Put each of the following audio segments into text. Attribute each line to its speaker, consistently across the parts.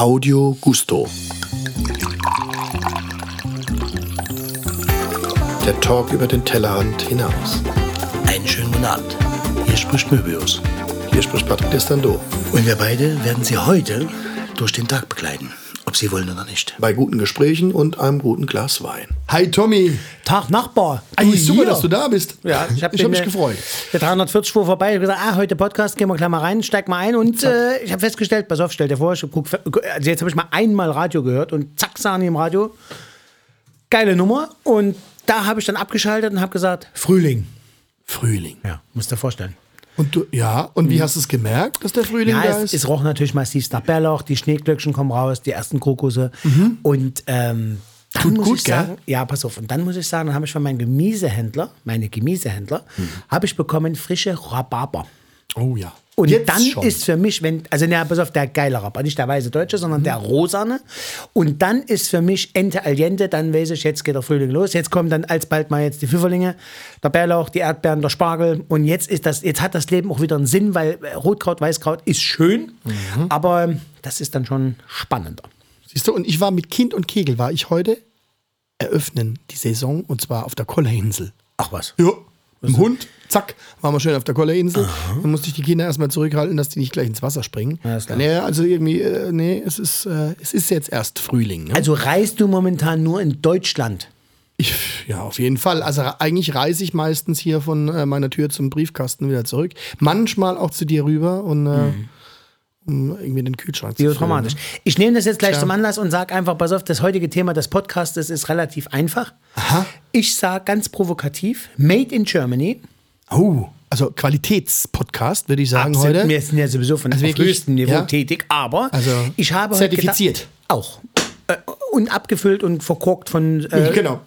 Speaker 1: Audio Gusto. Der Talk über den Tellerrand hinaus.
Speaker 2: Einen schönen guten Abend. Hier spricht Möbius.
Speaker 1: Hier spricht Patrick Destando.
Speaker 2: Und wir beide werden Sie heute durch den Tag begleiten. Ob Sie wollen oder nicht.
Speaker 1: Bei guten Gesprächen und einem guten Glas Wein.
Speaker 3: Hi Tommy,
Speaker 4: Tag Nachbar.
Speaker 3: Ey, super,
Speaker 4: hier.
Speaker 3: dass du da bist.
Speaker 4: Ja, ich habe
Speaker 3: ich hab mich gefreut.
Speaker 4: Der 340 fuhr vorbei. Ich hab gesagt, ah, heute Podcast, gehen wir gleich mal rein, steig mal ein. Und äh, ich habe festgestellt, pass auf, stell dir vor, ich hab guck, also jetzt habe ich mal einmal Radio gehört und zack, sahen die im Radio. Geile Nummer. Und da habe ich dann abgeschaltet und habe gesagt, Frühling.
Speaker 3: Frühling.
Speaker 4: Ja, musst dir vorstellen.
Speaker 3: Und du, ja, und
Speaker 1: Hm.
Speaker 3: wie hast du es gemerkt, dass der Frühling
Speaker 4: Ja,
Speaker 3: da
Speaker 4: es,
Speaker 3: ist?
Speaker 4: es roch natürlich massiv nach Bärlauch, die Schneeglöckchen kommen raus, die ersten Krokusse. Und ähm, dann
Speaker 3: Mhm. Tut
Speaker 4: muss
Speaker 3: gut,
Speaker 4: ich
Speaker 3: gell?
Speaker 4: sagen, ja, pass auf, und dann muss ich sagen, dann habe ich von meinem Gemüsehändler, meine Gemüsehändler,
Speaker 3: Mhm.
Speaker 4: habe ich bekommen frische Rhabarber.
Speaker 3: oh ja.
Speaker 4: Und
Speaker 3: Jetzt
Speaker 4: dann
Speaker 3: schon.
Speaker 4: ist für mich, wenn, also na, pass auf, der geile Rhabarber, nicht der weiße Deutsche, sondern der rosane. Und dann ist für mich Ente Aliente, dann weiß ich, jetzt geht der Frühling los. Jetzt kommen dann alsbald mal jetzt die Pfifferlinge, der Bärlauch, die Erdbeeren, der Spargel. Und jetzt ist das, jetzt hat das Leben auch wieder einen Sinn, weil äh, Rotkraut, Weißkraut ist schön, aber ähm, das ist dann schon spannender.
Speaker 3: Siehst du, und ich war mit Kind und Kegel, war ich heute eröffnen die Saison und zwar auf der Kollerinsel.
Speaker 4: Ach was.
Speaker 3: Ja. Im Hund, zack, waren wir schön auf der Kollerinsel. Dann musste ich die Kinder erstmal zurückhalten, dass die nicht gleich ins Wasser springen.
Speaker 4: Ja, ist klar.
Speaker 3: nee, also irgendwie, äh, nee, es ist, äh, es ist jetzt erst Frühling. Ne?
Speaker 4: Also reist du momentan nur in Deutschland?
Speaker 3: Ich, ja, auf jeden Fall. Also re- eigentlich reise ich meistens hier von äh, meiner Tür zum Briefkasten wieder zurück. Manchmal auch zu dir rüber und äh,
Speaker 4: Mhm.
Speaker 3: um irgendwie den Kühlschrank zu füllen,
Speaker 4: Biodramatisch.
Speaker 3: ne?
Speaker 4: Ich nehme das jetzt gleich
Speaker 3: Tja.
Speaker 4: zum Anlass und sage einfach, pass auf, das heutige Thema des Podcasts ist, ist relativ einfach. Ich sage ganz provokativ, Made in Germany.
Speaker 3: Oh, also Qualitätspodcast, würde ich sagen
Speaker 4: Absolut.
Speaker 3: heute.
Speaker 4: Wir sind ja sowieso von
Speaker 3: Also
Speaker 4: auf
Speaker 3: wirklich,
Speaker 4: höchstem Niveau
Speaker 3: ja.
Speaker 4: tätig, aber
Speaker 3: Also
Speaker 4: ich habe
Speaker 3: zertifiziert.
Speaker 4: Heute gedacht, auch. Äh, Und abgefüllt und verkorkt von äh,
Speaker 3: genau.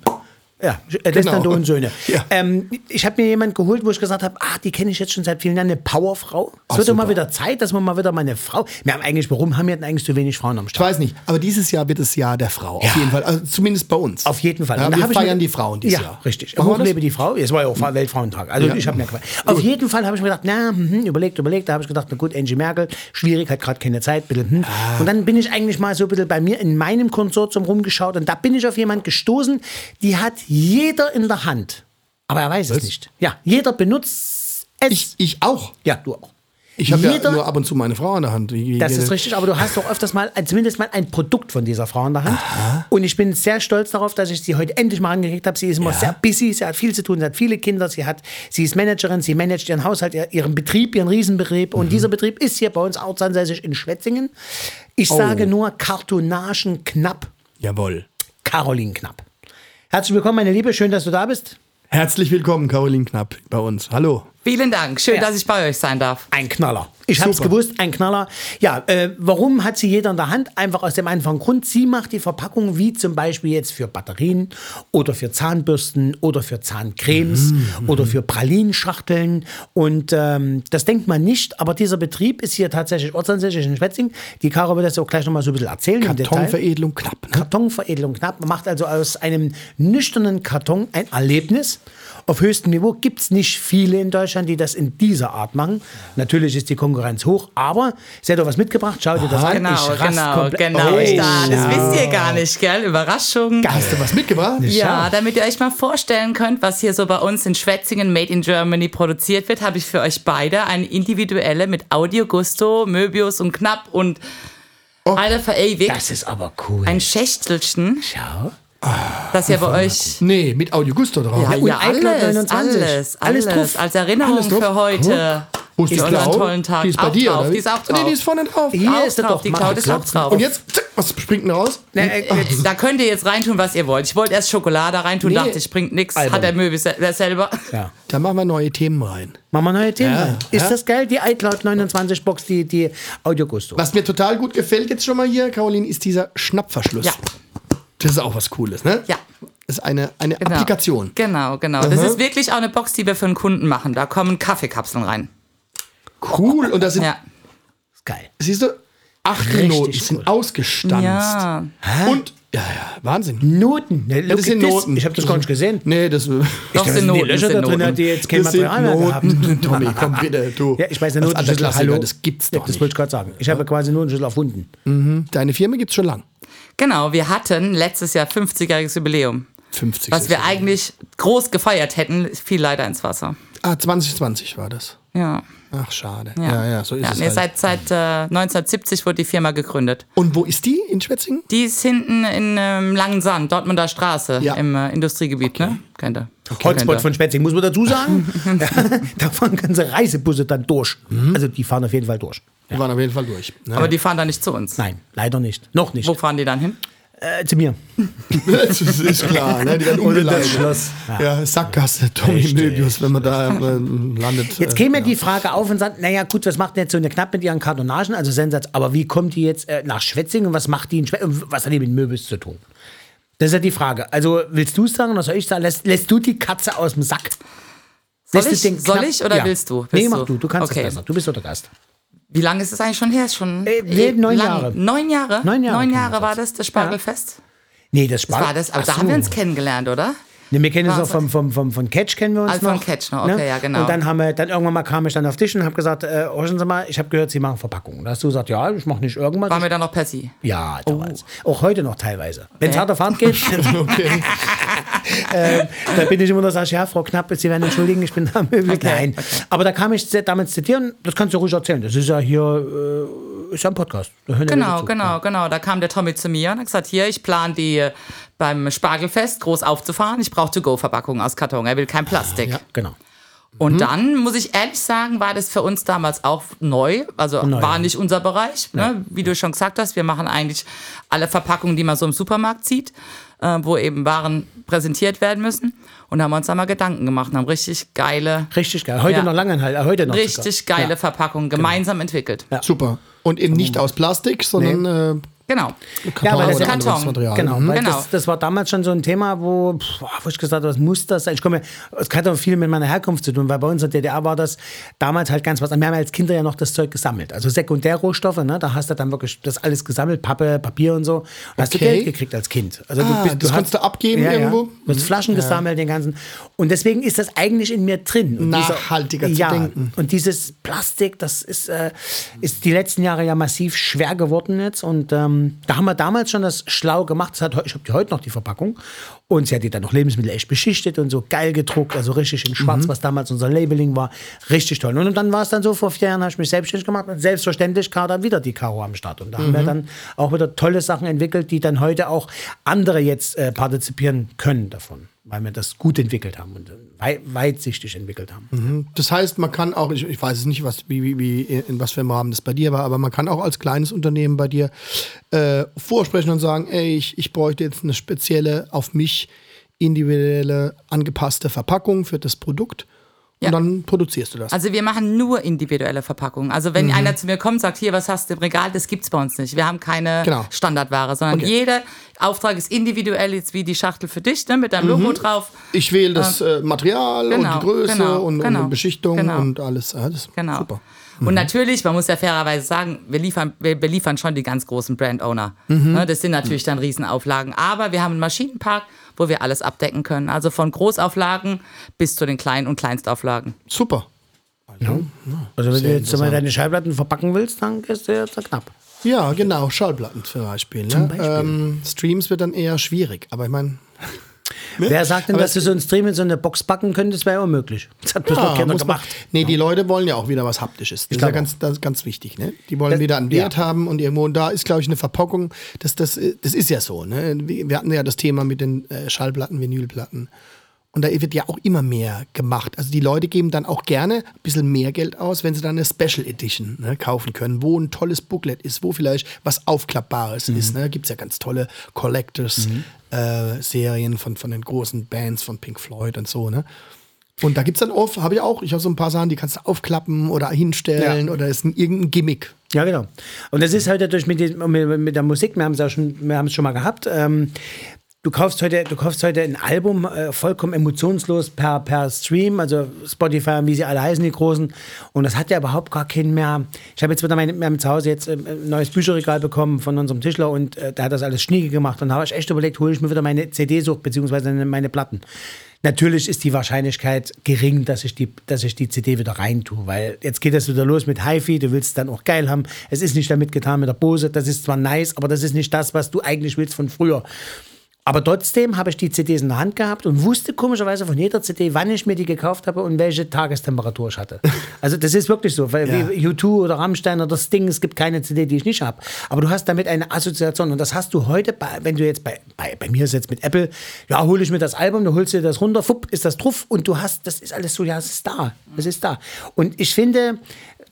Speaker 4: Ja, äh, Destando und Söhne.
Speaker 3: Ja.
Speaker 4: Ähm, ich habe mir jemanden geholt, wo ich gesagt habe, ah, die kenne ich jetzt schon seit vielen Jahren, eine Powerfrau. Es
Speaker 3: Ah,
Speaker 4: wird doch mal
Speaker 3: super.
Speaker 4: wieder Zeit, dass man mal wieder mal eine Frau. Wir haben eigentlich, warum haben wir denn eigentlich zu wenig Frauen am
Speaker 3: Ich
Speaker 4: Start?
Speaker 3: weiß nicht, aber dieses Jahr wird es Jahr der Frau. Auf jeden Fall. Also zumindest bei uns.
Speaker 4: Auf jeden Fall.
Speaker 3: Ja,
Speaker 4: Und da
Speaker 3: wir
Speaker 4: hab ich
Speaker 3: feiern
Speaker 4: mir-
Speaker 3: die Frauen dieses
Speaker 4: ja,
Speaker 3: Jahr.
Speaker 4: Richtig.
Speaker 3: Machen wir
Speaker 4: Hoch
Speaker 3: das?
Speaker 4: lebe die Frau. Es war ja auch Weltfrauentag. Also
Speaker 3: Ja.
Speaker 4: ich habe mir gefallen. Auf jeden Fall habe ich mir gedacht, na, mhm, überlegt, überlegt. Da habe ich gedacht, na gut, Angie Merkel, schwierig, hat gerade keine Zeit. Bisschen, hm.
Speaker 3: Ah.
Speaker 4: Und dann bin ich eigentlich mal so ein bisschen bei mir in meinem Konsortium rumgeschaut und da bin ich auf jemanden gestoßen, die hat jeder in der Hand. Aber er weiß es nicht. Ja, jeder benutzt es.
Speaker 3: Ich, ich auch.
Speaker 4: ja, du auch.
Speaker 3: Ich habe ja
Speaker 4: Jeder-
Speaker 3: nur ab und zu meine Frau an der Hand. Die-
Speaker 4: Das
Speaker 3: die-
Speaker 4: ist richtig, aber du hast doch öfters mal, ein- zumindest mal ein Produkt von dieser Frau in der Hand. Und ich bin sehr stolz darauf, dass ich sie heute endlich mal angekriegt habe. Sie ist immer
Speaker 3: Ja.
Speaker 4: sehr busy, sie hat viel zu tun, sie hat viele Kinder, sie, hat, sie ist Managerin, sie managt ihren Haushalt, ihr- ihren Betrieb, ihren Riesenbetrieb. Und dieser Betrieb ist hier bei uns ortsansässig in Schwetzingen. Ich sage nur Kartonagen Knapp,
Speaker 3: Jawohl.
Speaker 4: Caroline Knapp. Herzlich willkommen, meine Liebe, schön, dass du da bist.
Speaker 3: Herzlich willkommen, Caroline Knapp, bei uns. Hallo.
Speaker 5: Vielen Dank. Schön,
Speaker 4: Ja.
Speaker 5: dass ich bei euch sein darf.
Speaker 4: Ein Knaller. Ich habe es
Speaker 3: Super.
Speaker 4: gewusst, ein Knaller. Ja, äh, warum hat sie jeder in der Hand? Einfach aus dem einfachen Grund, sie macht die Verpackung wie zum Beispiel jetzt für Batterien oder für Zahnbürsten oder für Zahncremes oder für Pralinschachteln. Und ähm, das denkt man nicht, aber dieser Betrieb ist hier tatsächlich ortsansässig in Schwetzing. Die Caro wird das auch gleich nochmal so ein bisschen erzählen. im Detail.
Speaker 3: Kartonveredelung knapp. Ne?
Speaker 4: Kartonveredelung knapp. Man macht also aus einem nüchternen Karton ein Erlebnis. Auf höchstem Niveau gibt es nicht viele in Deutschland, die das in dieser Art machen. Natürlich ist die Konkurrenz hoch, aber sie hat doch was mitgebracht. Schau dir das an.
Speaker 5: Genau,
Speaker 4: ich raste
Speaker 5: genau,
Speaker 4: komplett-
Speaker 5: genau.
Speaker 4: Oh,
Speaker 5: Ich da, das wisst ihr gar nicht, gell? Überraschung.
Speaker 3: Hast du was mitgebracht?
Speaker 5: Ja, damit ihr euch mal vorstellen könnt, was hier so bei uns in Schwetzingen Made in Germany produziert wird, habe ich für euch beide eine individuelle mit Audio Gusto, Möbius und Knapp und
Speaker 3: Oh,
Speaker 5: alle verewigt.
Speaker 4: Das ist aber cool.
Speaker 5: Ein Schächtelchen,
Speaker 4: Schau.
Speaker 5: das ihr bei euch.
Speaker 3: Nee, mit Audio Gusto drauf.
Speaker 5: Ja,
Speaker 4: und
Speaker 5: ja,
Speaker 4: Eichler
Speaker 5: alles,
Speaker 4: 29.
Speaker 5: alles,
Speaker 4: Alles
Speaker 5: alles,
Speaker 4: drauf.
Speaker 5: als Erinnerung
Speaker 3: Alles drauf.
Speaker 5: für heute.
Speaker 3: Wo ist die
Speaker 5: für unseren
Speaker 3: Cloud?
Speaker 5: tollen Tag.
Speaker 3: Die ist bei
Speaker 5: auch
Speaker 3: dir,
Speaker 5: drauf,
Speaker 3: oder wie?
Speaker 5: die ist auch
Speaker 3: Nee,
Speaker 5: drauf.
Speaker 3: die ist vorne drauf.
Speaker 4: Hier
Speaker 5: Auch
Speaker 4: ist er
Speaker 5: drauf,
Speaker 4: doch.
Speaker 5: die
Speaker 4: Mach
Speaker 5: Cloud ist auch
Speaker 4: Platzen.
Speaker 5: drauf.
Speaker 3: Und jetzt, zack, was springt denn raus?
Speaker 4: Na, äh, äh,
Speaker 5: Da könnt ihr jetzt reintun, was ihr wollt. Ich wollte erst Schokolade reintun,
Speaker 3: Nee.
Speaker 5: dachte ich, bringt nichts.
Speaker 4: Albern.
Speaker 5: Hat der Möbel se- selber.
Speaker 4: ja.
Speaker 3: Da machen wir neue Themen rein.
Speaker 4: Machen wir neue Themen.
Speaker 3: Ja,
Speaker 4: rein. ist
Speaker 3: ja.
Speaker 4: das geil? Die iCloud 29 Box, die, die Audio Gusto.
Speaker 3: Was mir total gut gefällt jetzt schon mal hier, Caroline, ist dieser Schnappverschluss.
Speaker 5: Ja.
Speaker 3: Das ist auch was Cooles, ne?
Speaker 5: Ja.
Speaker 3: Das ist eine, eine Applikation.
Speaker 5: Genau, genau. Das ist wirklich auch eine Box, die wir für einen Kunden machen. Da kommen Kaffeekapseln rein.
Speaker 3: Cool. Und da sind,
Speaker 5: Ja.
Speaker 4: Geil.
Speaker 3: siehst du, acht
Speaker 4: Richtig
Speaker 3: Minuten sind
Speaker 4: cool.
Speaker 3: ausgestanzt.
Speaker 5: Ja.
Speaker 3: Und Ja, ja, Wahnsinn.
Speaker 4: Noten. Ne,
Speaker 3: Das sind Noten.
Speaker 4: Ich habe das gar nicht gesehen.
Speaker 3: Nee, das.
Speaker 5: Doch,
Speaker 4: Das
Speaker 5: sind
Speaker 4: die
Speaker 5: Noten.
Speaker 4: Löcher da
Speaker 5: sind
Speaker 4: drin,
Speaker 5: Noten.
Speaker 4: die jetzt kein
Speaker 3: das sind
Speaker 4: Material mehr
Speaker 3: Noten.
Speaker 4: haben.
Speaker 3: Tommy, komm bitte, du.
Speaker 4: Ja, ich weiß, eine
Speaker 3: Das alte
Speaker 4: Notenschlüssel,
Speaker 3: Klassiker,
Speaker 4: hallo.
Speaker 3: Das gibt's
Speaker 4: Ja,
Speaker 3: doch
Speaker 4: das
Speaker 3: nicht.
Speaker 4: wollte ich gerade sagen. Ich habe quasi einen Notenschlüssel erfunden.
Speaker 3: Deine Firma gibt's schon lang.
Speaker 5: Genau, wir hatten letztes Jahr 50-jähriges Jubiläum.
Speaker 3: 50.
Speaker 5: Was wir eigentlich groß gefeiert hätten, fiel leider ins Wasser.
Speaker 3: ah, 2020 war das.
Speaker 5: Ja.
Speaker 3: Ach, schade.
Speaker 5: Ja,
Speaker 3: Ja, ja, so ist es.
Speaker 5: nee,
Speaker 3: halt.
Speaker 5: Seit, seit äh, 1970 wurde die Firma gegründet.
Speaker 3: Und wo ist die in Schwetzingen?
Speaker 5: Die ist hinten in ähm, Langensand, Dortmunder Straße,
Speaker 3: Ja.
Speaker 5: im äh, Industriegebiet, ne? Kennt ihr?
Speaker 4: Hotspot
Speaker 5: Kennt ihr.
Speaker 4: von Spetzing, muss man dazu sagen. ja, da fahren ganze Reisebusse dann durch.
Speaker 3: Mhm.
Speaker 4: Also die fahren auf jeden Fall durch.
Speaker 3: Wir waren auf jeden Fall durch. Ne?
Speaker 5: Aber die fahren da nicht zu uns.
Speaker 4: Nein, leider nicht. Noch nicht.
Speaker 5: Wo fahren die dann hin?
Speaker 4: Äh, zu mir.
Speaker 3: das ist, ist klar, ne? Die werden
Speaker 4: Oder das
Speaker 3: umgeleitet.
Speaker 4: Schloss. Ja.
Speaker 3: Ja, Sackgasse, Tommy
Speaker 4: Richtig.
Speaker 3: Möbius, wenn man da äh, landet.
Speaker 4: Jetzt käme die Frage auf und sagt, naja gut, was macht denn jetzt so eine Knapp mit ihren Kartonagen? Also Sensatz, aber wie kommt die jetzt äh, nach Schwetzingen und was macht die in Schwetzingen? Was hat die mit Möbels zu tun? Das ist ja die Frage. Also willst du es sagen oder soll ich sagen? Lässt, lässt du die Katze aus dem Sack?
Speaker 5: Soll
Speaker 4: Lässt
Speaker 5: ich,
Speaker 4: es den
Speaker 5: soll
Speaker 4: Knapp-
Speaker 5: ich oder
Speaker 4: Ja.
Speaker 5: willst du?
Speaker 4: Nee,
Speaker 5: Willst
Speaker 4: mach du, du kannst
Speaker 5: okay.
Speaker 4: das besser. Du bist doch der Gast.
Speaker 5: Wie lange ist es eigentlich schon her? Ist schon
Speaker 4: Äh, nee, neun
Speaker 5: lang.
Speaker 4: Jahre.
Speaker 5: Neun Jahre?
Speaker 4: Neun Jahre kennen wir
Speaker 5: war
Speaker 4: uns.
Speaker 5: das, das Spargelfest?
Speaker 4: Nee, das
Speaker 5: Das
Speaker 4: Spargel.
Speaker 5: war das, aber
Speaker 4: Ach
Speaker 5: da haben wir
Speaker 4: so.
Speaker 5: uns kennengelernt, oder?
Speaker 4: Nee, wir kennen uns auch vom,
Speaker 5: Wahnsinn.
Speaker 4: vom, vom, von Catch kennen wir uns
Speaker 5: Ah,
Speaker 4: noch. ne?
Speaker 5: von Catch noch, okay, ja, genau.
Speaker 4: Und dann haben wir, dann irgendwann mal kam ich dann auf dich und habe gesagt, äh, horchen Sie mal, ich habe gehört, Sie machen Verpackungen. Da hast du gesagt, ja, ich mache nicht irgendwas.
Speaker 5: Waren wir da noch per Sie?
Speaker 4: Ja, damals.
Speaker 5: Oh.
Speaker 4: Auch heute noch teilweise. Wenn
Speaker 5: Äh.
Speaker 4: es hart auf hart geht, Ähm,
Speaker 3: Okay.
Speaker 4: da bin ich immer noch sag ich, ja, Frau Knapp, Sie werden entschuldigen, ich bin da am Möbel.
Speaker 5: Okay,
Speaker 4: Nein. Aber da kam ich sehr- damals zitieren, das kannst du ruhig erzählen. Das ist ja hier, äh, ist ja ein Podcast. Da hören ja Leute
Speaker 5: Genau,
Speaker 4: zu.
Speaker 5: genau, genau. Da kam der Tommy zu mir und hat gesagt, hier, ich plane die äh, beim Spargelfest groß aufzufahren. Ich brauche To-Go-Verpackungen aus Karton. Er will kein Plastik.
Speaker 4: Ja, genau.
Speaker 5: Und dann, muss ich ehrlich sagen, war das für uns damals auch neu. Also war nicht unser Bereich. Ne? Wie du schon gesagt hast, wir machen eigentlich alle Verpackungen, die man so im Supermarkt sieht, äh, wo eben Waren präsentiert werden müssen. Und da haben wir uns da mal Gedanken gemacht und haben richtig geile,
Speaker 4: Richtig geil. Heute
Speaker 5: Ja.
Speaker 4: noch lange, halt, äh, heute noch
Speaker 5: richtig
Speaker 4: sogar.
Speaker 5: geile Verpackungen gemeinsam entwickelt.
Speaker 3: Super. Und eben nicht aus Plastik, sondern
Speaker 5: Genau.
Speaker 3: äh, Karton
Speaker 4: Ja, aber das
Speaker 3: oder
Speaker 4: ist
Speaker 3: anderes
Speaker 5: Karton.
Speaker 3: Material. ne? Mhm.
Speaker 4: Genau, weil
Speaker 5: Genau.
Speaker 4: Das, das war damals schon so ein Thema, wo, pff, ah, wo ich gesagt habe, was muss das sein? Ich komme, es hat auch viel mit meiner Herkunft zu tun, weil bei uns in der DDR war das damals halt ganz was. Wir haben als Kinder ja noch das Zeug gesammelt. Also Sekundärrohstoffe, ne? da hast du dann wirklich das alles gesammelt, Pappe, Papier und so. Und hast du
Speaker 3: Okay.
Speaker 4: Geld gekriegt als Kind. Also
Speaker 3: Ah, das konntest du abgeben irgendwo?
Speaker 4: Du hast Flaschen gesammelt, den ganzen. Und deswegen ist das eigentlich in mir drin. Und dieser-
Speaker 3: Nachhaltiger zu
Speaker 4: ja,
Speaker 3: denken.
Speaker 4: und dieses Plastik, das ist, äh, ist die letzten Jahre ja massiv schwer geworden jetzt. Und ähm, da haben wir damals schon das schlau gemacht. Das hat, heu- ich habe die heute noch die Verpackung. Und sie hat die dann noch Lebensmittel echt beschichtet und so geil gedruckt, also richtig in Schwarz, was damals unser Labeling war. Richtig toll. Und dann war es dann so, vor vier Jahren habe ich mich selbstständig gemacht und selbstverständlich kam dann wieder die Karo am Start. Und da haben wir dann auch wieder tolle Sachen entwickelt, die dann heute auch andere jetzt äh, partizipieren können davon, weil wir das gut entwickelt haben und äh, wei weitsichtig entwickelt haben.
Speaker 3: Das heißt, man kann auch, ich, ich weiß es nicht, was, wie, wie, wie, in was für einem Rahmen das bei dir war, aber man kann auch als kleines Unternehmen bei dir äh, vorsprechen und sagen, ey, ich, ich bräuchte jetzt eine spezielle, auf mich individuelle, angepasste Verpackung für das Produkt. Und
Speaker 5: Ja.
Speaker 3: dann produzierst du das.
Speaker 5: Also wir machen nur individuelle Verpackungen. Also wenn einer zu mir kommt und sagt, hier, was hast du im Regal, das gibt's bei uns nicht. Wir haben keine
Speaker 3: Genau.
Speaker 5: Standardware, sondern
Speaker 3: Okay.
Speaker 5: jeder Auftrag ist individuell, jetzt wie die Schachtel für dich, ne, mit deinem Logo drauf.
Speaker 3: ich wähle das äh, Material
Speaker 5: Ähm, genau,
Speaker 3: und die Größe
Speaker 5: genau,
Speaker 3: und,
Speaker 5: genau,
Speaker 3: und die Beschichtung
Speaker 5: genau.
Speaker 3: und alles. Ah, das ist
Speaker 5: Genau.
Speaker 3: Super. Mhm.
Speaker 5: Und natürlich, man muss ja fairerweise sagen, wir liefern, wir, wir liefern schon die ganz großen Brand-Owner.
Speaker 3: Mhm.
Speaker 5: Ne, das sind natürlich dann Riesenauflagen. Aber wir haben einen Maschinenpark, wo wir alles abdecken können. Also von Großauflagen bis zu den kleinen und Kleinstauflagen.
Speaker 3: Super.
Speaker 4: Also wenn du jetzt mal deine Schallplatten verpacken willst, dann ist der jetzt knapp.
Speaker 3: Ja, genau, Schallplatten zum Beispiel. Ne?
Speaker 4: Beispiel.
Speaker 3: Ähm, Streams wird dann eher schwierig, aber ich meine,
Speaker 4: Wer sagt denn,
Speaker 3: Aber
Speaker 4: dass du so einen Stream in so eine Box packen könntest, wäre ja unmöglich. Das hat bloß noch keiner
Speaker 3: muss man-
Speaker 4: gemacht.
Speaker 3: Nee, die Leute wollen ja auch wieder was Haptisches. Das ist ja
Speaker 4: glaub
Speaker 3: ganz, das ist ganz wichtig. Ne? Die wollen
Speaker 4: Das-
Speaker 3: wieder einen Wert
Speaker 4: ja.
Speaker 3: haben und irgendwo. Und da ist, glaube ich, eine Verpackung. Das, das, äh, das ist ja so. Ne? Wir wir hatten ja das Thema mit den äh, Schallplatten, Vinylplatten. Und da wird ja auch immer mehr gemacht. Also die Leute geben dann auch gerne ein bisschen mehr Geld aus, wenn sie dann eine Special Edition ne, kaufen können, wo ein tolles Booklet ist, wo vielleicht was Aufklappbares
Speaker 4: Mhm.
Speaker 3: ist. Ne? Da gibt es ja ganz tolle Collectors-Serien von, von den großen Bands von Pink Floyd und so. Ne? Und da gibt es dann oft, habe ich auch, ich habe so ein paar Sachen, die kannst du aufklappen oder hinstellen oder ist ein, irgendein Gimmick.
Speaker 4: Ja, genau. Und das ist halt natürlich mit, den- mit, mit der Musik, wir haben es ja schon, wir haben es schon mal gehabt. Ähm, Du kaufst heute, du kaufst heute ein Album äh, vollkommen emotionslos per, per Stream, also Spotify, und wie sie alle heißen, die großen. Und das hat ja überhaupt gar keinen mehr. Ich habe jetzt wieder mein, mein zu Hause jetzt äh, ein neues Bücherregal bekommen von unserem Tischler und äh, der hat das alles schnieke gemacht. Und da habe ich echt überlegt, hole ich mir wieder meine CD-Sucht beziehungsweise ne, meine Platten. Natürlich ist die Wahrscheinlichkeit gering, dass ich die, dass ich die CD wieder rein tue, weil jetzt geht das wieder los mit HiFi, du willst es dann auch geil haben. Es ist nicht damit getan mit der Bose, das ist zwar nice, aber das ist nicht das, was du eigentlich willst von früher. Aber trotzdem habe ich die CDs in der Hand gehabt und wusste komischerweise von jeder CD, wann ich mir die gekauft habe und welche Tagestemperatur ich hatte. Also das ist wirklich so, weil wie U2 oder Rammstein oder Sting, es gibt keine CD, die ich nicht habe. Aber du hast damit eine Assoziation und das hast du heute, bei, wenn du jetzt bei, bei, bei mir ist jetzt mit Apple, ja, hole ich mir das Album, du holst dir das runter, fupp, ist das drauf und du hast, das ist alles so, ja, es ist da, es ist da. Und ich finde,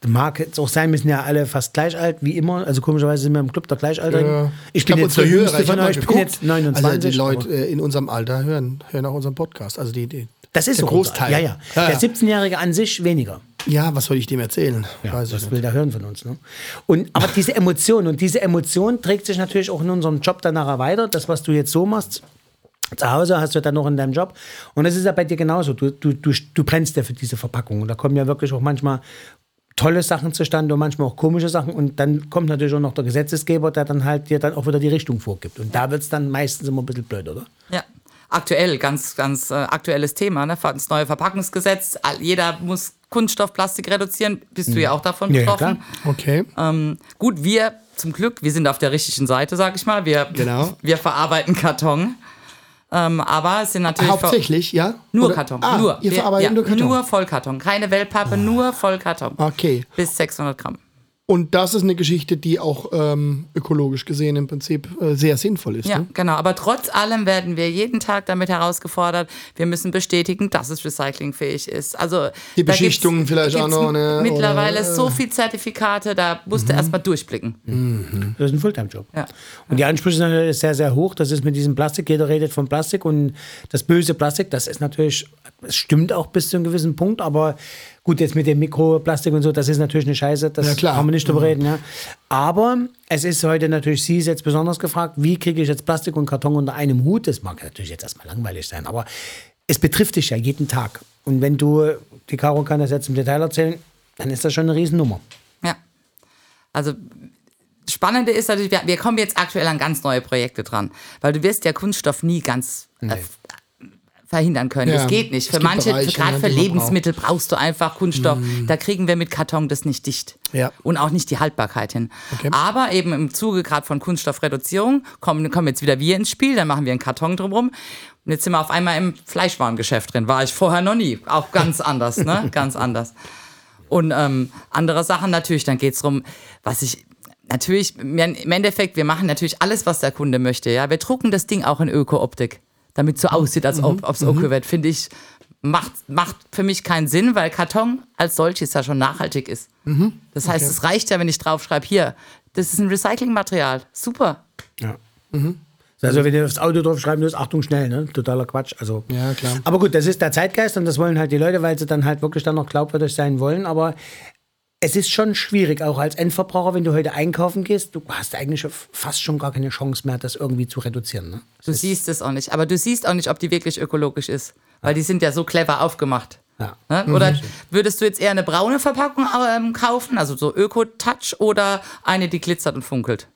Speaker 4: mag jetzt auch sein, wir sind ja alle fast gleich alt, wie immer, also komischerweise sind wir im Club der Gleichaltrigen. Ich bin
Speaker 3: glaub,
Speaker 4: jetzt der Jüngste
Speaker 3: ich hab
Speaker 4: von
Speaker 3: mal
Speaker 4: euch, ich bin
Speaker 3: geguckt.
Speaker 4: jetzt 29.
Speaker 3: Also die Leute äh, in unserem Alter hören, hören auch unseren Podcast. Also die, die
Speaker 4: Das ist
Speaker 3: der
Speaker 4: so.
Speaker 3: Großteil.
Speaker 4: Ja, ja. Der 17-Jährige an sich weniger.
Speaker 3: Ja, was soll ich dem erzählen? Weiß ich
Speaker 4: das
Speaker 3: nicht.
Speaker 4: will der hören von uns. Ne? Und, aber diese Emotion und diese Emotion trägt sich natürlich auch in unserem Job dann nachher weiter. Das, was du jetzt so machst, zu Hause hast du dann noch in deinem Job. Und das ist ja bei dir genauso. Du, du, du, du brennst ja für diese Verpackung. Und da kommen ja wirklich auch manchmal tolle Sachen zustande und manchmal auch komische Sachen. Und dann kommt natürlich auch noch der Gesetzesgeber, der dann halt dir dann auch wieder die Richtung vorgibt. Und da wird es dann meistens immer ein bisschen blöd, oder?
Speaker 5: Ja. Aktuell, ganz, ganz äh, aktuelles Thema, ne? Das neue Verpackungsgesetz. all- Jeder muss Kunststoff, Plastik reduzieren. Bist
Speaker 3: Mhm.
Speaker 5: du ja auch davon
Speaker 4: Ja, ja,
Speaker 5: betroffen.
Speaker 3: Okay.
Speaker 5: ähm, gut, wir zum Glück, wir sind auf der richtigen Seite, sag ich mal. Wir,
Speaker 3: Genau.
Speaker 5: wir verarbeiten Karton. Ähm, aber es sind natürlich ver-
Speaker 3: Hauptsächlich, ja?
Speaker 5: nur
Speaker 3: Oder-
Speaker 5: Karton.
Speaker 3: Ah,
Speaker 5: nur.
Speaker 3: Ihr
Speaker 5: Wir-
Speaker 3: verarbeitet
Speaker 5: ja,
Speaker 3: nur Karton. Ah.
Speaker 5: Nur Vollkarton. Keine Wellpappe, nur Vollkarton.
Speaker 3: Okay.
Speaker 5: Bis 600 Gramm.
Speaker 3: Und das ist eine Geschichte, die auch ähm, ökologisch gesehen im Prinzip äh, sehr sinnvoll ist.
Speaker 5: Ja,
Speaker 3: Ne?
Speaker 5: genau. Aber trotz allem werden wir jeden Tag damit herausgefordert. Wir müssen bestätigen, dass es recyclingfähig ist.
Speaker 3: Die
Speaker 5: Also da gibt's-
Speaker 3: Beschichtungen vielleicht
Speaker 5: gibt's
Speaker 3: auch noch, ne?
Speaker 5: Mittlerweile
Speaker 3: Oder, Mhm.
Speaker 5: so viel Zertifikate, da musst du erstmal durchblicken.
Speaker 4: Das ist ein Fulltime-Job.
Speaker 5: Ja.
Speaker 4: Und die Ansprüche sind natürlich sehr, sehr hoch. Das ist mit diesem Plastik, jeder redet von Plastik und das böse Plastik, das ist natürlich, es stimmt auch bis zu einem gewissen Punkt, aber gut, jetzt mit dem Mikroplastik und so, das ist natürlich eine Scheiße, das
Speaker 3: Ja, klar. Mhm.
Speaker 4: kann man nicht drüber reden. Ja. Aber es ist heute natürlich, Sie ist jetzt besonders gefragt, wie kriege ich jetzt Plastik und Karton unter einem Hut? Das mag natürlich jetzt erstmal langweilig sein, aber es betrifft dich ja jeden Tag. Und wenn du, die Caro kann das jetzt im Detail erzählen, dann ist das schon eine Riesennummer.
Speaker 5: Ja. Also das Spannende ist natürlich, wir, wir kommen jetzt aktuell an ganz neue Projekte dran, weil du wirst ja Kunststoff nie ganz äh, verhindern können.
Speaker 3: Ja.
Speaker 5: Das geht nicht.
Speaker 3: Es
Speaker 5: Für
Speaker 3: gibt
Speaker 5: manche,
Speaker 3: Bereiche,
Speaker 5: gerade
Speaker 3: ne,
Speaker 5: für
Speaker 3: die man Mhm.
Speaker 5: Lebensmittel brauchst du einfach Kunststoff. Da kriegen wir mit Karton das nicht dicht.
Speaker 3: Ja.
Speaker 5: Und auch nicht die Haltbarkeit hin.
Speaker 3: Okay.
Speaker 5: Aber eben im Zuge gerade von Kunststoffreduzierung kommen, kommen jetzt wieder wir ins Spiel, dann machen wir einen Karton drumherum. Und jetzt sind wir auf einmal im Fleischwarengeschäft drin. War ich vorher noch nie. Auch ganz anders, ne? Ganz anders. Und ähm, andere Sachen natürlich, dann geht's drum, was ich. Natürlich, mir- im Endeffekt, wir machen natürlich alles, was der Kunde möchte. Ja? Wir drucken das Ding auch in Öko-Optik, damit so aussieht, als ob es Öko wird. Finde ich, macht, macht für mich keinen Sinn, weil Karton als solches ja schon nachhaltig ist. Das heißt, es reicht ja, wenn ich draufschreibe, hier, das ist ein Recyclingmaterial. Super.
Speaker 4: Ja. Also wenn du aufs Auto draufschreiben würdest, Achtung schnell, ne? Totaler Quatsch. Also.
Speaker 3: Ja, klar.
Speaker 4: Aber gut, das ist der Zeitgeist und das wollen halt die Leute, weil sie dann halt wirklich dann noch glaubwürdig sein wollen. Aber es ist schon schwierig, auch als Endverbraucher, wenn du heute einkaufen gehst, du hast eigentlich fast schon gar keine Chance mehr, das irgendwie zu reduzieren. Ne?
Speaker 5: Du siehst es auch nicht. Aber du siehst auch nicht, ob die wirklich ökologisch ist. Weil die sind ja so clever aufgemacht.
Speaker 4: Ja.
Speaker 5: Ne?
Speaker 3: Mhm.
Speaker 5: Oder würdest du jetzt eher eine braune Verpackung ähm, kaufen, also so Öko-Touch, oder eine, die glitzert und funkelt?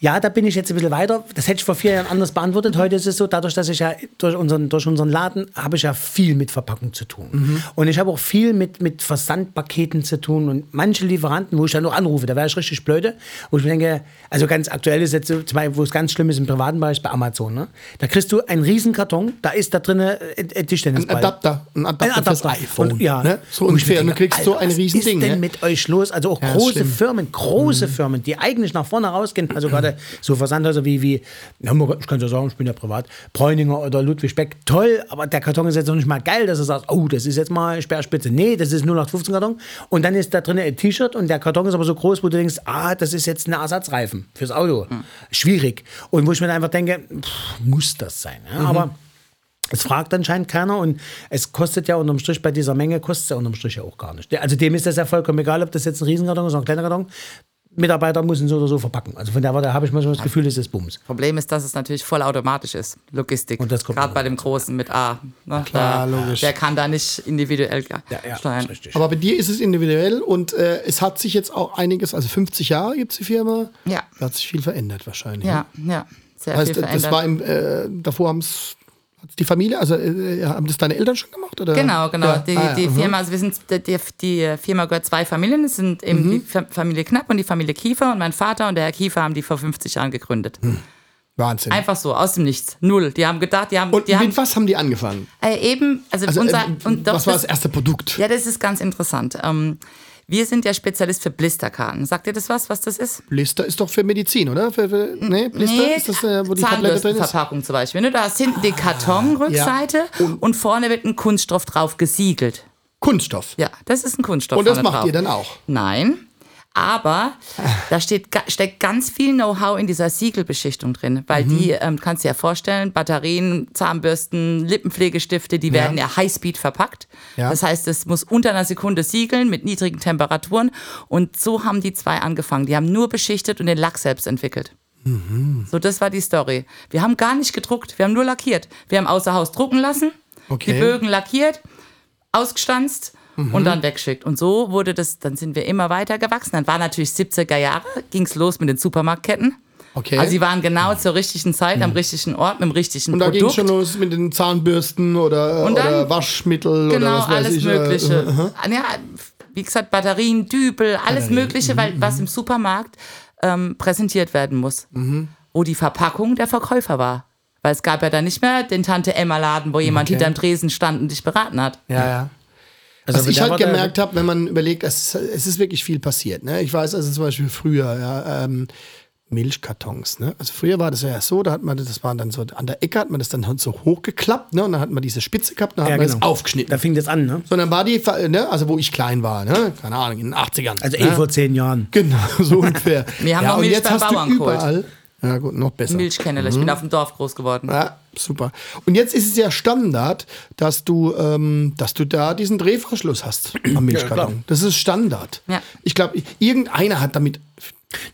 Speaker 4: Ja, da bin ich jetzt ein bisschen weiter. Das hätte ich vor vier Jahren anders beantwortet. Heute ist es so, dadurch, dass ich ja durch unseren, durch unseren Laden habe ich ja viel mit Verpackung zu tun. Und ich habe auch viel mit, mit Versandpaketen zu tun. Und manche Lieferanten, wo ich dann noch anrufe, da wäre ich richtig blöde. Wo ich mir denke, also ganz aktuell ist jetzt so, zum Beispiel, wo es ganz schlimm ist im privaten Bereich bei Amazon. Ne? Da kriegst du einen riesen Karton, da ist da drin ein, ein
Speaker 3: Ein
Speaker 4: Tischtennisball.
Speaker 3: Adapter, ein Adapter,
Speaker 4: Ein
Speaker 3: fürs iPhone.
Speaker 4: Und, ja.
Speaker 3: ne? So
Speaker 4: Und ich
Speaker 3: ungefähr. Und
Speaker 4: mir
Speaker 3: du
Speaker 4: denke,
Speaker 3: kriegst so
Speaker 4: Alter,
Speaker 3: ein
Speaker 4: Was ist denn
Speaker 3: Riesending. Ne?
Speaker 4: mit euch los? Also auch
Speaker 3: Ja, Mhm. ist
Speaker 4: große
Speaker 3: schlimm.
Speaker 4: Firmen, große Firmen, die eigentlich nach vorne rausgehen. Also gerade so Versandhäuser wie, wie ja, ich kann ja sagen, ich bin ja privat, Bräuninger oder Ludwig Beck, toll, aber der Karton ist jetzt noch nicht mal geil, dass du sagst, oh, das ist jetzt mal Sperrspitze. Nee, das ist 0815 Karton. Und dann ist da drin ein T-Shirt und der Karton ist aber so groß, wo du denkst, ah, das ist jetzt ein Ersatzreifen fürs Auto.
Speaker 3: Mhm.
Speaker 4: Schwierig. Und wo ich mir dann einfach denke, pff, muss das sein. Ja?
Speaker 3: Mhm.
Speaker 4: Aber es fragt anscheinend keiner und es kostet ja unterm Strich bei dieser Menge, kostet es ja unterm Strich ja auch gar nicht. Also dem ist das ja vollkommen egal, ob das jetzt ein Riesenkarton ist oder ein kleiner Karton. Mitarbeiter müssen so oder so verpacken. Also von daher habe ich manchmal das Gefühl, es ist Bums.
Speaker 5: Problem ist, dass es natürlich vollautomatisch ist, Logistik.
Speaker 4: Und das kommt
Speaker 5: Gerade
Speaker 4: noch
Speaker 5: bei dem Großen mit A. Ne? Klar, da,
Speaker 3: logisch.
Speaker 5: Der kann da nicht individuell ge- steuern.
Speaker 4: ist richtig.
Speaker 3: Aber bei dir ist es individuell und äh, es hat sich jetzt auch einiges, also 50 Jahre gibt es die Firma.
Speaker 5: Ja.
Speaker 3: Da hat sich viel verändert wahrscheinlich. ne?
Speaker 5: Ja, ja. Sehr
Speaker 3: Heißt,
Speaker 5: viel verändert.
Speaker 3: das war im, äh, davor haben es die Familie, also äh, haben das deine Eltern schon gemacht? Oder?
Speaker 5: Genau, genau.
Speaker 3: Ja.
Speaker 5: Die,
Speaker 3: Ah, ja.
Speaker 5: die
Speaker 3: Mhm.
Speaker 5: Firma, also wir sind, die, die Firma gehört zwei Familien. Es sind eben
Speaker 3: Mhm.
Speaker 5: die Fa- Familie Knapp und die Familie Kiefer. Und mein Vater und der Herr Kiefer haben die vor 50 Jahren gegründet.
Speaker 3: Mhm. Wahnsinn.
Speaker 5: Einfach so, aus dem Nichts. Null. Die haben gedacht, die haben,
Speaker 3: und
Speaker 5: die
Speaker 3: mit
Speaker 5: haben
Speaker 3: was haben die angefangen?
Speaker 5: äh, eben, also,
Speaker 3: Also,
Speaker 5: unser.
Speaker 3: äh,
Speaker 5: und doch,
Speaker 3: was war
Speaker 5: das-
Speaker 3: das erste Produkt?
Speaker 5: Ja, das ist ganz interessant. Ähm, wir sind ja Spezialist für Blisterkarten. Sagt ihr das was, was das ist?
Speaker 3: Blister ist doch für Medizin, oder? Für, für, nee, Blister ist das, äh, wo die Tablette drin ist? Ah.
Speaker 5: Zahnbürstenverpackung zum Beispiel. Ne? Da hast hinten die Kartonrückseite und, vorne wird ein Kunststoff drauf gesiegelt.
Speaker 3: Kunststoff.
Speaker 5: Ja, das ist ein Kunststoff.
Speaker 3: Und das
Speaker 5: vorne
Speaker 3: macht
Speaker 5: drauf.
Speaker 3: ihr dann auch?
Speaker 5: Nein. Aber da steht, ga- steckt ganz viel Know-how in dieser Siegelbeschichtung drin, weil
Speaker 3: Mhm.
Speaker 5: die, ähm, kannst du dir ja vorstellen, Batterien, Zahnbürsten, Lippenpflegestifte, die werden ja Highspeed verpackt.
Speaker 3: Ja.
Speaker 5: Das heißt, es muss unter einer Sekunde siegeln mit niedrigen Temperaturen. Und so haben die zwei angefangen. Die haben nur beschichtet und den Lack selbst entwickelt. So, das war die Story. Wir haben gar nicht gedruckt, wir haben nur lackiert. Wir haben außer Haus drucken lassen,
Speaker 3: Okay. Mhm.
Speaker 5: die Bögen lackiert, ausgestanzt und dann weggeschickt. Und so wurde das, dann sind wir immer weiter gewachsen. Dann war natürlich 70er Jahre, ging es los mit den Supermarktketten.
Speaker 3: Okay. Mhm.
Speaker 5: Also sie waren genau zur richtigen Zeit, am richtigen Ort, mit dem richtigen
Speaker 3: Und da ging
Speaker 5: Produkt.
Speaker 3: es schon los mit den Zahnbürsten oder,
Speaker 5: Und dann-
Speaker 3: oder Waschmittel oder
Speaker 5: genau,
Speaker 3: was weiß
Speaker 5: alles
Speaker 3: ich. äh,
Speaker 5: Mögliche. Ah, ja, wie gesagt, Batterien, Dübel, alles Mögliche,
Speaker 3: Mhm,
Speaker 5: weil was im Supermarkt ähm, präsentiert werden muss.
Speaker 3: Mhm.
Speaker 5: Wo die Verpackung der Verkäufer war. Weil es gab ja dann nicht mehr den Tante-Emma-Laden, wo jemand hinterm Tresen stand und dich beraten hat.
Speaker 3: äh, Ja, ja.
Speaker 4: Also
Speaker 3: Was
Speaker 4: von
Speaker 3: ich halt
Speaker 4: daher war der-
Speaker 3: gemerkt habe, wenn man überlegt, es, es ist wirklich viel passiert. Ne? Ich weiß also zum Beispiel früher, ja, ähm, Milchkartons. Ne? Also früher war das ja so, da hat man das- das waren dann so an der Ecke hat man das dann so hochgeklappt, ne? und dann hat man diese Spitze gehabt, und dann hat
Speaker 4: Ja,
Speaker 3: man
Speaker 4: genau.
Speaker 3: das aufgeschnitten.
Speaker 4: Da fing das an, ne?
Speaker 3: Sondern war die, Ver- ne? also wo ich klein war, ne? keine Ahnung, in den 80ern.
Speaker 4: Also eh
Speaker 3: ne?
Speaker 4: vor zehn Jahren.
Speaker 3: Genau, so ungefähr.
Speaker 5: Wir haben
Speaker 3: ja,
Speaker 5: noch
Speaker 3: und
Speaker 5: Milch
Speaker 3: jetzt
Speaker 5: beim
Speaker 3: hast
Speaker 5: Bauern
Speaker 3: du
Speaker 5: geholt.
Speaker 3: überall. Ja gut, noch besser.
Speaker 5: Milchkenneler, ich bin auf dem Dorf groß geworden.
Speaker 3: Mhm. Ja, super. Und jetzt ist es ja Standard, dass du, ähm, dass du da diesen Drehverschluss hast am Milchkarton. das ist Standard.
Speaker 5: Ja.
Speaker 3: Ich glaube, irgendeiner hat damit,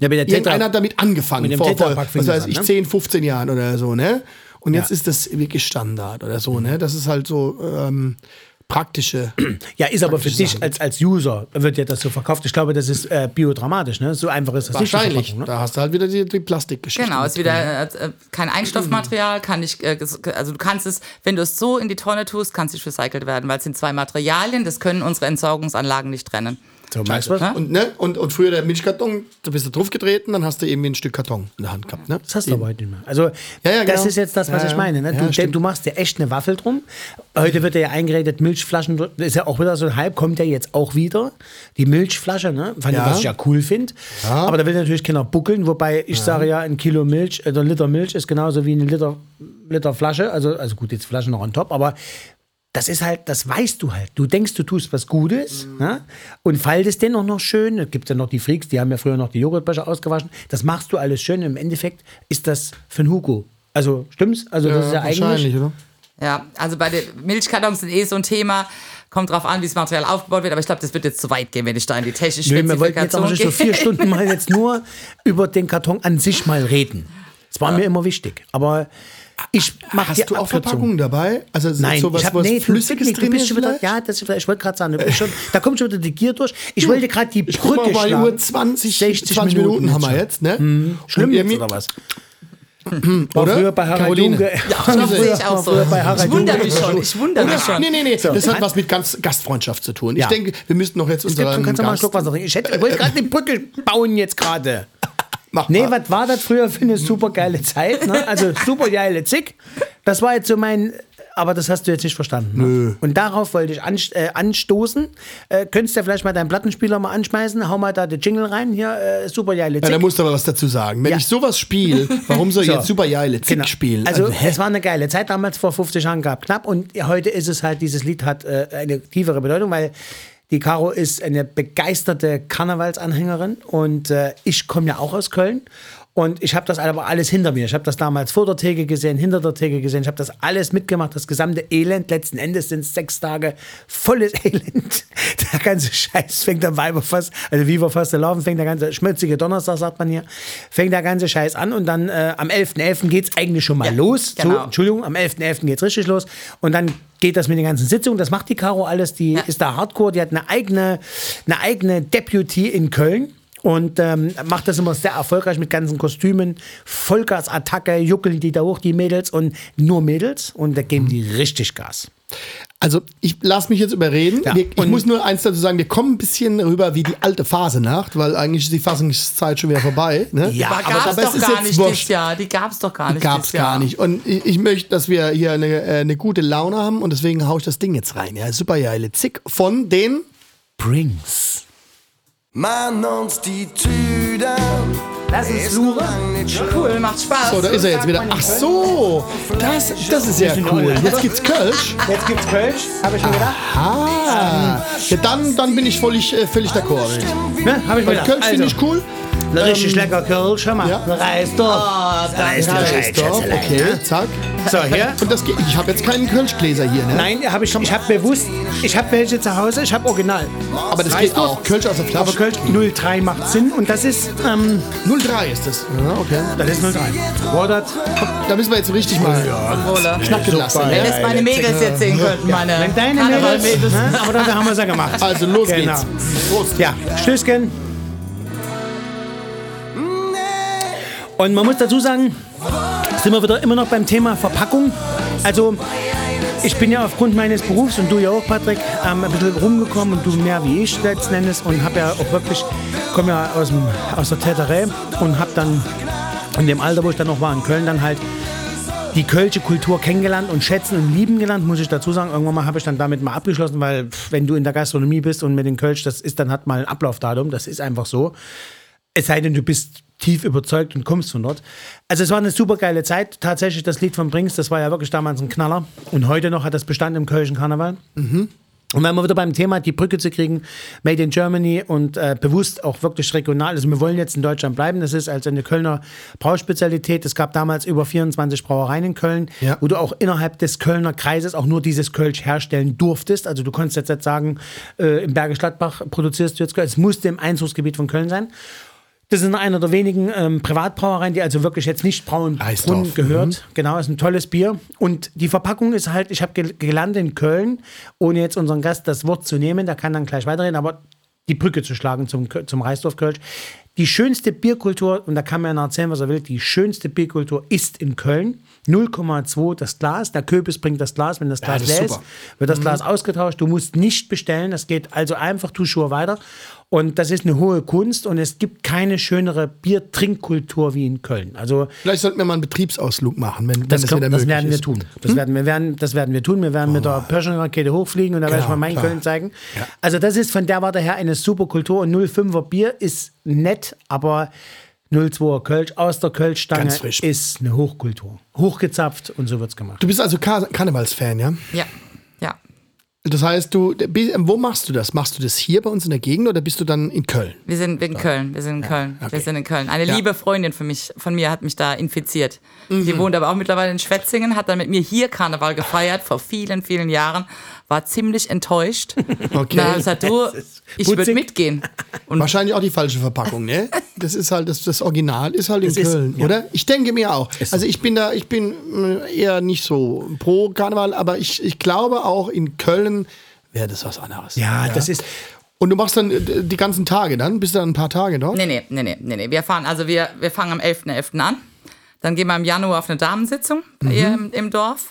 Speaker 4: Ja, bei der
Speaker 3: irgendeiner
Speaker 4: Tetra,
Speaker 3: hat damit angefangen.
Speaker 4: Mit dem
Speaker 3: vor, vor
Speaker 4: Tetrapack fing
Speaker 3: was
Speaker 4: das
Speaker 3: weiß
Speaker 4: an,
Speaker 3: ich,
Speaker 4: ne?
Speaker 3: 10, 15 Jahren oder so, ne? Und jetzt
Speaker 4: Ja.
Speaker 3: ist das wirklich Standard oder so, ne? Das ist halt so ähm, praktische.
Speaker 4: ja, ist aber für dich als, als User wird ja das so verkauft. Ich glaube, das ist äh, biodramatisch, ne? So einfach ist das nicht, die
Speaker 3: Wahrscheinlich.
Speaker 4: Verpackung, Ne?
Speaker 3: Da hast du halt wieder die, die Plastikgeschichte.
Speaker 5: Genau, ist wieder äh, äh, kein Einstoffmaterial, kann nicht, äh, ges- also du kannst es, wenn du es so in die Tonne tust, kann es nicht recycelt werden, weil es sind zwei Materialien, das können unsere Entsorgungsanlagen nicht trennen.
Speaker 4: So, meinst du was?
Speaker 5: Ja?
Speaker 3: Und, ne? und, und früher der Milchkarton, da bist du draufgetreten, dann hast du eben ein Stück Karton in der Hand gehabt. Ne?
Speaker 4: Das hast du aber heute nicht mehr. Also,
Speaker 3: ja,
Speaker 4: das
Speaker 3: genau.
Speaker 4: ist jetzt das, was
Speaker 3: Ja,
Speaker 4: ich
Speaker 3: ja.
Speaker 4: meine. Ne?
Speaker 3: Ja,
Speaker 4: Du,
Speaker 3: stimmt.
Speaker 4: du machst dir echt eine Waffel drum. Heute wird dir ja eingeredet, Milchflaschen, das ist ja auch wieder so ein Hype, kommt ja jetzt auch wieder. Die Milchflasche, ne? Fand
Speaker 3: Ja.
Speaker 4: ich, was ich ja cool finde. Aber da will natürlich keiner buckeln, wobei ich sage ja, ein Kilo Milch, äh, ein Liter Milch ist genauso wie ein Liter, Liter Flasche. Also, also gut, jetzt Flaschen noch on top, aber das ist halt, das weißt du halt. Du denkst, du tust was Gutes
Speaker 3: Mhm.
Speaker 4: ne? und faltest den auch noch schön. Es gibt ja noch die Freaks, die haben ja früher noch die Joghurtbecher ausgewaschen. Das machst du alles schön. Im Endeffekt ist das für einen Hugo. Also stimmt's? Also das ist ja eigentlich.
Speaker 3: Äh, wahrscheinlich, oder?
Speaker 5: Ja, also bei den Milchkartons sind eh so ein Thema. Kommt drauf an, wie das Material aufgebaut wird, aber ich glaube, das wird jetzt zu weit gehen, wenn ich da in die technische
Speaker 4: Nö, wir wollten jetzt
Speaker 5: Spezifikation
Speaker 4: aber nicht so
Speaker 5: gehe.
Speaker 4: vier Stunden mal jetzt nur über den Karton an sich mal reden. Das war mir immer wichtig. Aber ich mache
Speaker 3: Hast du auch Verpackungen dabei? Also ist
Speaker 4: Nein,
Speaker 3: sowas,
Speaker 4: ich hab,
Speaker 3: was
Speaker 4: nee,
Speaker 3: Flüssiges
Speaker 4: du, du
Speaker 3: drin
Speaker 4: bist
Speaker 3: ist
Speaker 4: schon wieder,
Speaker 3: vielleicht?
Speaker 4: ja, das, ich wollte gerade sagen, du bist schon, da kommt schon wieder die Gier durch. Ich wollte gerade die
Speaker 3: Ich guck
Speaker 4: Brücke
Speaker 3: mal, mal die
Speaker 4: schlagen.
Speaker 3: Uhr 20,
Speaker 4: 60
Speaker 3: 20 Minuten,
Speaker 4: Minuten
Speaker 3: haben wir jetzt, ne? Mhm.
Speaker 4: Schlimm jetzt, oder was? War
Speaker 3: Oder?
Speaker 4: früher bei Harald
Speaker 3: Caroline.
Speaker 4: Junge.
Speaker 5: Das sehe ich
Speaker 4: War
Speaker 5: auch so.
Speaker 4: früher bei Harald
Speaker 5: Ich wundere
Speaker 4: Junge.
Speaker 5: mich schon, ich wundere mich schon.
Speaker 3: Ah, Nee, nee, nee, das hat was mit ganz Gastfreundschaft zu tun. Ich
Speaker 4: Ja.
Speaker 3: denke, wir müssten noch jetzt
Speaker 4: Es gibt,
Speaker 3: unseren
Speaker 4: du kannst doch mal einen
Speaker 3: Gast...
Speaker 4: Schluck Wasser trinken. Ich hätte, wollte gerade die Brücke bauen jetzt gerade.
Speaker 3: Mach
Speaker 4: Nee,
Speaker 3: mal.
Speaker 4: was war das früher für eine super geile Zeit? Ne? Also super geile Zick. Das war jetzt so mein. Aber das hast du jetzt nicht verstanden. Ne? Nö. Und darauf wollte ich anst äh, anstoßen. Äh, könntest du vielleicht mal deinen Plattenspieler mal anschmeißen? Hau mal da den Jingle rein. Hier, äh, super geile
Speaker 3: Ja,
Speaker 4: Zick.
Speaker 3: da musst du aber was dazu sagen. Wenn
Speaker 4: Ja.
Speaker 3: ich sowas spiele, warum soll ich
Speaker 4: So.
Speaker 3: jetzt Super Jaile Zick
Speaker 4: Genau.
Speaker 3: spielen?
Speaker 4: Also,
Speaker 3: hä?
Speaker 4: es war eine geile Zeit damals, vor 50 Jahren gab knapp. Und heute ist es halt, dieses Lied hat äh, eine tiefere Bedeutung, weil die Caro ist eine begeisterte Karnevalsanhängerin und äh, ich komme ja auch aus Köln. Und ich habe das aber alles hinter mir. Ich habe das damals vor der Theke gesehen, hinter der Theke gesehen. Ich habe das alles mitgemacht, das gesamte Elend. Letzten Endes sind es sechs Tage volles Elend. Der ganze Scheiß fängt am Weiberfass, also wie wir fast laufen, fängt der ganze schmutzige Donnerstag, sagt man hier, fängt der ganze Scheiß an. Und dann äh, am 11.11. geht's eigentlich schon mal los. So,
Speaker 5: genau.
Speaker 4: Entschuldigung, am 11.11. geht's richtig los. Und dann geht das mit den ganzen Sitzungen. Das macht die Caro alles. Die
Speaker 5: Ja.
Speaker 4: ist da hardcore. Die hat eine eigene, eine eigene Deputy in Köln. Und ähm, macht das immer sehr erfolgreich mit ganzen Kostümen. Vollgasattacke, juckeln die da hoch, die Mädels und nur Mädels. Und da geben die richtig Gas.
Speaker 3: Also ich lass mich jetzt überreden.
Speaker 4: Ja,
Speaker 3: Wir, ich
Speaker 4: und-
Speaker 3: muss nur eins dazu sagen, wir kommen ein bisschen rüber wie die alte Phasenacht, weil eigentlich ist die Fassungszeit schon wieder vorbei. Ne?
Speaker 4: Ja,
Speaker 5: Aber
Speaker 4: aber
Speaker 5: gab's
Speaker 3: dabei
Speaker 5: doch
Speaker 3: ist es
Speaker 5: gar
Speaker 3: jetzt
Speaker 5: nicht
Speaker 3: wurscht.
Speaker 5: dieses Jahr. Die gab's doch gar nicht.
Speaker 3: Gab's
Speaker 5: dieses Jahr.
Speaker 3: gar nicht. Und ich, ich möchte, dass wir hier eine, äh, eine gute Laune haben und deswegen hau ich das Ding jetzt rein. Ja, super geile Zick von den
Speaker 4: Brings.
Speaker 6: Mann uns die Tüder.
Speaker 4: Das ist Lura.
Speaker 5: Cool, macht Spaß.
Speaker 3: So, da ist er jetzt wieder. Ach so, das, das ist ja cool. Jetzt gibt's Kölsch.
Speaker 4: Jetzt gibt's Kölsch, habe ich mir gedacht.
Speaker 3: Ah, ja, dann, dann bin ich völlig, äh, völlig d'accord.
Speaker 4: Ne, habe ich mir
Speaker 3: Weil
Speaker 4: gedacht.
Speaker 3: Kölsch finde ich cool.
Speaker 4: Also, Richtig lecker Kölsch, hör mal.
Speaker 3: ja.
Speaker 4: Reiß
Speaker 6: Ah,
Speaker 4: doch. Reiß doch, Scheiß,
Speaker 3: Doch,
Speaker 4: Schätzelein,
Speaker 3: okay,
Speaker 4: ne?
Speaker 3: zack.
Speaker 4: So, hier.
Speaker 3: Und das geht. Ich habe jetzt keinen Kölschgläser hier, ne?
Speaker 4: Nein, habe ich, ich habe bewusst, ich habe welche zu Hause, ich habe Original.
Speaker 3: Aber das geht auch. Kölsch aus der
Speaker 4: Aber
Speaker 3: Flasche.
Speaker 4: Kölsch 03 macht Sinn und das ist, ähm,
Speaker 3: 03 ist das. Ja, okay.
Speaker 4: das ist 03. Wodert.
Speaker 3: Da müssen wir jetzt richtig mal
Speaker 5: Rolle.
Speaker 3: schnacken lassen.
Speaker 5: Wenn
Speaker 3: Ne?
Speaker 5: das meine Mädels jetzt sehen könnten, meine
Speaker 4: Wenn deine
Speaker 5: Karnevalmädels.
Speaker 4: Mädels, ne? aber dann haben wir es ja gemacht.
Speaker 3: Also los
Speaker 4: Genau.
Speaker 3: geht's.
Speaker 4: Ja, Stößchen. Und man muss dazu sagen, sind wir wieder immer noch beim Thema Verpackung. Also ich bin ja aufgrund meines Berufs und du ja auch, Patrick, ähm, ein bisschen rumgekommen und du mehr wie ich letzten Endes und habe ja auch wirklich, komme ja aus, dem, aus der Täterei und habe dann in dem Alter, wo ich dann noch war in Köln, dann halt die kölsche Kultur kennengelernt und schätzen und lieben gelernt, muss ich dazu sagen. Irgendwann mal habe ich dann damit mal abgeschlossen, weil pff, wenn du in der Gastronomie bist und mit dem Kölsch, das ist dann hat mal ein Ablaufdatum, das ist einfach so. Es sei denn, du bist tief überzeugt und kommst von dort. Also es war eine super geile Zeit. Tatsächlich, das Lied von Brings, das war ja wirklich damals ein Knaller. Und heute noch hat das Bestand im Kölschen Karneval. Und wenn wir wieder beim Thema die Brücke zu kriegen, Made in Germany und äh, bewusst auch wirklich regional. Also wir wollen jetzt in Deutschland bleiben. Das ist also eine Kölner Brauspezialität. Es gab damals über 24 Brauereien in Köln,
Speaker 3: Ja.
Speaker 4: wo du auch innerhalb des Kölner Kreises auch nur dieses Kölsch herstellen durftest. Also du konntest jetzt nicht sagen, äh, im Bergisch Gladbach produzierst du jetzt Kölsch. Es musste im Einzugsgebiet von Köln sein. Das ist einer der wenigen ähm, Privatbrauereien, die also wirklich jetzt nicht brauen
Speaker 3: Eisdorf.
Speaker 4: gehört. Genau, ist ein tolles Bier. Und die Verpackung ist halt, ich habe gel gelernt in Köln, ohne jetzt unseren Gast das Wort zu nehmen, der kann dann gleich weiterreden, aber die Brücke zu schlagen zum, Kö- zum Reisdorf-Kölsch. Die schönste Bierkultur, und da kann man ja erzählen, was er will, die schönste Bierkultur ist in Köln. 0,2 das Glas, der Köbis bringt das Glas, wenn das Glas
Speaker 3: das ist
Speaker 4: leer ist,
Speaker 3: super. Mhm.
Speaker 4: wird das Glas ausgetauscht, du musst nicht bestellen, das geht also einfach Tuschur weiter. Und das ist eine hohe Kunst und es gibt keine schönere Biertrinkkultur wie in Köln. Also
Speaker 3: Vielleicht sollten wir mal einen Betriebsausflug machen, wenn, wenn das,
Speaker 4: das, kommt,
Speaker 3: wieder
Speaker 4: das
Speaker 3: möglich
Speaker 4: werden wir
Speaker 3: ist. Hm?
Speaker 4: tun. Das, werden, wir werden, das werden wir tun. Wir werden mit der Pershing-Rakete hochfliegen und da werde ich
Speaker 3: Genau,
Speaker 4: mal meinen
Speaker 3: klar.
Speaker 4: Köln zeigen. Also das ist von der Warte her eine super Kultur und 05er Bier ist nett, aber 02er Kölsch aus der Kölschstange
Speaker 3: Ganz frisch.
Speaker 4: ist eine Hochkultur. Hochgezapft und so wird's gemacht.
Speaker 3: Du bist also Kar Karnevalsfan, ja?
Speaker 5: Ja, ja.
Speaker 3: Das heißt, du, bi- wo machst du das? Machst du das hier bei uns in der Gegend oder bist du dann in Köln?
Speaker 5: Wir sind in Köln, wir sind in Köln, wir sind in Köln. Eine liebe Freundin von, mich, von mir hat mich da infiziert. Die wohnt aber auch mittlerweile in Schwetzingen, hat dann mit mir hier Karneval gefeiert vor vielen, vielen Jahren, war ziemlich enttäuscht.
Speaker 3: Okay.
Speaker 5: Na, sagt du, ich würde
Speaker 4: putzig.
Speaker 5: mitgehen. Und
Speaker 3: Wahrscheinlich auch die falsche Verpackung, ne? Das ist halt, das, das Original ist halt in
Speaker 4: ist-
Speaker 3: Köln,
Speaker 4: ja.
Speaker 3: oder? Ich denke mir auch. Also ich bin da, ich bin mh, eher nicht so pro Karneval, aber ich, ich glaube auch in Köln wäre das was anderes.
Speaker 4: Ja, das ist
Speaker 3: Und du machst dann äh, die ganzen Tage dann? Bist du dann ein paar Tage dort?
Speaker 5: nee, nee, nee, nee, nee, nee. Wir fahren, also wir, wir fangen am 11.11. an. Dann gehen wir im Januar auf eine Damensitzung hier im, im Dorf.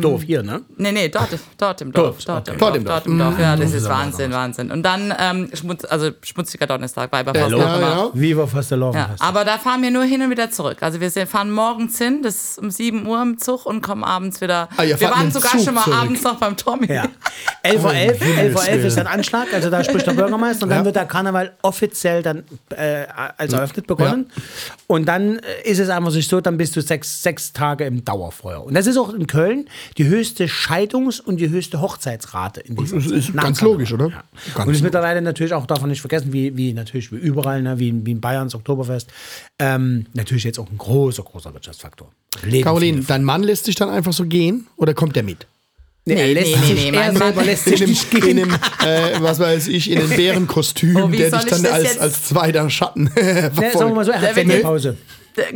Speaker 4: doof hier, ne?
Speaker 5: Nee, nee, dort, dort im Dorf. Dort, im Dorf, dort im Dorf. Mhm. Ja, das ist Wahnsinn, Wahnsinn. Und dann ähm, Schmutz, also schmutziger Donnerstag, Weiberfass.
Speaker 3: Ja,
Speaker 5: noch immer.
Speaker 3: ja.
Speaker 4: Wie wir fast erlaufen
Speaker 5: Ja,
Speaker 4: hast.
Speaker 5: aber da fahren wir nur hin und wieder zurück. Also wir sind- fahren morgens hin, das ist um 7 Uhr im Zug und kommen abends wieder.
Speaker 3: Ah, ihr
Speaker 5: wir
Speaker 3: fahrt
Speaker 5: waren
Speaker 3: mit dem
Speaker 5: sogar
Speaker 3: Zug
Speaker 5: schon mal
Speaker 3: zurück.
Speaker 5: abends noch beim Tommy.
Speaker 4: Ja. 11.11 Uhr, 11, 11 Uhr 11 ist ein Anschlag, also da spricht der Bürgermeister und dann wird der Karneval offiziell dann äh, als eröffnet begonnen. Und dann äh, ist es einfach so, dann bist du sechs, sechs Tage im Dauerfeuer. Und das ist auch in Köln, Frauen die höchste Scheidungs- und die höchste Hochzeitsrate in diesem
Speaker 3: Das ist
Speaker 4: Nach
Speaker 3: ganz
Speaker 4: Skandinavien.
Speaker 3: logisch, oder?
Speaker 4: Ja.
Speaker 3: Ganz
Speaker 4: und ist
Speaker 3: logisch.
Speaker 4: mittlerweile natürlich auch davon nicht vergessen, wie, wie natürlich wie überall, ne, wie, in- wie in Bayerns Oktoberfest, ähm, natürlich jetzt auch ein großer, großer Wirtschaftsfaktor. Leben
Speaker 3: Caroline,
Speaker 4: viele.
Speaker 3: dein Mann lässt sich dann einfach so gehen oder kommt der mit?
Speaker 4: nee, er
Speaker 5: Nee,
Speaker 4: lässt
Speaker 5: nee,
Speaker 4: sich,
Speaker 5: nee,
Speaker 4: er
Speaker 5: mein
Speaker 4: selber
Speaker 5: Mann-
Speaker 4: lässt sich nicht gehen.
Speaker 3: In einem, äh, was weiß ich, in einem Bärenkostüm,
Speaker 5: Oh, wie
Speaker 3: der
Speaker 5: soll
Speaker 3: dich
Speaker 5: ich
Speaker 3: dann
Speaker 5: das
Speaker 3: als,
Speaker 5: jetzt-
Speaker 3: als zweiter Schatten
Speaker 4: Ne, sagen wir mal so, er hat
Speaker 5: Der wird
Speaker 4: seine
Speaker 5: jetzt-
Speaker 4: Pause.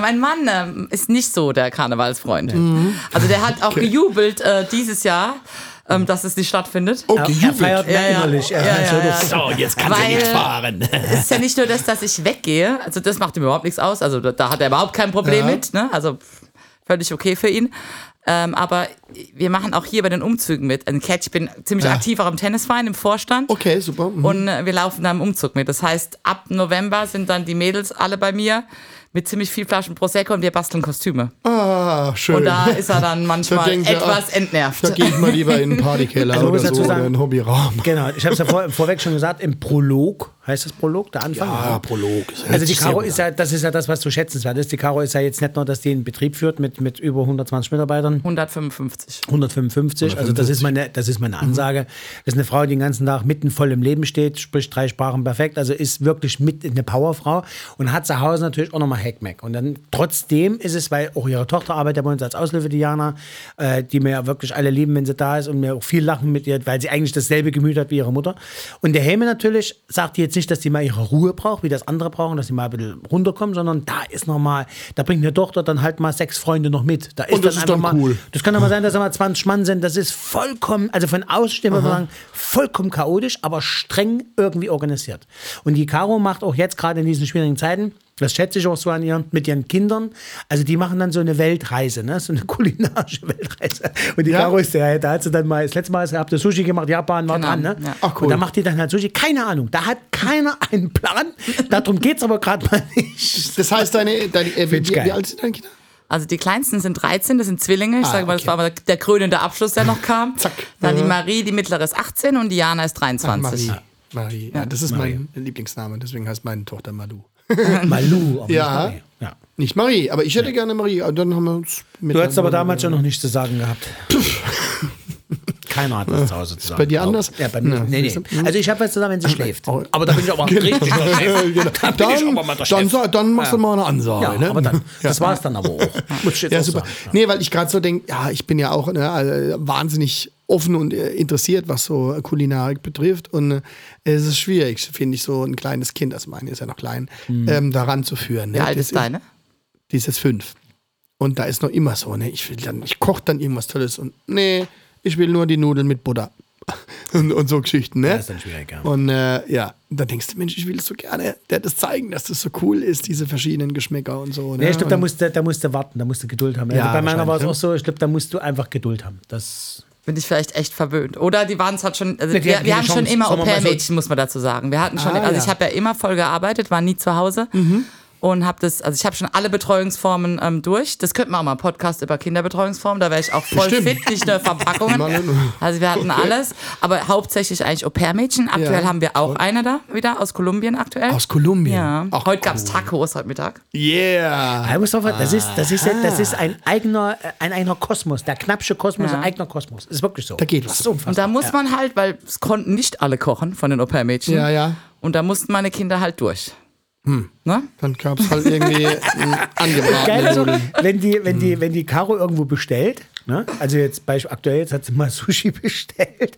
Speaker 5: mein Mann ähm, ist nicht so der Karnevalsfreund.
Speaker 3: Mhm.
Speaker 5: Also der hat auch gejubelt äh, dieses Jahr, ähm, dass es nicht stattfindet.
Speaker 4: Er,
Speaker 3: Okay,
Speaker 4: er feiert
Speaker 5: Ja, ja.
Speaker 4: innerlich. Also, Er
Speaker 5: Ja,
Speaker 4: feiert
Speaker 5: ja,
Speaker 4: so
Speaker 5: ja.
Speaker 4: durch.
Speaker 2: jetzt kannst
Speaker 5: Weil-
Speaker 2: fahren.
Speaker 5: Es ist ja nicht nur das, dass ich weggehe. Also das macht ihm überhaupt nichts aus. Also da, da hat er überhaupt kein Problem mit. Ne? Also pff, völlig okay für ihn. Ähm, aber wir machen auch hier bei den Umzügen mit. Ein Catch, ich bin ziemlich aktiv auch im Tennisverein, im Vorstand.
Speaker 3: Okay, super. Mhm.
Speaker 5: Und äh, wir laufen da im Umzug mit. Das heißt, ab November sind dann die Mädels alle bei mir mit ziemlich viel Flaschen Prosecco und wir basteln Kostüme.
Speaker 3: ah, schön.
Speaker 5: Und da ist er dann manchmal
Speaker 3: denkt er,
Speaker 5: etwas
Speaker 3: ah, Da
Speaker 5: entnervt.
Speaker 3: gehe ich mal lieber in den Partykeller
Speaker 4: Also man muss
Speaker 3: oder
Speaker 4: dazu
Speaker 3: so
Speaker 4: sagen-
Speaker 3: oder in den Hobbyraum.
Speaker 4: Genau, ich habe es ja vor, vorweg schon gesagt, im Prolog, heißt das Prolog, der Anfang?
Speaker 2: Ah,
Speaker 3: Ja, Prolog.
Speaker 4: Also die Caro ist ja, das ist ja das, was zu schätzenswert ist. Die Caro ist ja jetzt nicht nur, dass die einen Betrieb führt mit, mit über 120 Mitarbeitern,
Speaker 5: 155.
Speaker 4: 155, also das ist meine, das ist meine
Speaker 3: Mhm.
Speaker 4: Ansage. Das ist eine Frau, die den ganzen Tag mitten voll im Leben steht, spricht drei Sprachen perfekt, also ist wirklich mit eine Powerfrau und hat zu Hause natürlich auch nochmal Hackmack. Und dann trotzdem ist es, weil auch ihre Tochter arbeitet ja bei uns als Aushilfe, Diana, äh, die mir ja wirklich alle lieben, wenn sie da ist und mir auch viel lachen mit ihr, weil sie eigentlich dasselbe Gemüt hat wie ihre Mutter. Und der Helme natürlich sagt die jetzt nicht, dass die mal ihre Ruhe braucht, wie das andere brauchen, dass sie mal ein bisschen runterkommen, sondern da ist nochmal, da bringt eine Tochter dann halt mal sechs Freunde noch mit. Da ist
Speaker 3: Und das ist
Speaker 4: einfach
Speaker 3: dann
Speaker 4: mal,
Speaker 3: cool.
Speaker 4: das kann doch mal sein, dass da mal 20 Mann sind. Das ist vollkommen, also von außen stehen wir sagen, vollkommen chaotisch, aber streng irgendwie organisiert. Und die Caro macht auch jetzt gerade in diesen schwierigen Zeiten, das schätze ich auch so an ihren, mit ihren Kindern. Also die machen dann so eine Weltreise, ne? so eine kulinarische Weltreise. Und die
Speaker 3: Ja.
Speaker 4: Caro ist der, da hat sie dann mal, das letzte Mal ist- habt ihr Sushi gemacht, Japan war
Speaker 5: Genau,
Speaker 4: dran. Ne?
Speaker 5: ja.
Speaker 3: Ach, cool.
Speaker 4: Und da macht die dann halt Sushi, keine Ahnung. Da hat keiner einen Plan. Darum geht es aber gerade mal nicht.
Speaker 3: Das heißt, deine, deine äh, wie,
Speaker 4: Find's
Speaker 3: wie
Speaker 4: geil.
Speaker 3: wie alt sind deine Kinder?
Speaker 5: Also die kleinsten sind 13, das sind Zwillinge. Ich
Speaker 3: Ah,
Speaker 5: sage mal,
Speaker 3: okay.
Speaker 5: das war mal der krönende Abschluss, der noch kam.
Speaker 3: Zack.
Speaker 5: Dann die
Speaker 3: Mhm.
Speaker 5: Marie, die mittlere ist 18 und Diana ist 23.
Speaker 3: Marie. Marie. Ja, das ist mein Lieblingsname, deswegen heißt meine Tochter Malu.
Speaker 4: Malu. aber
Speaker 3: Ja.
Speaker 4: nicht Marie. ja.
Speaker 3: Nicht Marie, aber ich hätte gerne Marie. aber Dann haben wir uns mit
Speaker 4: Du hattest aber damals schon noch nichts zu sagen gehabt. Keiner hat was zu Hause zu sagen.
Speaker 3: bei dir anders?
Speaker 4: Ja, bei mir.
Speaker 3: Ja. Hm.
Speaker 4: Nee, nee. Also ich habe was zu sagen, wenn sie schläft. Aber da bin ich aber richtig der Chef.
Speaker 3: Oh. genau.
Speaker 4: Da
Speaker 3: dann,
Speaker 4: bin ich aber mal der
Speaker 3: dann,
Speaker 4: Chef.
Speaker 3: sa- dann machst du mal eine Ansage.
Speaker 4: Ja,
Speaker 3: ne?
Speaker 4: aber dann, das
Speaker 3: Ja.
Speaker 4: war es dann aber auch. Muss ich jetzt
Speaker 3: Ja,
Speaker 4: auch
Speaker 3: super.
Speaker 4: sagen.
Speaker 3: Nee, weil ich gerade so denke, ja, ich bin ja auch ne, also wahnsinnig offen und äh, interessiert, was so Kulinarik betrifft. Und äh, es ist schwierig, finde ich, so ein kleines Kind, also meine ist ja noch klein,
Speaker 4: Mhm.
Speaker 3: ähm, daran zu führen. Ne?
Speaker 5: Wie alt
Speaker 3: Das
Speaker 5: ist deine?
Speaker 3: Die ist jetzt fünf. Und da ist noch immer so, ne? Ich will dann, ich koche dann irgendwas Tolles und nee, ich will nur die Nudeln mit Butter. Und, und so Geschichten, ne?
Speaker 4: Das ist dann schwierig, ja.
Speaker 3: Und äh, ja, da denkst du, Mensch, ich will so gerne der das zeigen, dass das so cool ist, diese verschiedenen Geschmäcker und so. Ne?
Speaker 4: Nee, ich glaube, da
Speaker 3: Und-
Speaker 4: musst, du, da musst du warten, da musst du Geduld haben. Also
Speaker 3: Ja,
Speaker 4: bei meiner war es
Speaker 3: wahrscheinlich, ne?
Speaker 4: auch so, ich glaube, da musst du einfach Geduld haben. Das
Speaker 5: Bin ich vielleicht echt verwöhnt. Oder die waren es hat schon, also
Speaker 4: Nee, die
Speaker 5: wir,
Speaker 4: hatten
Speaker 5: wir
Speaker 4: keine
Speaker 5: haben schon
Speaker 4: Chance.
Speaker 5: immer
Speaker 4: Sagen wir mal so.
Speaker 5: Au-pair-Mädchen, muss man dazu sagen. Wir hatten schon,
Speaker 3: Ah,
Speaker 5: also
Speaker 3: ja. Mhm.
Speaker 5: ich habe ja immer voll gearbeitet, war nie zu Hause. Und habe das, also ich habe schon alle Betreuungsformen ähm, durch. Das könnten wir auch mal einen Podcast über Kinderbetreuungsformen, da wäre ich auch voll
Speaker 3: Bestimmt.
Speaker 5: fit, nicht nur Verpackungen. Also wir hatten alles, aber hauptsächlich eigentlich Au-pair-Mädchen. Aktuell
Speaker 3: Ja.
Speaker 5: haben wir auch eine da wieder aus Kolumbien aktuell.
Speaker 3: Aus Kolumbien.
Speaker 5: Ja.
Speaker 3: Ach,
Speaker 5: heute gab es Tacos heute Mittag.
Speaker 3: Yeah!
Speaker 4: Ah, Mustafa, das ist, das ist, das ist ein, eigener, äh, ein eigener Kosmos. Der knappsche Kosmos
Speaker 5: Ja.
Speaker 4: ein eigener Kosmos. Ist wirklich so.
Speaker 3: Da geht
Speaker 4: Das
Speaker 3: was.
Speaker 4: ist unfassbar.
Speaker 5: Und da muss man halt, weil es konnten nicht alle kochen von den Au-pair-Mädchen.
Speaker 3: Ja, Hm. ja.
Speaker 5: Und da mussten meine Kinder halt durch. Ne?
Speaker 3: Dann gab es halt irgendwie ein
Speaker 4: Geil,
Speaker 3: angebratene
Speaker 4: also,
Speaker 3: Nudeln.
Speaker 4: wenn die, wenn
Speaker 3: Mhm.
Speaker 4: die, wenn die Caro irgendwo bestellt, ne? also jetzt beispielsweise aktuell, jetzt hat sie mal Sushi bestellt,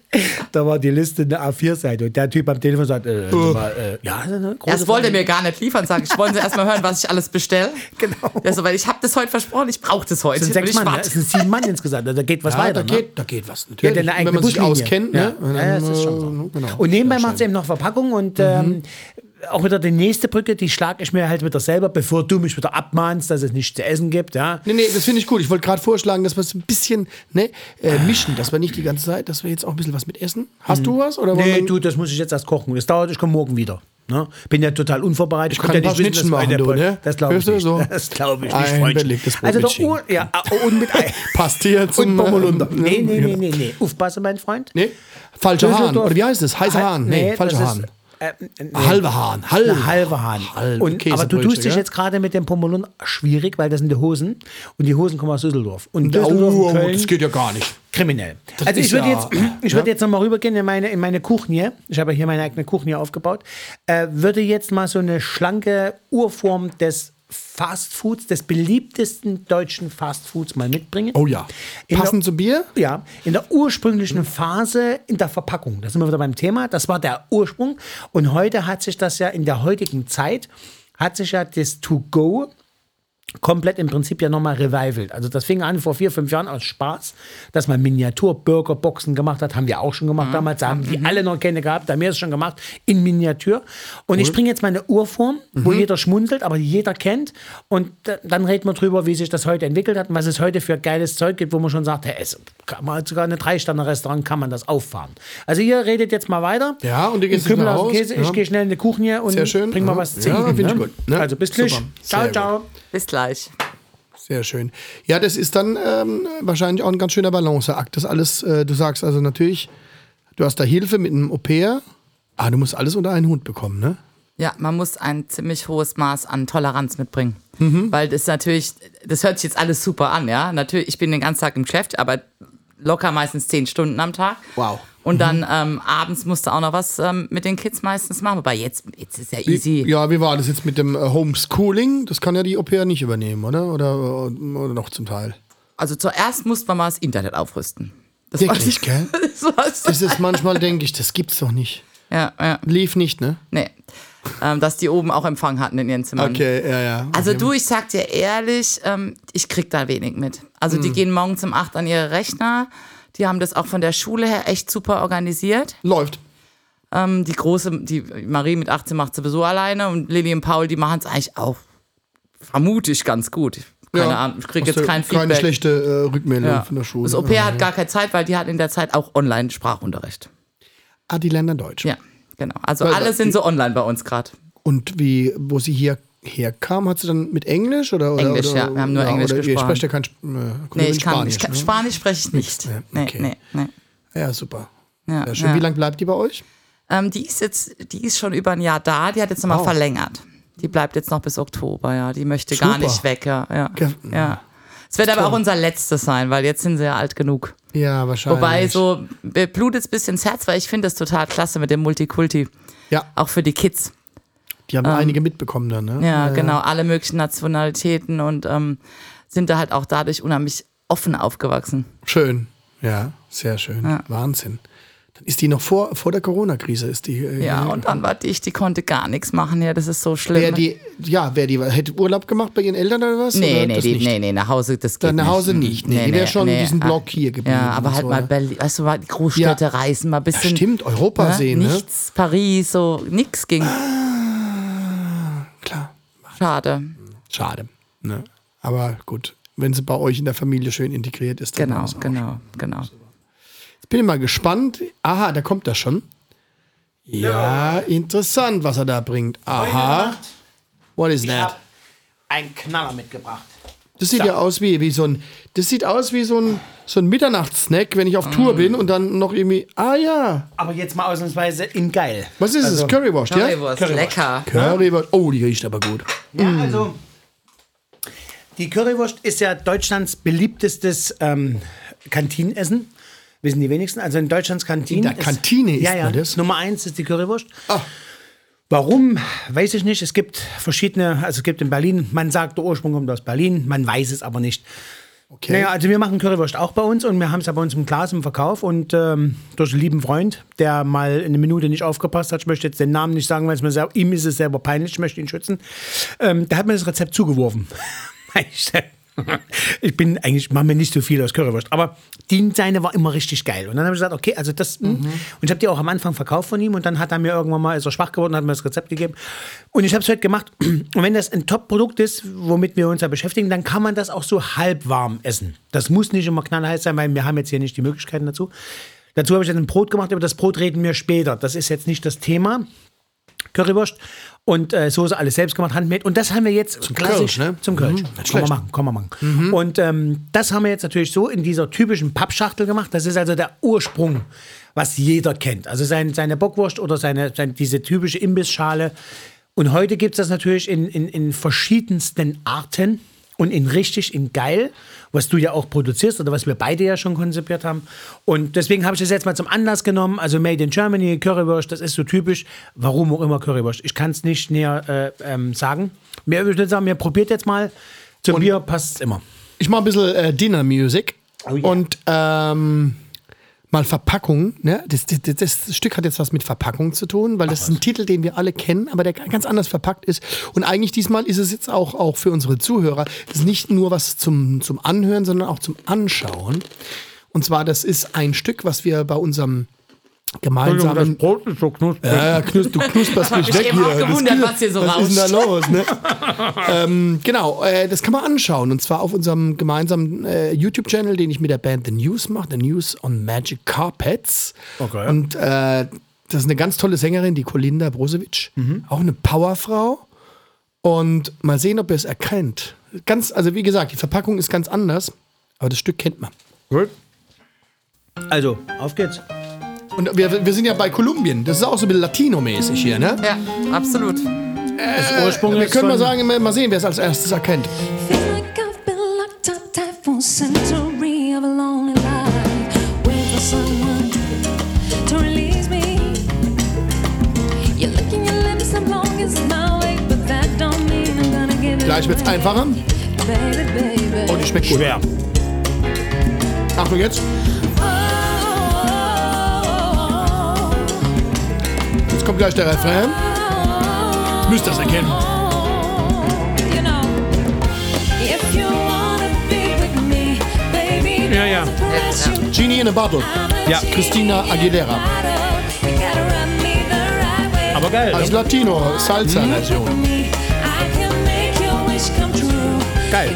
Speaker 4: da war die Liste eine A4-Seite und der Typ am Telefon sagt, äh, sag mal, äh, ja, das ist eine große
Speaker 5: Das wollte er
Speaker 4: Frage.
Speaker 5: mir gar nicht liefern, sage ich. Wollen Sie erstmal hören, was ich alles bestelle?
Speaker 4: Genau.
Speaker 5: Also, weil ich habe das heute versprochen, ich brauche das heute.
Speaker 4: Das sind sechs
Speaker 5: und ich
Speaker 4: Mann, ne?
Speaker 5: warte.
Speaker 4: das sind sieben Mann insgesamt, also da geht was
Speaker 3: Ja, da,
Speaker 4: weiter. ne?
Speaker 3: geht, da geht was.
Speaker 4: Ja,
Speaker 3: Natürlich.
Speaker 4: denn eine eigene
Speaker 3: Wenn man sich
Speaker 4: Buslinie.
Speaker 3: auskennt,
Speaker 4: ja.
Speaker 3: ne? Und
Speaker 4: Ja,
Speaker 3: dann,
Speaker 4: das ist schon so.
Speaker 3: äh, Genau.
Speaker 4: Und nebenbei macht sie eben noch Verpackung und
Speaker 3: Mhm.
Speaker 4: ähm, auch wieder die nächste Brücke, die schlage ich mir halt wieder selber, bevor du mich wieder abmahnst, dass es nichts zu essen gibt. Ja.
Speaker 3: Nee, nee, das finde ich gut. Ich wollte gerade vorschlagen, dass wir es ein bisschen ne, äh, mischen, dass wir nicht die ganze Zeit, dass wir jetzt auch ein bisschen was mit essen. Hast du was? Oder wollen
Speaker 4: Mhm. Nee,
Speaker 3: wir-
Speaker 4: du, das muss ich jetzt erst kochen. Das dauert, ich komme morgen wieder. Ne? Bin ja total unvorbereitet.
Speaker 3: Ich kann
Speaker 4: ja
Speaker 3: ein paar
Speaker 4: dass
Speaker 3: Schnittchen
Speaker 4: wir in
Speaker 3: machen,
Speaker 4: der
Speaker 3: du,
Speaker 4: Brücke-
Speaker 3: ne?
Speaker 4: Das glaube ich
Speaker 3: Hörst du
Speaker 4: nicht.
Speaker 3: so?
Speaker 4: Das glaube ich nicht,
Speaker 3: Ein belegtes
Speaker 4: Freundchen. Also
Speaker 3: Brötchen.
Speaker 4: doch, Ohr- ja, äh, und mit Ei.
Speaker 3: Pastier zum
Speaker 4: und Bommelunder.
Speaker 3: äh,
Speaker 4: Nee, nee,
Speaker 3: genau.
Speaker 4: nee, nee, nee. Aufpasse, mein Freund.
Speaker 3: Nee? Falscher Hahn.
Speaker 4: Düsseldorf-
Speaker 3: Oder wie heißt das? Heißer
Speaker 4: Hei-
Speaker 3: Hahn. Nee,
Speaker 4: nee,
Speaker 3: falscher
Speaker 4: das ist-
Speaker 3: Hahn.
Speaker 4: Äh, nee.
Speaker 3: Halber Hahn. Halber,
Speaker 4: Eine halbe Hahn.
Speaker 3: Halbe
Speaker 4: und, aber du
Speaker 3: Käsebrötchen,
Speaker 4: tust dich
Speaker 3: ja?
Speaker 4: jetzt gerade mit dem Pommelun schwierig, weil das sind die Hosen und die Hosen kommen aus Düsseldorf. Und Düsseldorf
Speaker 3: Oh,
Speaker 4: und Köln,
Speaker 3: das geht ja gar nicht.
Speaker 4: kriminell. also ich
Speaker 3: ist
Speaker 4: würde
Speaker 3: ja-
Speaker 4: jetzt, ich würde jetzt nochmal rübergehen in meine, in meine Kuchnie. Ich habe ja hier meine eigene Kuchnie aufgebaut. Äh, würde jetzt mal so eine schlanke Urform des Fastfoods, des beliebtesten deutschen Fastfoods mal mitbringen.
Speaker 3: Oh ja.
Speaker 4: In
Speaker 3: Passend
Speaker 4: der-
Speaker 3: zum Bier?
Speaker 4: Ja, in der ursprünglichen Phase in der Verpackung. Da sind wir wieder beim Thema. Das war der Ursprung. Und heute hat sich das ja in der heutigen Zeit, hat sich ja das To-Go komplett im Prinzip ja nochmal revivalt. Also das fing an vor vier, fünf Jahren aus Spaß, dass man Miniatur-Burgerboxen gemacht hat. Haben wir auch schon gemacht
Speaker 3: Mhm.
Speaker 4: damals. Da haben die alle noch keine gehabt. Da haben wir es schon gemacht in Miniatur. Und ich bringe jetzt meine Urform,
Speaker 3: Mhm.
Speaker 4: wo jeder schmunzelt, aber jeder kennt. Und da- dann reden wir drüber, wie sich das heute entwickelt hat und was es heute für geiles Zeug gibt, wo man schon sagt, hey, es kann man sogar in einem Drei-Sterne-Restaurant kann man das auffahren. Also ihr redet jetzt mal weiter.
Speaker 3: Ja, und du gehst
Speaker 4: Kümmel
Speaker 3: jetzt nach
Speaker 4: aus dem
Speaker 3: Hause.
Speaker 4: Käse. Ich
Speaker 3: Ja.
Speaker 4: gehe schnell in die Kuchnie und
Speaker 3: Sehr schön.
Speaker 4: bring mal
Speaker 3: Ja.
Speaker 4: was zu
Speaker 3: Ja,
Speaker 4: eaten,
Speaker 3: finde ich gut. Ne?
Speaker 4: Also bis gleich.
Speaker 3: Super.
Speaker 4: Ciao,
Speaker 3: Sehr gut.
Speaker 4: ciao.
Speaker 5: Bis gleich.
Speaker 3: Sehr schön. Ja, das ist dann ähm, wahrscheinlich auch ein ganz schöner Balanceakt. Das alles, äh, du sagst also natürlich, du hast da Hilfe mit einem Au-pair, aber du musst alles unter einen Hut bekommen, ne?
Speaker 5: Ja, man muss ein ziemlich hohes Maß an Toleranz mitbringen.
Speaker 3: Mhm.
Speaker 5: Weil das natürlich, das hört sich jetzt alles super an, ja. Natürlich, ich bin den ganzen Tag im Geschäft, aber locker meistens zehn Stunden am Tag.
Speaker 3: Wow. Mhm.
Speaker 5: Und dann ähm, abends musst du auch noch was ähm, mit den Kids meistens machen. Wobei jetzt, jetzt ist ja easy.
Speaker 3: Ja, wie war das jetzt mit dem äh, Homeschooling? Das kann ja die Au-pair nicht übernehmen, oder? Oder, äh, oder noch zum Teil.
Speaker 5: Also zuerst musste man mal das Internet aufrüsten. Das
Speaker 3: Wirklich, gell?
Speaker 5: Das war's.
Speaker 3: Das ist manchmal, denke ich, das gibt's doch nicht.
Speaker 5: ja, ja.
Speaker 3: Lief nicht, ne?
Speaker 5: Nee. ähm, dass die oben auch Empfang hatten in ihren Zimmern.
Speaker 3: Okay, ja, ja.
Speaker 5: Also du, ich sag dir ehrlich, ähm, ich krieg da wenig mit. Also
Speaker 3: Mhm.
Speaker 5: die gehen morgens um 8 an ihre Rechner. Die haben das auch von der Schule her echt super organisiert.
Speaker 3: Läuft.
Speaker 5: Ähm, die große, die Marie mit 18 macht sowieso alleine und Lilly und Paul, die machen es eigentlich auch, vermute ich, ganz gut. Keine
Speaker 3: Ja.
Speaker 5: Ahnung, ich krieg
Speaker 3: Hast du
Speaker 5: jetzt kein Feedback.
Speaker 3: Keine schlechte äh, Rückmeldung
Speaker 5: ja.
Speaker 3: von der Schule.
Speaker 5: Das OP hat gar keine Zeit, weil die hat in der Zeit auch Online-Sprachunterricht.
Speaker 3: ah, die lernen dann Deutsch.
Speaker 5: Ja, genau. Also
Speaker 3: Weil
Speaker 5: alle
Speaker 3: das-
Speaker 5: sind so online bei uns gerade.
Speaker 3: Und wie, wo sie hier herkam, hat sie dann mit Englisch oder? oder
Speaker 5: Englisch,
Speaker 3: oder,
Speaker 5: ja. Wir haben nur Englisch
Speaker 3: oder Ihr
Speaker 5: gesprochen.
Speaker 3: sprecht ja kein Sp äh,
Speaker 5: Nee, ich kann
Speaker 3: Spanisch.
Speaker 5: Spanisch, ich kann,
Speaker 3: ne?
Speaker 5: Spanisch spreche ich nicht.
Speaker 3: ne?
Speaker 5: Nee,
Speaker 3: Okay.
Speaker 5: nee, nee.
Speaker 3: Ja, super.
Speaker 5: Ja,
Speaker 3: Ja, schön.
Speaker 5: ja.
Speaker 3: Wie lange bleibt die bei euch?
Speaker 5: Ähm, die ist jetzt, die ist schon über ein Jahr da, die hat jetzt
Speaker 3: Oh.
Speaker 5: nochmal verlängert. Die bleibt jetzt noch bis Oktober, ja. Die möchte gar
Speaker 3: Super.
Speaker 5: nicht weg, ja. ja.
Speaker 3: Ge-
Speaker 5: ja. Es wird aber auch unser letztes sein, weil jetzt sind sie ja alt genug.
Speaker 3: Ja, wahrscheinlich.
Speaker 5: Wobei, so mir blutet es ein bisschen ins Herz, weil ich finde das total klasse mit dem Multikulti.
Speaker 3: Ja,
Speaker 5: Auch für die Kids.
Speaker 3: die haben einige mitbekommen dann, ne?
Speaker 5: Ähm, Ja, genau. Alle möglichen Nationalitäten und ähm, sind da halt auch dadurch unheimlich offen aufgewachsen.
Speaker 3: Schön. Ja, sehr schön. Wahnsinn. Dann ist die noch vor, vor der Corona-Krise, ist die. äh,
Speaker 5: Ja, und dann war ich, die konnte gar nichts machen. Ja, das ist so schlimm.
Speaker 3: Wer die, ja, wer die hätte Urlaub gemacht bei ihren Eltern oder was?
Speaker 5: Nee,
Speaker 3: oder
Speaker 5: nee,
Speaker 3: das
Speaker 5: die,
Speaker 3: nicht?
Speaker 5: nee, nee, nach Hause, das geht
Speaker 3: Dann nach Hause nicht,
Speaker 5: nicht.
Speaker 3: nee. Die wär schon diesen
Speaker 5: Ah,
Speaker 3: Block hier geblieben
Speaker 5: Ja, aber
Speaker 3: und
Speaker 5: halt
Speaker 3: so,
Speaker 5: mal
Speaker 3: ne?
Speaker 5: Berlin, weißt du, mal die Großstädte
Speaker 3: Ja.
Speaker 5: reisen, mal ein bisschen.
Speaker 3: stimmt, Europa sehen, ne?
Speaker 5: Nichts, Paris, so, nix ging.
Speaker 3: Klar.
Speaker 5: Schade.
Speaker 3: Schade. Ne? Aber gut, wenn sie bei euch in der Familie schön integriert ist, dann
Speaker 5: Genau,
Speaker 3: ist auch
Speaker 5: genau, genau.
Speaker 3: Ich bin mal gespannt. Aha, da kommt das schon. Ja, interessant, was er da bringt. Aha. What is that?
Speaker 4: einen Knaller mitgebracht.
Speaker 3: Das sieht ja aus wie, wie so ein. Das sieht aus wie so ein, so ein Mitternachtssnack, wenn ich auf Tour bin und dann noch irgendwie. Ah ja.
Speaker 4: Aber jetzt mal ausnahmsweise in geil.
Speaker 3: Was ist es? Currywurst, ja?
Speaker 5: Currywurst, lecker.
Speaker 3: Currywurst. Oh, die riecht aber gut.
Speaker 4: Ja, also die Currywurst ist ja Deutschlands beliebtestes ähm, Kantinenessen. Wissen die wenigsten. Also in Deutschlands Kantinen.
Speaker 3: In der Kantine isst
Speaker 4: ja, ja,
Speaker 3: man das?
Speaker 4: Nummer eins ist die Currywurst. Warum, weiß ich nicht. Es gibt verschiedene, also es gibt in Berlin, man sagt, der Ursprung kommt aus Berlin, man weiß es aber nicht.
Speaker 3: Okay.
Speaker 4: Naja, also wir machen Currywurst auch bei uns und wir haben es ja bei uns im Glas im Verkauf und ähm, durch einen lieben Freund, der mal eine Minute nicht aufgepasst hat, ich möchte jetzt den Namen nicht sagen, weil es mir sel- ihm ist es selber peinlich, ich möchte ihn schützen, ähm, der hat mir das Rezept zugeworfen. Ich- Ich bin eigentlich, mache mir nicht so viel aus Currywurst, aber die seine war immer richtig geil. Und dann habe ich gesagt, okay, also das, mh. und ich habe die auch am Anfang verkauft von ihm und dann hat er mir irgendwann mal, ist er schwach geworden, hat mir das Rezept gegeben. Und ich habe es heute gemacht. Und wenn das ein Top-Produkt ist, womit wir uns ja beschäftigen, dann kann man das auch so halb warm essen. Das muss nicht immer knallheiß sein, weil wir haben jetzt hier nicht die Möglichkeiten dazu. Dazu habe ich jetzt ein Brot gemacht, über das Brot reden wir später. Das ist jetzt nicht das Thema. Currywurst und äh, Soße alles selbst gemacht, handmade. Und das haben wir jetzt zum
Speaker 3: Kölsch, ne?
Speaker 4: Zum Kölsch. Kann man machen, kann man machen. Und ähm, das haben wir jetzt natürlich so in dieser typischen Pappschachtel gemacht. Das ist also der Ursprung, was jeder kennt. Also sein, seine Bockwurst oder seine, sein, diese typische Imbissschale. Und heute gibt es das natürlich in, in, in verschiedensten Arten und in richtig, in geil, was du ja auch produzierst oder was wir beide ja schon konzipiert haben. Und deswegen habe ich das jetzt mal zum Anlass genommen. Also Made in Germany, Currywurst, das ist so typisch. Warum auch immer Currywurst? Ich kann es nicht näher äh, ähm, sagen. Mehr würde ich nicht sagen, wir probiert jetzt mal. Zum Bier passt es immer.
Speaker 3: Ich mache ein bisschen äh, Dinner Music und ähm, mal Verpackung. Ne? Das, das, das, das Stück hat jetzt was mit Verpackung zu tun, weil das ist ein Titel, den wir alle kennen, aber der ganz anders verpackt ist. Und eigentlich diesmal ist es jetzt auch, auch für unsere Zuhörer, das ist nicht nur was zum, zum Anhören, sondern auch zum Anschauen. Und zwar, das ist ein Stück, was wir bei unserem gemeinsamen
Speaker 4: Brot ist so knusprig.
Speaker 3: ja, ja, knus, du knusperst mich
Speaker 5: mich
Speaker 3: weg
Speaker 5: eben
Speaker 3: hier.
Speaker 5: auch gewundert, was hier so
Speaker 3: was ist denn da los? Ne? ähm, genau, äh, das kann man anschauen. Und zwar auf unserem gemeinsamen äh, YouTube-Channel, den ich mit der Band The News mache. The News on Magic Carpets.
Speaker 4: Okay.
Speaker 3: Und äh, das ist eine ganz tolle Sängerin, die Kolinda Brosevic.
Speaker 4: Mhm.
Speaker 3: Auch eine Powerfrau. Und mal sehen, ob ihr es erkennt. Ganz, also wie gesagt, die Verpackung ist ganz anders, aber das Stück kennt man.
Speaker 4: Also, auf geht's.
Speaker 3: Und wir, wir sind ja bei Kolumbien. Das ist auch so ein bisschen Latino-mäßig hier, ne?
Speaker 5: Ja, absolut.
Speaker 4: Das Ursprung
Speaker 3: Wir
Speaker 4: ist
Speaker 3: können mal
Speaker 4: von-
Speaker 3: sagen, mal- mal sehen, wer es als erstes erkennt.
Speaker 7: Feel like I've been locked up tight for a century of a lonely life. Wait for someone to release me. You're licking your lips, I'm long as my way, but that don't mean I'm gonna give it
Speaker 3: Gleich wird's
Speaker 7: away.
Speaker 3: einfacher.
Speaker 7: Baby,
Speaker 3: Und
Speaker 7: baby.
Speaker 3: Oh, die schmeckt gut.
Speaker 4: Schwer.
Speaker 3: Achtung jetzt.
Speaker 7: Oh, oh,
Speaker 3: Jetzt kommt gleich der Refrain.
Speaker 7: oh,
Speaker 3: Müsst das erkennen.
Speaker 7: oh, you know. If you wanna be with me, baby,
Speaker 4: Ja, ja.
Speaker 7: press you
Speaker 3: Genie in a Bottle.
Speaker 4: Ja.
Speaker 3: Christina Aguilera.
Speaker 7: Aber
Speaker 4: Aber geil. ne? Mhm.
Speaker 3: Als Latino, Salsa-Version.
Speaker 4: Geil.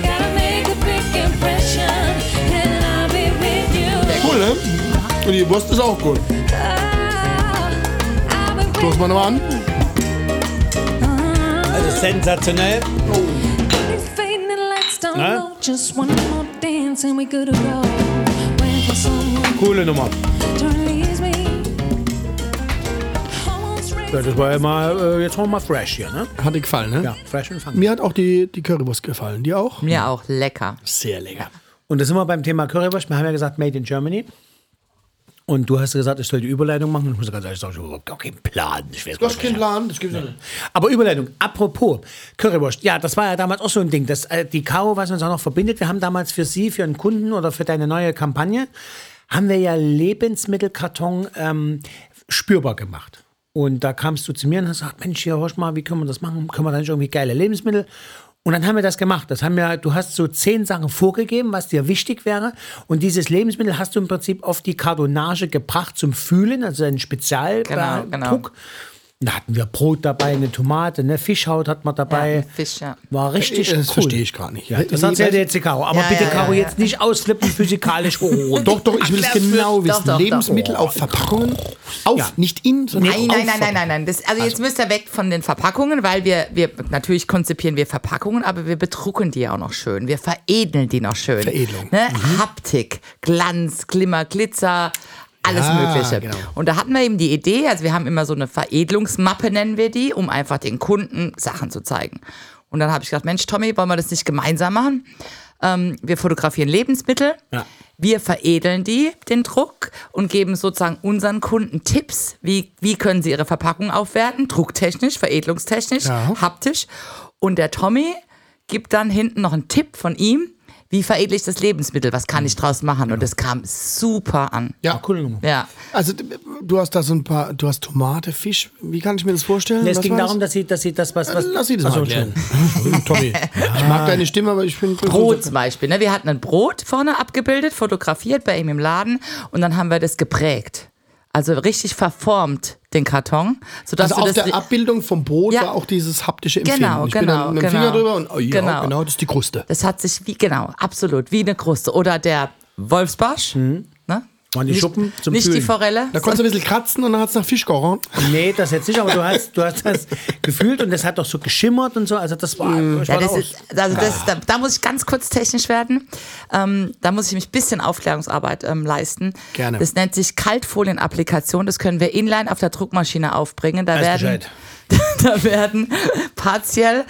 Speaker 3: Cool, ne? Und die Wurst ist auch gut. Stoß mal nochmal an.
Speaker 4: Das ist sensationell. Ne? Coole Nummer. Ja, das war ja mal, äh, jetzt machen wir mal fresh hier, ne?
Speaker 3: Hat dir gefallen, ne?
Speaker 4: Ja, fresh und funky.
Speaker 3: Mir hat auch die, die Currywurst gefallen. Die auch?
Speaker 5: Mir auch lecker.
Speaker 3: Sehr lecker.
Speaker 4: Und da sind wir beim Thema Currywurst. Wir haben ja gesagt, made in Germany. Und du hast gesagt, ich soll die Überleitung machen. Ich muss ganz ehrlich sagen, ich habe überhaupt gar keinen Plan. Ich weiß
Speaker 3: Du
Speaker 4: gar
Speaker 3: hast
Speaker 4: nicht.
Speaker 3: keinen Plan, das gibt's ja nicht.
Speaker 4: Aber Überleitung, apropos Currywurst. Ja, das war ja damals auch so ein Ding. Das, äh, die Caro, was uns auch noch verbindet, wir haben damals für sie, für einen Kunden oder für deine neue Kampagne, haben wir ja Lebensmittelkarton ähm, spürbar gemacht. Und da kamst du zu mir und hast gesagt, Mensch, hier, horch mal, wie können wir das machen? Können wir da nicht irgendwie geile Lebensmittel? Und dann haben wir das gemacht. Das haben wir, du hast so zehn Sachen vorgegeben, was dir wichtig wäre. Und dieses Lebensmittel hast du im Prinzip auf die Kartonage gebracht zum Fühlen, also einen Spezialdruck.
Speaker 5: Genau, genau.
Speaker 4: Da hatten wir Brot dabei, eine Tomate, eine Fischhaut hat man dabei.
Speaker 5: Ja, Fisch, ja.
Speaker 4: War richtig
Speaker 3: Das
Speaker 4: cool.
Speaker 3: verstehe ich gar nicht.
Speaker 4: Ja, das erzählt jetzt die Caro. Aber
Speaker 5: Ja,
Speaker 4: bitte,
Speaker 5: ja,
Speaker 4: Caro,
Speaker 5: ja,
Speaker 4: jetzt nicht ausflippen physikalisch. Oh,
Speaker 3: Doch, doch, ich will es
Speaker 5: Ach, das
Speaker 3: genau
Speaker 5: wird- doch,
Speaker 3: wissen.
Speaker 5: doch, doch.
Speaker 3: Lebensmittel auf Verpackungen. Auf,
Speaker 4: Ja.
Speaker 3: nicht in, sondern
Speaker 5: Nein,
Speaker 3: auf
Speaker 5: nein, nein, nein, nein, nein. Das, also, jetzt müsst ihr weg von den Verpackungen, weil wir, wir natürlich konzipieren wir Verpackungen, aber wir bedrucken die auch noch schön. Wir veredeln die noch schön.
Speaker 3: Veredelung. Mhm.
Speaker 5: Ne? Haptik, Glanz, Glimmer, Glitzer, alles
Speaker 3: Ja,
Speaker 5: Mögliche.
Speaker 3: genau.
Speaker 5: Und da hatten wir eben die Idee, also wir haben immer so eine Veredelungsmappe, nennen wir die, um einfach den Kunden Sachen zu zeigen. Und dann habe ich gedacht, Mensch, Tommy, wollen wir das nicht gemeinsam machen? Ähm, wir fotografieren Lebensmittel,
Speaker 4: Ja.
Speaker 5: wir veredeln die, den Druck, und geben sozusagen unseren Kunden Tipps, wie, wie können sie ihre Verpackung aufwerten, drucktechnisch, veredelungstechnisch,
Speaker 3: Ja.
Speaker 5: haptisch. Und der Tommy gibt dann hinten noch einen Tipp von ihm, wie veredle ich das Lebensmittel, was kann ich draus machen? Und das kam super an.
Speaker 3: Ja,
Speaker 4: coole Nummer.
Speaker 5: Ja.
Speaker 3: Also, du hast da so ein paar, du hast Tomate, Fisch. Wie kann ich mir das vorstellen?
Speaker 4: Es
Speaker 3: Was
Speaker 4: ging
Speaker 3: war das?
Speaker 4: darum, dass sie, dass sie das, was. was
Speaker 3: Lass sie das
Speaker 4: Ach so,
Speaker 3: mal klären. Tommy, ich mag deine Stimme, aber ich bin
Speaker 5: Brot zum Beispiel. Ne? Wir hatten ein Brot vorne abgebildet, fotografiert bei ihm im Laden und dann haben wir das geprägt. Also richtig verformt, den Karton. Sodass
Speaker 3: Also auf
Speaker 5: du das
Speaker 3: der Abbildung vom Brot
Speaker 5: Ja.
Speaker 3: war auch dieses haptische Empfinden.
Speaker 5: Genau,
Speaker 3: ich bin
Speaker 5: genau,
Speaker 3: dann mit dem
Speaker 5: genau.
Speaker 3: Finger drüber und oh, ja,
Speaker 5: Genau.
Speaker 3: genau. das ist die Kruste. Mhm.
Speaker 5: das hat sich wie, genau, absolut, wie eine Kruste. Oder der Wolfsbarsch. Ne?
Speaker 4: Waren die Schuppen zum
Speaker 5: Nicht die
Speaker 4: Kühlen?
Speaker 5: Forelle.
Speaker 3: Da konntest du ein bisschen kratzen und dann hat es nach Fisch gerochen.
Speaker 4: Nee, das jetzt nicht, aber du hast, du hast das gefühlt und das hat doch so geschimmert und so. Also das war. ich
Speaker 5: Mm. Ja,
Speaker 4: war
Speaker 5: das
Speaker 4: da
Speaker 5: ist, also das,
Speaker 3: Ah.
Speaker 5: da, da muss ich ganz kurz technisch werden. Ähm, da muss ich mich ein bisschen Aufklärungsarbeit ähm, leisten.
Speaker 3: Gerne.
Speaker 5: Das nennt sich Kaltfolienapplikation. Das können wir inline auf der Druckmaschine aufbringen. Da
Speaker 4: Weiß
Speaker 5: werden,
Speaker 4: Bescheid.
Speaker 5: da werden partiell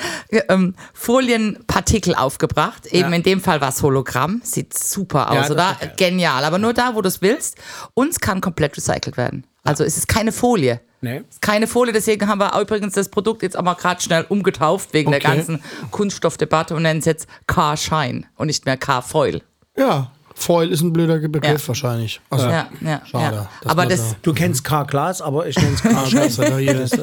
Speaker 5: ähm, Folienpartikel aufgebracht. Eben in dem Fall war es Hologramm. Sieht super aus,
Speaker 4: das
Speaker 5: oder?
Speaker 4: ist geil.
Speaker 5: Genial. Aber nur da, wo du es willst. Und es kann komplett recycelt werden. Also es ist keine Folie.
Speaker 4: Nee.
Speaker 5: Es ist Keine Folie, deswegen haben wir übrigens das Produkt jetzt auch mal gerade schnell umgetauft, wegen der
Speaker 3: Okay.
Speaker 5: ganzen Kunststoffdebatte und nennen es jetzt Car-Shine und nicht mehr Car-Foil.
Speaker 3: Ja, Foil ist ein blöder Begriff
Speaker 5: Ja.
Speaker 3: wahrscheinlich. Also,
Speaker 5: Ja, ja,
Speaker 3: Schade,
Speaker 5: ja.
Speaker 3: dass
Speaker 5: Aber
Speaker 3: man
Speaker 5: das,
Speaker 3: da-
Speaker 4: du kennst Karl Glas, aber ich nenne es Karl
Speaker 3: Scheiße, da hier ist-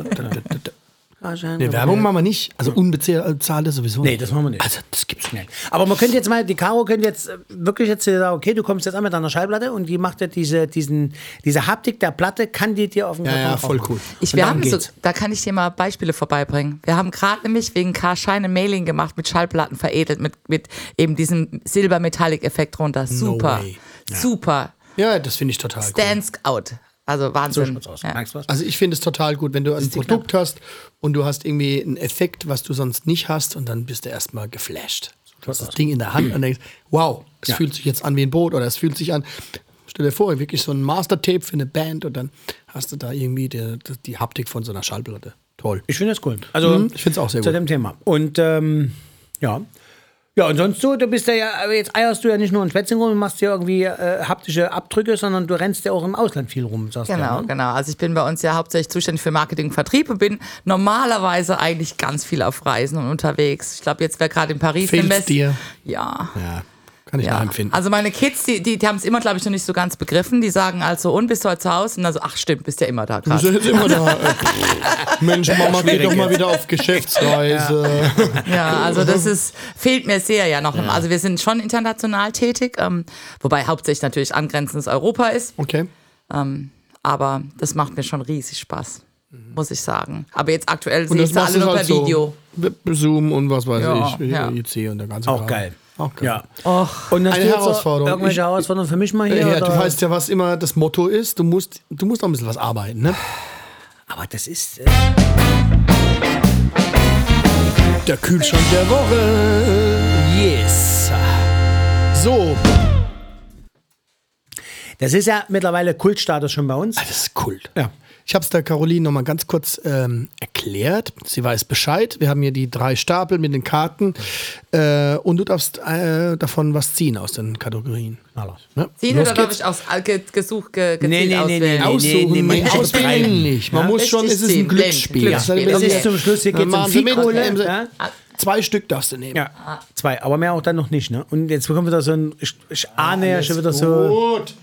Speaker 3: Nee, Werbung machen wir nicht. Also unbezahlte sowieso.
Speaker 4: Nee, das machen wir nicht.
Speaker 3: Also das gibt's nicht.
Speaker 4: Nee. Aber man könnte jetzt mal, die Caro könnte jetzt äh, wirklich jetzt hier sagen, okay, du kommst jetzt an mit deiner Schallplatte und die macht ja diese, diesen, diese Haptik der Platte, kann die dir auf dem
Speaker 3: Ja,
Speaker 4: Karton
Speaker 3: ja, voll
Speaker 4: drauf
Speaker 3: cool.
Speaker 4: machen.
Speaker 5: ich,
Speaker 4: Und
Speaker 5: wir
Speaker 4: darum
Speaker 5: haben so,
Speaker 4: geht's.
Speaker 5: da kann ich dir mal Beispiele vorbeibringen. Wir haben gerade nämlich wegen Car-Shine ein Mailing gemacht, mit Schallplatten veredelt, mit, mit eben diesem Silber-Metallic-Effekt runter. Super,
Speaker 3: way.
Speaker 5: super.
Speaker 3: Ja, das finde ich total cool.
Speaker 5: Dance out. Also
Speaker 4: So
Speaker 5: Wahnsinn.
Speaker 4: schaut's aus.
Speaker 5: ja.
Speaker 4: Merkst du was?
Speaker 3: Also ich finde es total gut, wenn du ein Produkt hast und du hast irgendwie einen Effekt, was du sonst nicht hast und dann bist du erstmal geflasht. Du hast das Ding in der Hand und denkst, wow, es fühlt sich jetzt an wie ein Boot oder es fühlt sich an, stell dir vor, wirklich so ein Mastertape für eine Band und dann hast du da irgendwie die, die, die Haptik von so einer Schallplatte. Toll.
Speaker 4: Ich finde das cool. Also,
Speaker 3: Mhm, ich find's auch sehr
Speaker 4: Zu
Speaker 3: gut.
Speaker 4: dem Thema. Und, ähm, ja. Ja, und sonst so, du bist ja, ja, aber jetzt eierst du ja nicht nur in Schwätzing rum und machst dir irgendwie äh, haptische Abdrücke, sondern du rennst ja auch im Ausland viel rum, sagst du.
Speaker 5: Genau,
Speaker 4: ja, ne?
Speaker 5: genau. Also ich bin bei uns ja hauptsächlich zuständig für Marketing und Vertrieb und bin normalerweise eigentlich ganz viel auf Reisen und unterwegs. Ich glaube, jetzt wäre gerade in Paris
Speaker 3: Fehlt's
Speaker 5: Invest-
Speaker 3: dir?
Speaker 5: Ja.
Speaker 3: Ja, kann ich
Speaker 5: Ja.
Speaker 3: nachempfinden.
Speaker 5: Also meine Kids, die, die, die haben es immer, glaube ich, noch nicht so ganz begriffen. Die sagen also, und bist du heute zu Hause? Und dann so, ach stimmt, bist ja immer da
Speaker 3: Du bist ja
Speaker 5: gerade.
Speaker 3: jetzt immer da. Äh, Mensch, Mama, geh doch mal wieder auf Geschäftsreise.
Speaker 5: Ja, also das ist, fehlt mir sehr ja noch. Also wir sind schon international tätig, ähm, wobei hauptsächlich natürlich angrenzendes Europa ist.
Speaker 3: Okay.
Speaker 5: Ähm, aber das macht mir schon riesig Spaß, muss ich sagen. Aber jetzt aktuell
Speaker 3: Und
Speaker 5: sehe
Speaker 3: das
Speaker 5: ich
Speaker 3: machst
Speaker 5: alle
Speaker 3: du
Speaker 5: nur per
Speaker 3: halt so.
Speaker 5: Video.
Speaker 3: Be- Zoom und was weiß
Speaker 5: Ja,
Speaker 3: ich.
Speaker 5: ja.
Speaker 3: IC und der ganze
Speaker 4: Auch
Speaker 3: Kram.
Speaker 4: geil.
Speaker 3: Auch geil.
Speaker 4: Ja.
Speaker 5: Och.
Speaker 4: Und hast
Speaker 3: Eine
Speaker 4: du jetzt auch
Speaker 3: Herausforderung.
Speaker 4: Irgendwelche
Speaker 3: Ich-
Speaker 4: Herausforderungen für mich mal hier?
Speaker 3: Ja,
Speaker 4: oder?
Speaker 3: du weißt ja, was immer das Motto ist. Du musst, du musst auch ein bisschen was arbeiten, ne?
Speaker 4: Aber das ist. Äh,
Speaker 3: Der Kühlschrank der Woche.
Speaker 4: yes.
Speaker 3: So.
Speaker 4: Das ist ja mittlerweile Kultstatus schon bei uns.
Speaker 3: Das ist Kult.
Speaker 4: Ja.
Speaker 3: Ich habe es der Caroline nochmal ganz kurz ähm, erklärt. Sie weiß Bescheid. Wir haben hier die drei Stapel mit den Karten. Äh, und du darfst äh, davon was ziehen aus den Kategorien.
Speaker 4: Knaller.
Speaker 3: Ne?
Speaker 5: Ziehen
Speaker 3: Los
Speaker 5: oder darf
Speaker 3: geht's.
Speaker 5: ich aus, ge, gesucht, ge, gezielt
Speaker 4: Nee, nee, nee, nee,
Speaker 5: auswählen?
Speaker 4: nee.
Speaker 3: Aussuchen, nee,
Speaker 4: man
Speaker 3: nee,
Speaker 4: muss
Speaker 3: auswählen
Speaker 4: betreiben.
Speaker 3: nicht. Man muss
Speaker 5: Richtig
Speaker 3: schon, es ist ein
Speaker 5: ziehen, blenden,
Speaker 3: Glücksspiel.
Speaker 5: Glücksspiel,
Speaker 3: Das
Speaker 4: Es
Speaker 5: Okay.
Speaker 4: ist zum Schluss, hier
Speaker 3: Dann
Speaker 4: geht es um
Speaker 3: machen wir mit.
Speaker 4: Viehkohle.
Speaker 3: Okay.
Speaker 4: Ja?
Speaker 3: Zwei Stück darfst du nehmen.
Speaker 4: ja, zwei, aber mehr auch dann noch nicht. Ne? Und jetzt bekommen wir da so ein. Ich, ich ahne ja schon wieder so.
Speaker 3: Gut.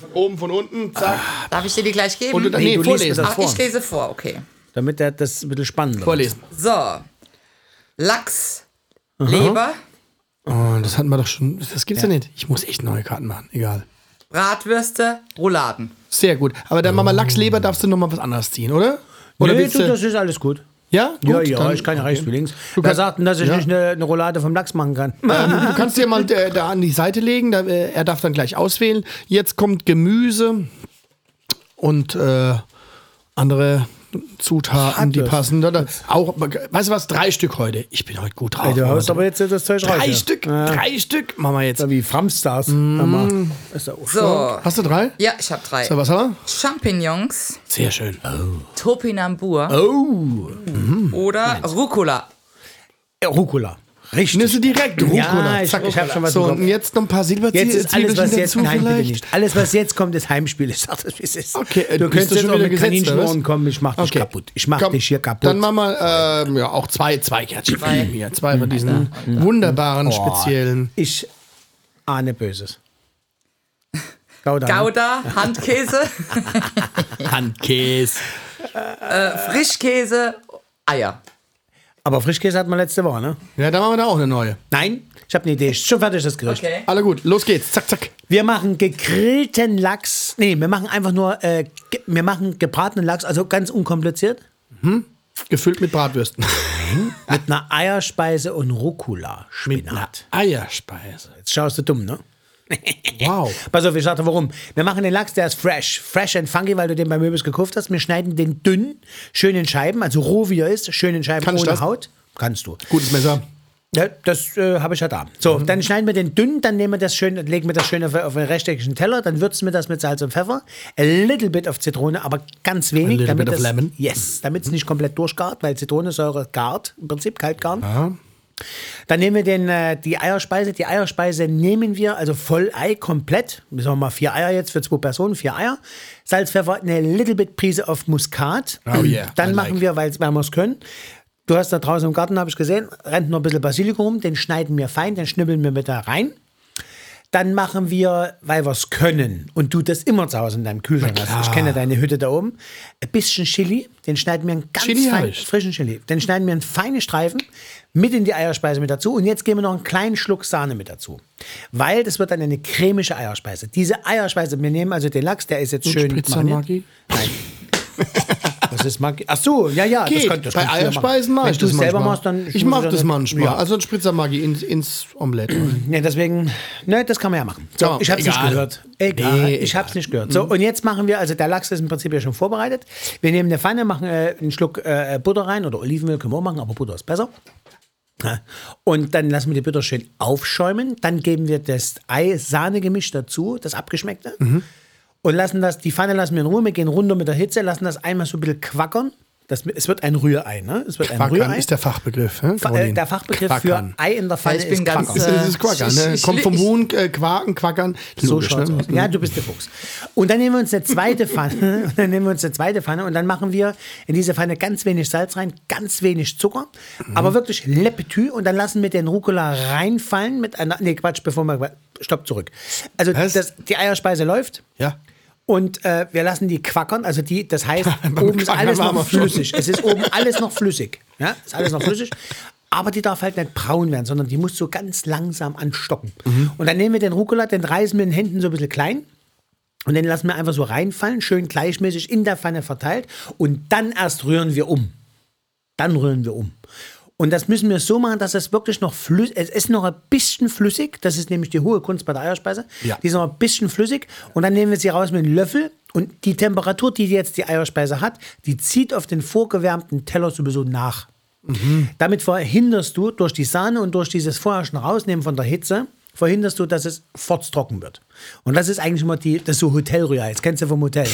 Speaker 3: Von oben, von unten, zack.
Speaker 5: Darf ich dir die gleich geben?
Speaker 3: Und du,
Speaker 4: Nee, Ah.
Speaker 3: nee,
Speaker 4: du liest mir
Speaker 3: vorlesen.
Speaker 4: das
Speaker 5: Ach,
Speaker 4: vor.
Speaker 5: ich lese vor, okay.
Speaker 4: Damit der das ein bisschen spannender
Speaker 3: Vorlesen.
Speaker 5: So. Lachs, Leber,
Speaker 3: Oh, das hatten wir doch schon. Das gibt's ja. nicht. Ich muss echt neue Karten machen. Egal.
Speaker 5: Bratwürste, Rouladen.
Speaker 3: Sehr gut. Aber dann Mama Lachsleber darfst du nochmal was anderes ziehen, oder?
Speaker 4: wird.
Speaker 3: Oder
Speaker 4: Oh. Nee,
Speaker 3: willst
Speaker 4: du,
Speaker 3: du?
Speaker 4: das ist alles gut.
Speaker 3: ja, gut.
Speaker 4: ja, ja,
Speaker 3: dann-
Speaker 4: ich kann ja rechts wie links.
Speaker 3: Du
Speaker 4: Wer
Speaker 3: kannst,
Speaker 4: sagt denn, dass ich
Speaker 3: Ja.
Speaker 4: nicht eine, eine Roulade vom Lachs machen kann?
Speaker 3: ähm, du kannst dir mal äh, da an die Seite legen. Da, äh, er darf dann gleich auswählen. Jetzt kommt Gemüse und äh, andere Zutaten, die
Speaker 4: Bratwürste.
Speaker 3: passen. Da, da, auch, weißt du was? Drei Stück heute. Ich bin heute gut drauf.
Speaker 4: Ey, du haust
Speaker 3: Leute.
Speaker 4: aber jetzt das Zeug raus.
Speaker 3: drei
Speaker 4: ja.
Speaker 3: Stück. Mhm.
Speaker 4: Ja.
Speaker 3: Drei Stück machen wir jetzt.
Speaker 4: Ja, Wie Framstars. Mm. Ist ja auch stark.
Speaker 5: So.
Speaker 3: Hast du drei?
Speaker 5: Ja, ich habe drei.
Speaker 3: So, was haben wir?
Speaker 5: Champignons,
Speaker 3: Sehr schön.
Speaker 5: Topinambur Mhm. oder Rucola.
Speaker 4: Äh, Rucola. Richtig.
Speaker 3: Nüsse direkt. Rucola.
Speaker 4: Ja, ich,
Speaker 3: Zack.
Speaker 4: ich habe schon was
Speaker 3: So,
Speaker 4: im Kopf.
Speaker 3: und jetzt noch ein paar Silberzwiebeln
Speaker 4: Jetzt ist alles, was jetzt,
Speaker 3: dazu
Speaker 4: nein, bitte
Speaker 3: vielleicht.
Speaker 4: nicht. alles, was jetzt kommt, ist Heimspiel. Ich sag das, wie es ist.
Speaker 3: Okay, äh,
Speaker 4: du
Speaker 3: bist
Speaker 4: könntest
Speaker 3: du
Speaker 4: jetzt
Speaker 3: schon
Speaker 4: auch
Speaker 3: wieder
Speaker 4: mit
Speaker 3: gesetzt, oder was?
Speaker 4: Kaninchenschnurren kommen. Ich mach dich
Speaker 3: Okay.
Speaker 4: kaputt. Ich mach
Speaker 3: Komm,
Speaker 4: dich hier kaputt.
Speaker 3: Dann machen wir ähm, ja, auch zwei, zwei Kärtchen.
Speaker 5: Zwei.
Speaker 3: Hier, zwei von diesen wunderbaren, speziellen.
Speaker 4: ich ahne Böses. Gouda. ne?
Speaker 5: Gouda, Handkäse,
Speaker 3: Handkäse.
Speaker 5: Äh, Frischkäse, Eier.
Speaker 4: Aber Frischkäse hatten wir letzte Woche, ne?
Speaker 3: Ja, dann machen wir da auch eine neue.
Speaker 4: Nein, ich habe eine Idee. Ist schon fertig das Gericht.
Speaker 5: Okay.
Speaker 3: Alle gut, los geht's. Zack, zack.
Speaker 4: Wir machen gegrillten Lachs. Nee, wir machen einfach nur, äh, ge- wir machen gebratenen Lachs, also ganz unkompliziert.
Speaker 3: Gefüllt mit Bratwürsten.
Speaker 4: Mit einer Eierspeise und Rucola-Spinat.
Speaker 3: Eierspeise.
Speaker 4: Jetzt schaust du dumm, ne?
Speaker 3: Wow.
Speaker 4: Pass auf, ich sagte, warum? Wir machen den Lachs, der ist fresh. Fresh and funky, weil du den bei Möbis gekauft hast. Wir schneiden den dünn, schön in Scheiben, also roh wie er ist, schön in Scheiben
Speaker 3: Kann ich
Speaker 4: ohne
Speaker 3: das?
Speaker 4: Haut. Kannst du.
Speaker 3: Gutes Messer.
Speaker 4: Ja, das äh, habe ich ja da. So,
Speaker 3: Mhm.
Speaker 4: dann schneiden wir den dünn, dann nehmen wir das schön, legen wir das schön auf, auf einen rechteckigen Teller, dann würzen wir das mit Salz und Pfeffer, a little bit of Zitrone, aber ganz wenig.
Speaker 3: little
Speaker 4: damit
Speaker 3: bit of
Speaker 4: das,
Speaker 3: lemon.
Speaker 4: Yes, damit es nicht komplett durchgart, weil Zitronensäure gart, im Prinzip kalt garen.
Speaker 3: Ah.
Speaker 4: Dann nehmen wir den, äh, die Eierspeise. Die Eierspeise nehmen wir, also Vollei komplett. Wir sagen mal vier Eier jetzt für zwei Personen, vier Eier. Salz, Pfeffer, eine little bit Prise auf Muskat.
Speaker 3: Oh yeah,
Speaker 4: Dann
Speaker 3: I
Speaker 4: machen
Speaker 3: like.
Speaker 4: wir, weil wir es können. Du hast da draußen im Garten, habe ich gesehen, rennt noch ein bisschen Basilikum rum, den schneiden wir fein, den schnibbeln wir mit da rein. Dann machen wir, weil wir es können und du das immer zu Hause in deinem Kühlschrank hast. Ich kenne deine Hütte da oben. Ein bisschen Chili, den schneiden wir einen ganz
Speaker 3: Chili hab
Speaker 4: feinen,
Speaker 3: ich.
Speaker 4: frischen Chili. Den schneiden wir in feine Streifen mit in die Eierspeise mit dazu. Und jetzt geben wir noch einen kleinen Schluck Sahne mit dazu. Weil das wird dann eine cremische Eierspeise. Diese Eierspeise, wir nehmen also den Lachs, der ist jetzt Ah, schön.
Speaker 3: Spritzer
Speaker 4: mariniert.
Speaker 3: Maggi?
Speaker 4: Nein. Das ist Maggi. Ach so, ja, ja.
Speaker 3: Geht.
Speaker 4: könnt-
Speaker 3: Bei
Speaker 4: kannst du ja machen.
Speaker 3: Eierspeisen mache
Speaker 4: Wenn
Speaker 3: ich
Speaker 4: du
Speaker 3: das
Speaker 4: es
Speaker 3: manchmal.
Speaker 4: selber machst, dann.
Speaker 3: ich
Speaker 4: muss
Speaker 3: mache
Speaker 4: ja
Speaker 3: das
Speaker 4: nicht-
Speaker 3: manchmal.
Speaker 4: Ja.
Speaker 3: Also ein Spritzer Maggi ins, ins Omelette.
Speaker 4: Ja, deswegen, ne, das kann man ja machen. So,
Speaker 3: Ja,
Speaker 4: ich hab's
Speaker 3: Oh, egal.
Speaker 4: nicht gehört. Egal,
Speaker 3: Nee, Mhm.
Speaker 4: ich hab's nicht gehört. So, und jetzt machen wir, also der Lachs ist im Prinzip ja schon vorbereitet. Wir nehmen eine Pfanne, machen äh, einen Schluck äh, Butter rein oder Olivenöl können wir auch machen, aber Butter ist besser. Ja. Und dann lassen wir die Butter schön aufschäumen. Dann geben wir das Ei-Sahne-Gemisch dazu, das abgeschmeckte.
Speaker 3: Mhm.
Speaker 4: Und lassen das, die Pfanne lassen wir in Ruhe, wir gehen runter mit der Hitze, lassen das einmal so ein bisschen quackern. Das, es wird ein Rührei, ne? Es wird ein
Speaker 3: Quackern
Speaker 4: Rührei.
Speaker 3: ist der Fachbegriff. hä,
Speaker 4: Fa- äh,
Speaker 3: Caroline?
Speaker 4: der Fachbegriff
Speaker 3: Quackern.
Speaker 4: für Ei in der Pfanne
Speaker 5: ich bin
Speaker 4: ist
Speaker 5: ganz,
Speaker 4: Quackern.
Speaker 3: Das ist, ist Quackern, ne?
Speaker 5: Ich- ich-
Speaker 3: Kommt vom
Speaker 5: ich-
Speaker 3: Huhn, äh, Quaken, Quackern.
Speaker 4: So
Speaker 3: Logisch,
Speaker 4: schaut's
Speaker 3: ne?
Speaker 4: aus. Ja, du bist der Fuchs. Und dann nehmen wir uns eine zweite Pfanne. Und dann nehmen wir uns eine zweite Pfanne und dann machen wir in diese Pfanne ganz wenig Salz rein, ganz wenig Zucker,
Speaker 3: Mhm.
Speaker 4: aber wirklich le petit. Und dann lassen wir den Rucola reinfallen mit einer. Nee, Quatsch, bevor wir. Stopp zurück. Also
Speaker 3: Was?
Speaker 4: das, die Eierspeise läuft.
Speaker 3: Ja.
Speaker 4: Und äh, wir lassen die quackern, also die, das heißt, oben ist
Speaker 3: Quackern
Speaker 4: alles
Speaker 3: waren wir
Speaker 4: noch
Speaker 3: schon.
Speaker 4: flüssig. Es ist oben alles noch flüssig. Ja, ist alles noch flüssig. Aber die darf halt nicht braun werden, sondern die muss so ganz langsam anstocken.
Speaker 3: Mhm.
Speaker 4: Und dann nehmen wir den Rucola, den reißen wir in den Händen so ein bisschen klein. Und den lassen wir einfach so reinfallen, schön gleichmäßig in der Pfanne verteilt. Und dann erst rühren wir um. Dann rühren wir um. Und das müssen wir so machen, dass es wirklich noch flüssig Es ist noch ein bisschen flüssig. Das ist nämlich die hohe Kunst bei der Eierspeise.
Speaker 3: Ja.
Speaker 4: Die ist noch ein bisschen flüssig. Und dann nehmen wir sie raus mit einem Löffel. Und die Temperatur, die jetzt die Eierspeise hat, die zieht auf den vorgewärmten Teller sowieso nach.
Speaker 3: Mhm.
Speaker 4: Damit verhinderst du durch die Sahne und durch dieses vorher schon rausnehmen von der Hitze, verhinderst du, dass es trocken wird. Und das ist eigentlich immer die, das ist so Hotelrührei. Jetzt kennst du vom Hotel, ne?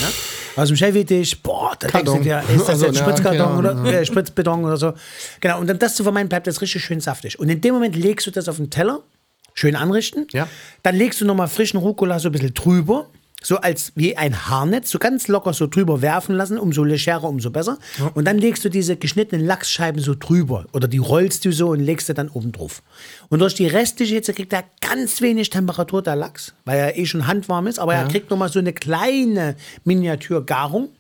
Speaker 4: Aus dem Chevy-Tisch, boah, da
Speaker 3: Karton.
Speaker 4: denkst du dir, ist das
Speaker 3: Also,
Speaker 4: jetzt
Speaker 3: ja,
Speaker 4: Spritzkarton
Speaker 3: keine
Speaker 4: oder
Speaker 3: Ahnung,
Speaker 4: äh, Spritzbeton oder so? Genau, und um das zu vermeiden, bleibt das richtig schön saftig. Und in dem Moment legst du das auf den Teller, schön anrichten.
Speaker 3: Ja.
Speaker 4: Dann legst du nochmal frischen Rucola so ein bisschen drüber. So als wie ein Haarnetz, so ganz locker so drüber werfen lassen, umso legerer, umso besser. Und dann legst du diese geschnittenen Lachsscheiben so drüber oder die rollst du so und legst sie dann oben drauf. Und durch die restliche Hitze kriegt er ganz wenig Temperatur, der Lachs, weil er eh schon handwarm ist, aber er kriegt nochmal so eine kleine Miniaturgarung.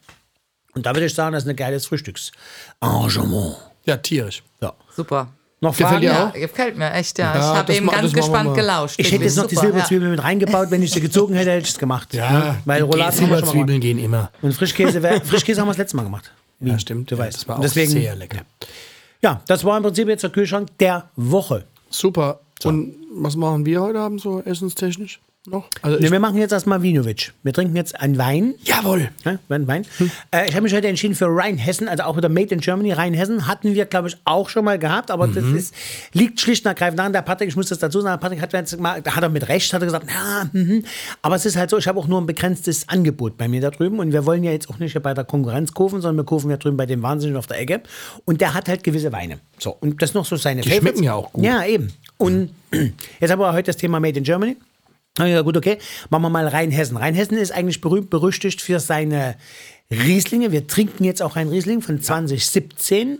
Speaker 4: Und da würde ich sagen, das ist ein geiles Frühstücksarrangement.
Speaker 3: Ja, tierisch. Ja.
Speaker 5: Super.
Speaker 4: Noch
Speaker 3: Gefällt
Speaker 4: Fragen?
Speaker 3: dir
Speaker 5: Ja,
Speaker 3: auch?
Speaker 5: gefällt mir echt, ja.
Speaker 3: Ja,
Speaker 5: ich habe
Speaker 3: das
Speaker 5: eben
Speaker 3: ma-
Speaker 5: ganz
Speaker 3: das machen wir
Speaker 5: gespannt
Speaker 3: mal.
Speaker 5: gelauscht.
Speaker 4: Ich hätte jetzt noch die
Speaker 5: Super, ja.
Speaker 4: Silberzwiebel mit reingebaut. Wenn ich sie gezogen hätte, hätte ich es gemacht. Ne? Weil Rouladen haben wir schon mal gemacht.
Speaker 3: Zwiebeln gehen immer.
Speaker 4: Und Frischkäse, wär, Frischkäse haben wir das letzte Mal gemacht.
Speaker 3: Ja, stimmt.
Speaker 4: du
Speaker 3: ja,
Speaker 4: weißt.
Speaker 3: Das war auch
Speaker 4: Und deswegen-
Speaker 3: sehr lecker.
Speaker 4: Ja, das war im Prinzip jetzt der Kühlschrank der Woche.
Speaker 3: Super. Und was machen wir heute Abend so essenstechnisch noch? Also
Speaker 4: Ne, wir machen jetzt erstmal Winovic. Wir trinken jetzt einen Wein.
Speaker 3: jawohl.
Speaker 4: Ja, Ne? Wein. Wein. Äh, ich habe mich heute entschieden für Rheinhessen, also auch wieder Made in Germany. Rheinhessen hatten wir, glaube ich, auch schon mal gehabt, aber
Speaker 3: Mhm.
Speaker 4: das ist, liegt schlicht und ergreifend an der Patrick. Ich muss das dazu sagen, Patrick hat, mir jetzt mal, da hat er mit Recht hat er gesagt, na, mhm. aber es ist halt so, ich habe auch nur ein begrenztes Angebot bei mir da drüben und wir wollen ja jetzt auch nicht hier bei der Konkurrenz kaufen, sondern wir kaufen ja drüben bei dem Wahnsinnigen auf der Ecke und der hat halt gewisse Weine. So, und das noch so seine
Speaker 3: Die schmecken ja auch gut.
Speaker 4: Ja, eben. Und jetzt haben wir heute das Thema Made in Germany. Na ja, gut, okay. Machen wir mal Rheinhessen. Rheinhessen ist eigentlich berühmt, berüchtigt für seine Rieslinge. Wir trinken jetzt auch einen Riesling von 2017.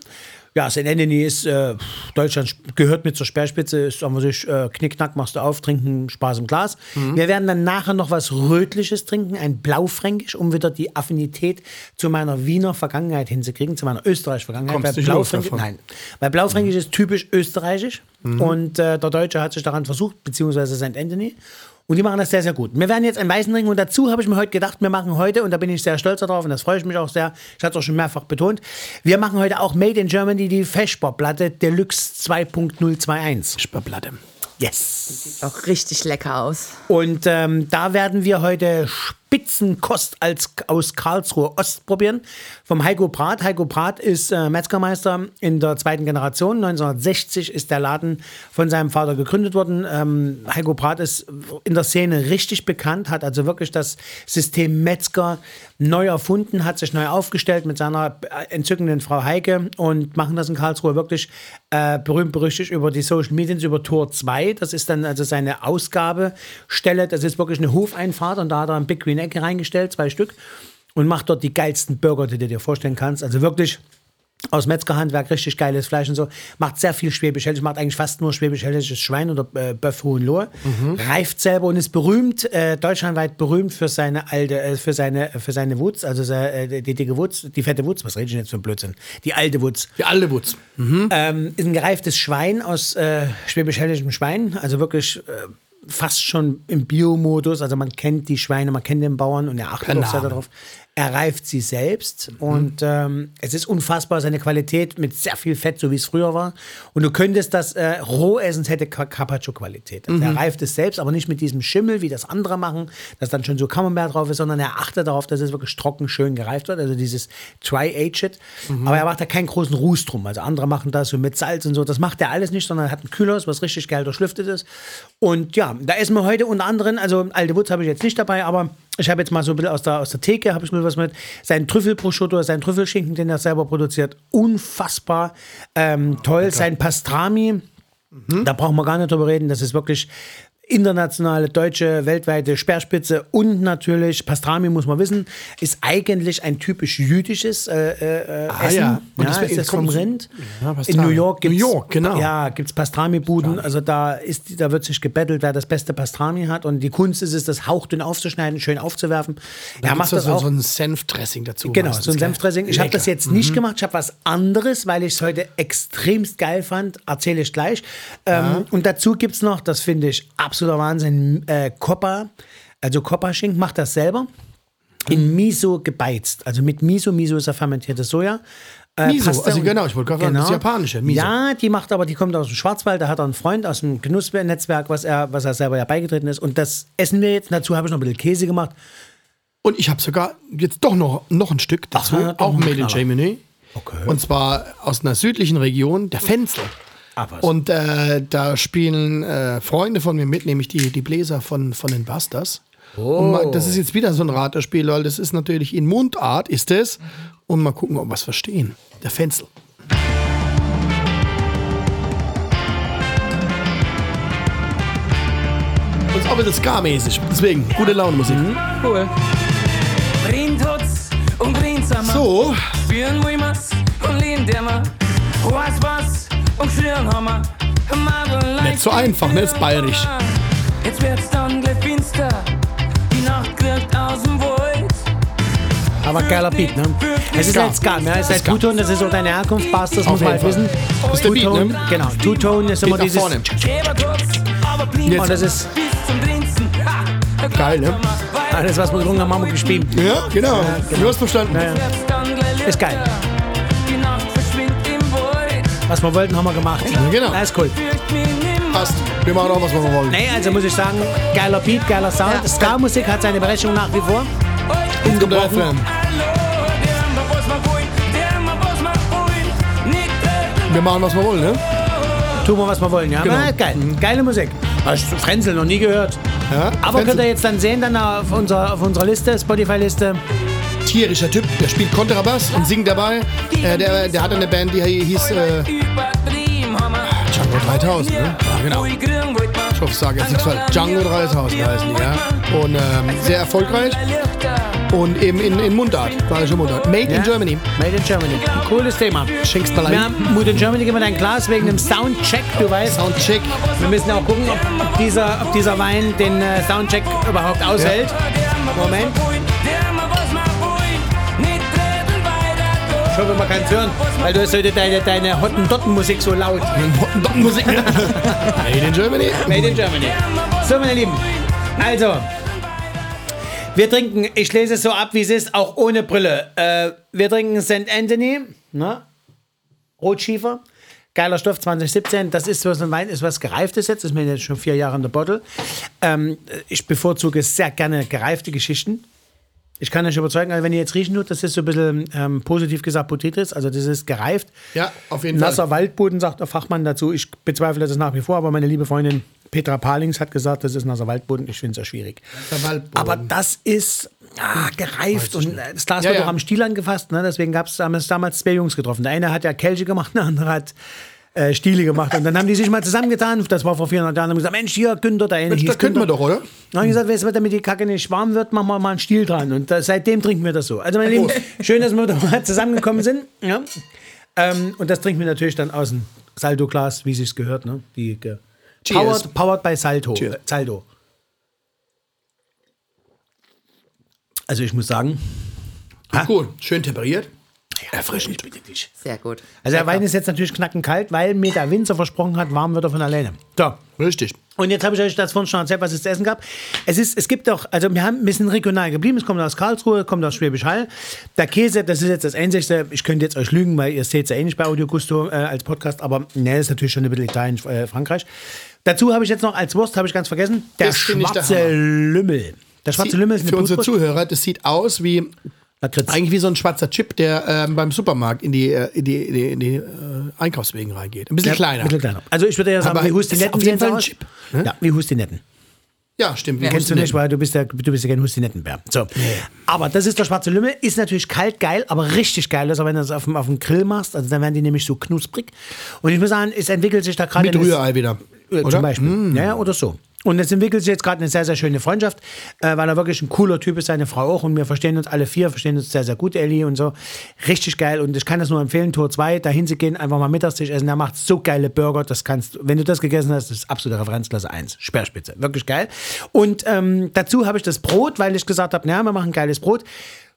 Speaker 4: Ja, sein Ende ist, äh, Deutschland gehört mit zur Speerspitze, ist an sich, äh, Knickknack machst du auf, trinken, Spaß im Glas.
Speaker 3: Mhm.
Speaker 4: Wir werden dann nachher noch was Rötliches trinken, ein Blaufränkisch, um wieder die Affinität zu meiner Wiener Vergangenheit hinzukriegen, zu meiner Österreich-Vergangenheit.
Speaker 3: Kommst
Speaker 4: Weil
Speaker 3: nicht los
Speaker 4: Blaufränkisch,
Speaker 3: davon.
Speaker 4: nein, weil Blaufränkisch ist typisch österreichisch und äh, der Deutsche hat sich daran versucht, beziehungsweise St. Anthony. Und die machen das sehr, sehr gut. Wir werden jetzt einen Weißen trinken und dazu habe ich mir heute gedacht, wir machen heute, und da bin ich sehr stolz darauf und das freue ich mich auch sehr, ich hatte es auch schon mehrfach betont, wir machen heute auch Made in Germany die Feschbar-Platte Deluxe 2.021.
Speaker 3: Sperrplatte.
Speaker 4: Yes.
Speaker 5: Auch richtig lecker aus.
Speaker 4: Und ähm, da werden wir heute Spitzenkost als, aus Karlsruhe Ost probieren. Vom Heiko Brat. Heiko Brat ist äh, Metzgermeister in der zweiten Generation. 1960 ist der Laden von seinem Vater gegründet worden. Ähm, Heiko Brat ist in der Szene richtig bekannt, hat also wirklich das System Metzger neu erfunden, hat sich neu aufgestellt mit seiner entzückenden Frau Heike und machen das in Karlsruhe wirklich äh, berühmt berüchtigt über die Social Medias, über Tor 2. Das ist dann also seine Ausgabestelle. Das ist wirklich eine Hofeinfahrt und da hat er ein Big Green Egg reingestellt, zwei Stück, und macht dort die geilsten Burger, die du dir vorstellen kannst. Also wirklich aus Metzgerhandwerk richtig geiles Fleisch und so. Macht sehr viel schwäbisch hessisch, macht eigentlich fast nur schwäbisch hessisches Schwein oder äh, Böff Hohenlohe.
Speaker 3: Mhm.
Speaker 4: Reift selber und ist berühmt, äh, deutschlandweit berühmt für seine alte, äh, für seine, für seine Wutz, also se- äh, die dicke Wutz, die fette Wutz, was rede ich denn jetzt für ein Blödsinn? Die alte Wutz.
Speaker 3: Die alle Wutz. Mhm.
Speaker 4: Ähm, ist ein gereiftes Schwein aus äh, schwäbisch-hellischem Schwein, also wirklich äh, fast schon im Biomodus. Also man kennt die Schweine, man kennt den Bauern und er achtet
Speaker 3: Per
Speaker 4: auch sehr
Speaker 3: Name.
Speaker 4: darauf. Er reift sie selbst und ähm, es ist unfassbar, seine Qualität mit sehr viel Fett, so wie es früher war. Und du könntest das äh, roh essen, es hätte Ca- Carpaccio-Qualität. Also Er reift es selbst, aber nicht mit diesem Schimmel, wie das andere machen, dass dann schon so Camembert drauf ist, sondern er achtet darauf, dass es wirklich trocken, schön gereift wird. Also dieses Try-Aged. Aber er macht da keinen großen Ruß drum. Also andere machen das so mit Salz und so. Das macht er alles nicht, sondern er hat ein Kühlhaus, was richtig geil durchlüftet ist. Und ja, da essen wir heute unter anderem, also alte Wutz habe ich jetzt nicht dabei, aber ich habe jetzt mal so ein bisschen aus der, aus der Theke, habe ich mir was mit. Sein Trüffelprosciutto, sein Trüffelschinken, den er selber produziert, unfassbar ähm, toll. Sein Pastrami, da brauchen wir gar nicht drüber reden, das ist wirklich internationale, deutsche, weltweite Speerspitze und natürlich Pastrami, muss man wissen, ist eigentlich ein typisch jüdisches äh, äh, äh, Essen.
Speaker 3: Ah, ja. Und
Speaker 4: Und ja,
Speaker 3: deswegen
Speaker 4: ist das vom
Speaker 3: kommt's-
Speaker 4: Rind.
Speaker 3: Ja, Pastrami.
Speaker 4: In New York gibt's,
Speaker 3: New York, genau.
Speaker 4: Ja, gibt's Pastrami-Buden, also da, ist, da wird sich gebettelt, wer das beste Pastrami hat und die Kunst ist es, das hauchdünn aufzuschneiden, schön aufzuwerfen. er macht das
Speaker 3: so,
Speaker 4: auch.
Speaker 3: so ein Senfdressing dazu.
Speaker 4: Genau,
Speaker 3: meistens,
Speaker 4: so ein
Speaker 3: gell?
Speaker 4: Senfdressing. Ich habe
Speaker 3: Lecker. Mhm.
Speaker 4: das jetzt nicht gemacht, ich habe was anderes, weil ich es heute extremst geil fand. Erzähle ich gleich. Ähm, Und dazu gibt es noch, das finde ich absoluter Wahnsinn, äh, Coppa, also Coppa-Schinken, macht das selber.
Speaker 3: Mhm.
Speaker 4: In Miso gebeizt. Also mit Miso. Miso ist ja fermentiertes Soja. Äh,
Speaker 3: Miso,
Speaker 4: Paste
Speaker 3: also
Speaker 4: und-
Speaker 3: genau, ich wollte gerade sagen, das japanische Miso.
Speaker 4: Ja, die macht aber, die kommt aus dem Schwarzwald, da hat er einen Freund aus dem Genussnetzwerk, was er, was er selber ja beigetreten ist. Und das essen wir jetzt. Dazu habe ich noch ein bisschen Käse gemacht.
Speaker 3: Und ich habe sogar jetzt doch noch, noch ein Stück dazu,
Speaker 4: na, doch
Speaker 3: auch
Speaker 4: ein
Speaker 3: Made in
Speaker 4: Knaller.
Speaker 3: Germany.
Speaker 4: Okay.
Speaker 3: Und zwar aus einer südlichen Region, der Fenzel.
Speaker 4: Aber
Speaker 3: Und äh, da spielen äh, Freunde von mir mit, nämlich die, die Bläser von, von den Busters. Und
Speaker 4: Oh.
Speaker 3: mal, das ist jetzt wieder so ein Raterspiel, weil das ist natürlich in Mundart, ist es. Und mal gucken, ob wir es verstehen. Der Fenzel. Und auch ein bisschen ska-mäßig. Deswegen, gute Laune Musik.
Speaker 5: Cool.
Speaker 8: Brindhutz und Brinsamer.
Speaker 3: So,
Speaker 8: Björn Wimmers und Lindemmer. Weißbass und Schirnhammer. Madeleine.
Speaker 3: Nicht so einfach, ne? Ist bayerisch.
Speaker 8: Jetzt wird's dann gleich finster. Die Nacht kriegt aus dem Wald.
Speaker 4: Aber geiler Beat, ne? Es ist
Speaker 8: Ska.
Speaker 4: halt Ska, ne? Es ist halt Two-Tone, das ist auch deine Herkunft, passt, das muss man halt
Speaker 3: jeden
Speaker 4: wissen.
Speaker 3: Das ist der Beat,
Speaker 4: Two-Tone,
Speaker 3: ne?
Speaker 4: Genau, Two-Tone ist immer
Speaker 3: nach
Speaker 4: dieses...
Speaker 3: vorne.
Speaker 8: Käfer kurz, aber blind.
Speaker 4: Und das ist
Speaker 8: Bis zum Grinsen. Ha! Da
Speaker 3: Geil, ne?
Speaker 8: glaubt man, weil
Speaker 4: alles, was wir getrunken haben, haben wir gespielt. ne?
Speaker 3: ja, genau. Du hast verstanden.
Speaker 8: wird's dann gleich
Speaker 4: Ist geil.
Speaker 8: lichter. Die Nacht verschwindet im Wald.
Speaker 4: Was wir wollten, haben wir gemacht.
Speaker 3: genau.
Speaker 4: Alles cool.
Speaker 8: Fürcht mich nimmer.
Speaker 3: Passt. Wir machen auch, was wir wollen.
Speaker 4: Nee, also muss ich sagen, geiler Beat, geiler Sound. Ska-Musik hat seine Berechnung nach wie vor.
Speaker 3: Ah, Jetzt kommt der Refrain. Wir machen, was wir wollen, ne?
Speaker 4: Tun wir, was wir wollen, ja?
Speaker 3: Genau.
Speaker 4: Na, geil. Geile Musik. Hast du Frenzel noch nie gehört.
Speaker 3: Ja,
Speaker 4: Aber
Speaker 3: Frenzel.
Speaker 4: könnt ihr jetzt dann sehen, dann auf unserer, auf unserer Liste, Spotify-Liste.
Speaker 3: tierischer Typ, der spielt Kontrabass und singt dabei. Äh, der, der hatte eine Band, die hieß äh, Django 3000, ne? Ja, genau. Ich hoffe, ich sage jetzt nichts falsch. Django 3000 heißen die, ja. Und ähm, sehr erfolgreich und eben in, in Mundart, bayerische Mundart. Made in Germany.
Speaker 4: Made in Germany. Cooles Thema.
Speaker 3: Schenkst mal
Speaker 4: Wir
Speaker 3: ein.
Speaker 4: haben Mut in Germany geben wir dein Glas wegen dem Soundcheck, du weißt.
Speaker 3: Soundcheck.
Speaker 4: Wir müssen auch gucken, ob, ob, dieser, ob dieser Wein den äh, Soundcheck überhaupt aushält. Moment. Ich hoffe, man kann hören, weil du hast heute deine, deine Hotten-Dotten-Musik so laut.
Speaker 3: Musik. Made in Germany.
Speaker 4: Made in Germany. So, meine Lieben. Also, wir trinken, ich lese es so ab, wie es ist, auch ohne Brille. Äh, wir trinken St. Anthony, ne? Rotschiefer, Geiler Stoff 2017, das ist was ein Wein, ist was gereiftes jetzt, ist mir jetzt schon vier Jahre in der Bottle. Ähm, ich bevorzuge sehr gerne gereifte Geschichten. Ich kann euch überzeugen, also wenn ihr jetzt riechen tut, das ist so ein bisschen ähm, positiv gesagt Potitris, also das ist gereift.
Speaker 3: Ja, auf jeden
Speaker 4: Nasser
Speaker 3: Fall.
Speaker 4: Waldboden, sagt der Fachmann dazu. Ich bezweifle das nach wie vor, aber meine liebe Freundin Petra Palings hat gesagt, das ist nasser Waldboden. Ich finde es ja schwierig.
Speaker 3: Nasser Waldboden.
Speaker 4: Aber das ist ah, gereift und äh, das Glas
Speaker 3: Ja,
Speaker 4: wird
Speaker 3: ja.
Speaker 4: auch am Stiel angefasst. Ne? Deswegen gab es damals, damals zwei Jungs getroffen. Der eine hat ja Kelche gemacht, der andere hat äh, Stiele gemacht. Und dann haben die sich mal zusammengetan. Das war vor 400 Jahren. Haben gesagt, Mensch, hier, Günther, der eine
Speaker 3: Mensch,
Speaker 4: hieß
Speaker 3: das könnten wir
Speaker 4: Günther.
Speaker 3: doch, oder?
Speaker 4: Dann haben die gesagt, weißt du, was, damit die Kacke nicht warm wird, machen wir mal einen Stiel dran. Und da, seitdem trinken wir das so. Also, meine Lieben, schön, dass wir da mal zusammengekommen sind. Ja. Ähm, und das trinken wir natürlich dann aus dem Saldo-Glas, wie sich's gehört. Ne? Die ge
Speaker 3: Cheers.
Speaker 4: powered, powered by Salto. Äh, Saldo. Also, ich muss sagen,
Speaker 3: Gut, schön temperiert.
Speaker 2: Erfrischend.
Speaker 5: Sehr gut.
Speaker 4: also der Wein ist jetzt natürlich knackenkalt, weil mir der Winzer versprochen hat, warm wird er von alleine. So.
Speaker 3: Richtig.
Speaker 4: Und jetzt habe ich euch das vorhin schon erzählt, was es zu essen gab. Es, ist, es gibt auch, also wir haben ein bisschen regional geblieben. Es kommt aus Karlsruhe, kommt aus Schwäbisch Hall. Der Käse, das ist jetzt das Einzige. Ich könnte jetzt euch lügen, weil ihr seht es ja eh nicht bei Audio Gusto äh, als Podcast. Aber ne, ist natürlich schon ein bisschen Italien, äh, Frankreich. Dazu habe ich jetzt noch als Wurst, habe ich ganz vergessen, der
Speaker 3: Das finde ich der
Speaker 4: schwarze
Speaker 3: Hammer.
Speaker 4: Lümmel. Der schwarze Lümmel ist eine
Speaker 3: Für unsere
Speaker 4: Blutwurst.
Speaker 3: Zuhörer, das sieht aus wie
Speaker 4: Lakritz.
Speaker 3: eigentlich wie so ein schwarzer Chip, der ähm, beim Supermarkt in die, äh, in die, in die, in die äh, Einkaufswegen reingeht. Ein bisschen
Speaker 4: Ja,
Speaker 3: kleiner.
Speaker 4: ein bisschen kleiner. Also ich würde ja sagen,
Speaker 3: Aber
Speaker 4: wie Hustinetten
Speaker 3: ist auf jeden
Speaker 4: sehen sie
Speaker 3: Fall ein
Speaker 4: aus.
Speaker 3: Chip,
Speaker 4: Ja, wie Hustinetten.
Speaker 3: Ja, stimmt.
Speaker 5: Ja.
Speaker 4: Kennst du nicht, weil du bist ja, du bist ja kein Hustinettenbär. So. Aber das ist der schwarze Lümmel, ist natürlich kalt geil, aber richtig geil ist, auch wenn du das auf dem, auf dem Grill machst, also dann werden die nämlich so knusprig. Und ich muss sagen, es entwickelt sich da gerade
Speaker 3: Mit
Speaker 4: eine-
Speaker 3: Rührei wieder.
Speaker 4: äh,
Speaker 3: Oder?
Speaker 4: Zum Beispiel. Ja, ja, oder so. Und es entwickelt sich jetzt gerade eine sehr, sehr schöne Freundschaft, äh, weil er wirklich ein cooler Typ ist, seine Frau auch. Und wir verstehen uns alle vier, verstehen uns sehr, sehr gut, Ellie und so. Richtig geil. Und ich kann das nur empfehlen, Tour 2, dahin zu gehen, einfach mal Mittagstisch essen. Er macht so geile Burger, das kannst Wenn du das gegessen hast, das ist absolute Referenzklasse 1. Speerspitze. Wirklich geil. Und ähm, dazu habe ich das Brot, weil ich gesagt habe, naja, wir machen geiles Brot.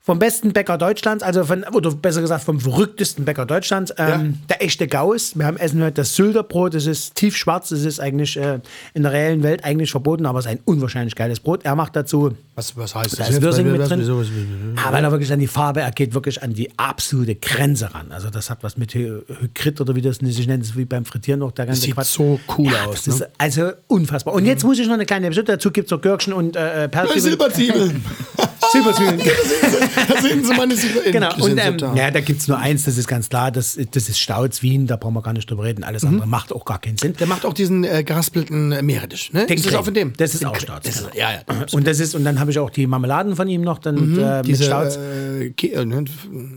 Speaker 4: Vom besten Bäcker Deutschlands, also von, oder besser gesagt vom verrücktesten Bäcker Deutschlands, ähm, der echte Gauss. Wir haben Essen heute das Sylderbrot, das ist tiefschwarz, das ist eigentlich äh, in der reellen Welt eigentlich verboten, aber es ist ein unwahrscheinlich geiles Brot. Er macht dazu,
Speaker 3: Was, was heißt
Speaker 4: da
Speaker 3: das?
Speaker 4: ist
Speaker 3: jetzt?
Speaker 4: Würsing mit
Speaker 3: Was-
Speaker 4: drin,
Speaker 3: wieso- wieso-
Speaker 4: aber weil er wirklich an die Farbe, er geht wirklich an die absolute Grenze ran. Also das hat was mit Hy- Hykrit oder wie das sich nennt, das ist wie beim Frittieren noch der ganze
Speaker 3: sieht
Speaker 4: Quatsch.
Speaker 3: so cool aus,
Speaker 4: Das
Speaker 3: ne?
Speaker 4: ist also unfassbar. Und jetzt muss ich noch eine kleine Episode, dazu gibt es noch Gürkchen und äh,
Speaker 3: Äh,
Speaker 4: Perlzwiebeln.
Speaker 3: Silberzwiebeln.
Speaker 4: Silberzwiebeln.
Speaker 3: da sehen Sie meine Silberzwiebeln.
Speaker 4: genau.
Speaker 3: Die
Speaker 4: Und
Speaker 3: sind so da.
Speaker 4: ähm, ja, da gibt es nur eins, das ist ganz klar, das, das ist Stauz Wien, da brauchen wir gar nicht drüber reden. Alles andere macht auch gar keinen Sinn.
Speaker 3: Mhm. Der macht auch diesen äh, geraspelten äh, Meerrettich. Ne?
Speaker 4: Den
Speaker 3: Ist das
Speaker 4: Creme.
Speaker 3: auch von dem?
Speaker 4: Das ist
Speaker 3: Den
Speaker 4: auch
Speaker 3: Creme.
Speaker 4: Stauz.
Speaker 3: Das ist-
Speaker 4: genau.
Speaker 3: Ja, ja.
Speaker 4: Und das ist, und dann habe ich auch die Marmeladen von ihm noch, dann äh, mit
Speaker 3: Diese,
Speaker 4: Stauz.
Speaker 3: äh, Kä- äh, ne,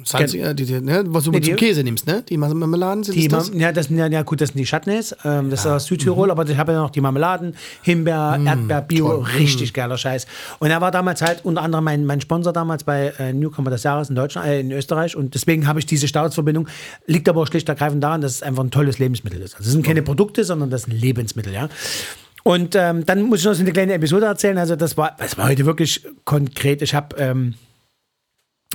Speaker 3: Salz,
Speaker 4: Ken-
Speaker 3: äh, die, die, ne, was du
Speaker 4: Nee, die-
Speaker 3: zum Käse nimmst, ne? Die Marmeladen sind
Speaker 4: Die
Speaker 3: das das?
Speaker 4: Mam- ja, das sind ja, ja gut, das sind die Chutneys, ähm, das ist aus Südtirol, aber ich habe ja noch die Marmeladen, Himbeer, Erdbeer, Bio, richtig geiler Scheiß. Und er war damals halt unter anderem mein, mein Sponsor damals bei äh, Newcomer des Jahres in Deutschland, äh, in Österreich und deswegen habe ich diese Staatsverbindung. Liegt aber auch schlicht und ergreifend daran, dass es einfach ein tolles Lebensmittel ist. Also es sind keine Produkte, sondern das sind Lebensmittel, ja. Und ähm, dann muss ich noch so eine kleine Episode erzählen. Also das war, das war heute wirklich konkret. Ich habe ähm,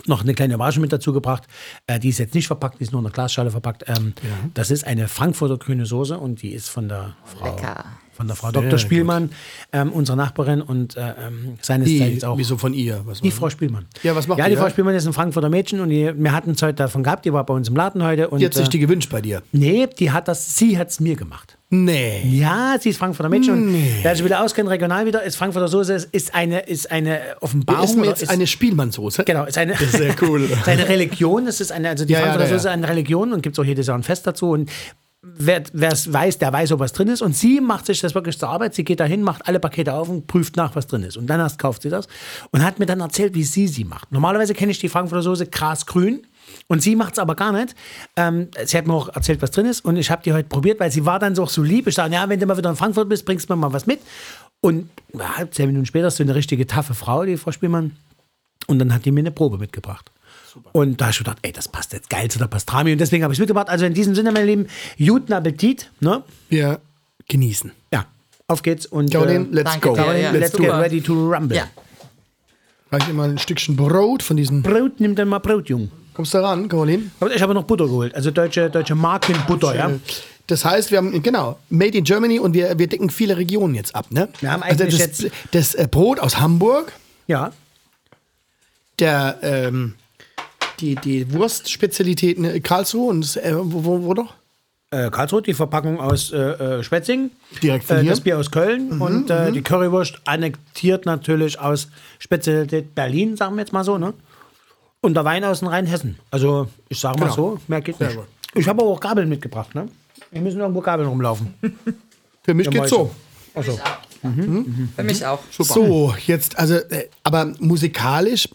Speaker 4: noch eine kleine Überraschung mit dazu gebracht. Äh, die ist jetzt nicht verpackt, die ist nur in der Glasschale verpackt. Ähm, Das ist eine Frankfurter grüne Soße und die ist von der Frau,
Speaker 5: Lecker.
Speaker 4: von der Frau Dr. Spielmann, ähm, unserer Nachbarin und äh, ähm, seines Zeichens auch.
Speaker 3: wieso von ihr? Was
Speaker 4: Die
Speaker 3: war-
Speaker 4: Frau Spielmann.
Speaker 3: Ja, was macht
Speaker 4: ja,
Speaker 3: die,
Speaker 4: die
Speaker 3: ja?
Speaker 4: Frau Spielmann ist ein Frankfurter Mädchen und die, wir hatten es heute davon gehabt, die war bei uns im Laden heute. Und,
Speaker 3: Die hat sich die
Speaker 4: äh,
Speaker 3: gewünscht bei dir.
Speaker 4: nee, die hat das, sie hat es mir gemacht.
Speaker 3: Nee.
Speaker 4: Ja, sie ist Frankfurter Mädchen. Und wer sich wieder auskennt, regional wieder, ist Frankfurter Soße, ist- ist eine, ist eine Offenbarung.
Speaker 3: Wir essen
Speaker 4: oder
Speaker 3: jetzt eine Spielmannsoße.
Speaker 4: Genau, ist eine,
Speaker 3: ist ja cool.
Speaker 4: ist eine Religion. Es ist eine, also die
Speaker 3: Ja, ja,
Speaker 4: Frankfurter
Speaker 3: ja, ja.
Speaker 4: Soße ist eine Religion und gibt es auch jedes Jahr ein Fest dazu. Und wer es weiß, der weiß, ob was drin ist. Und sie macht sich das wirklich zur Arbeit. Sie geht dahin, macht alle Pakete auf und prüft nach, was drin ist. Und dann erst kauft sie das und hat mir dann erzählt, wie sie sie macht. Normalerweise kenne ich die Frankfurter Soße grasgrün. Und sie macht es aber gar nicht. Ähm, sie hat mir auch erzählt, was drin ist. Und ich habe die heute probiert, weil sie war dann so auch so lieb. Ich dachte, ja, wenn du mal wieder in Frankfurt bist, bringst du mir mal was mit. Und ja, zehn Minuten später ist so eine richtige taffe Frau, die Frau Spielmann. Und dann hat die mir eine Probe mitgebracht. Und da habe ich gedacht, ey, das passt jetzt geil zu der Pastrami. Und deswegen habe ich es mitgebracht. Also in diesem Sinne, meine Lieben, guten Appetit. Ne?
Speaker 3: Wir genießen.
Speaker 4: Ja, auf geht's. Und äh,
Speaker 3: Caroline, let's
Speaker 5: danke,
Speaker 3: go.
Speaker 5: Caroline,
Speaker 3: let's
Speaker 4: let's
Speaker 5: let's
Speaker 3: do
Speaker 4: get
Speaker 3: it.
Speaker 5: go.
Speaker 4: ready to rumble.
Speaker 5: Ja.
Speaker 3: Gleich immer ein Stückchen Brot von diesen.
Speaker 4: Brot, nimm dann mal Brot, Jung.
Speaker 3: Kommst du ran, Caroline? Äh,
Speaker 4: Aber Ich habe noch Butter geholt. Also deutsche, deutsche Markenbutter, ja.
Speaker 3: Das heißt, wir haben, genau, Made in Germany und wir, wir decken viele Regionen jetzt ab, ne?
Speaker 4: Wir haben
Speaker 3: also das,
Speaker 4: eigentlich
Speaker 3: das äh, Brot aus Hamburg,
Speaker 4: Ja.
Speaker 3: der, ähm, die, die Wurstspezialitäten in Karlsruhe und das, äh, wo, wo, wo doch?
Speaker 4: äh, Karlsruhe, die Verpackung aus äh, äh, Schwetzingen,
Speaker 3: Direkt von
Speaker 4: äh,
Speaker 3: hier?
Speaker 4: das Bier aus Köln und äh, die Currywurst annektiert natürlich aus Spezialität Berlin, sagen wir jetzt mal so, ne? Und der Wein aus dem Rheinhessen. Also ich sage mal so, mehr geht nicht. Ich habe aber auch Gabeln mitgebracht, ne? Wir müssen irgendwo Gabeln rumlaufen.
Speaker 3: Für mich geht's so.
Speaker 4: Also,
Speaker 5: Für mich auch.
Speaker 3: So, jetzt, also, äh, aber musikalisch,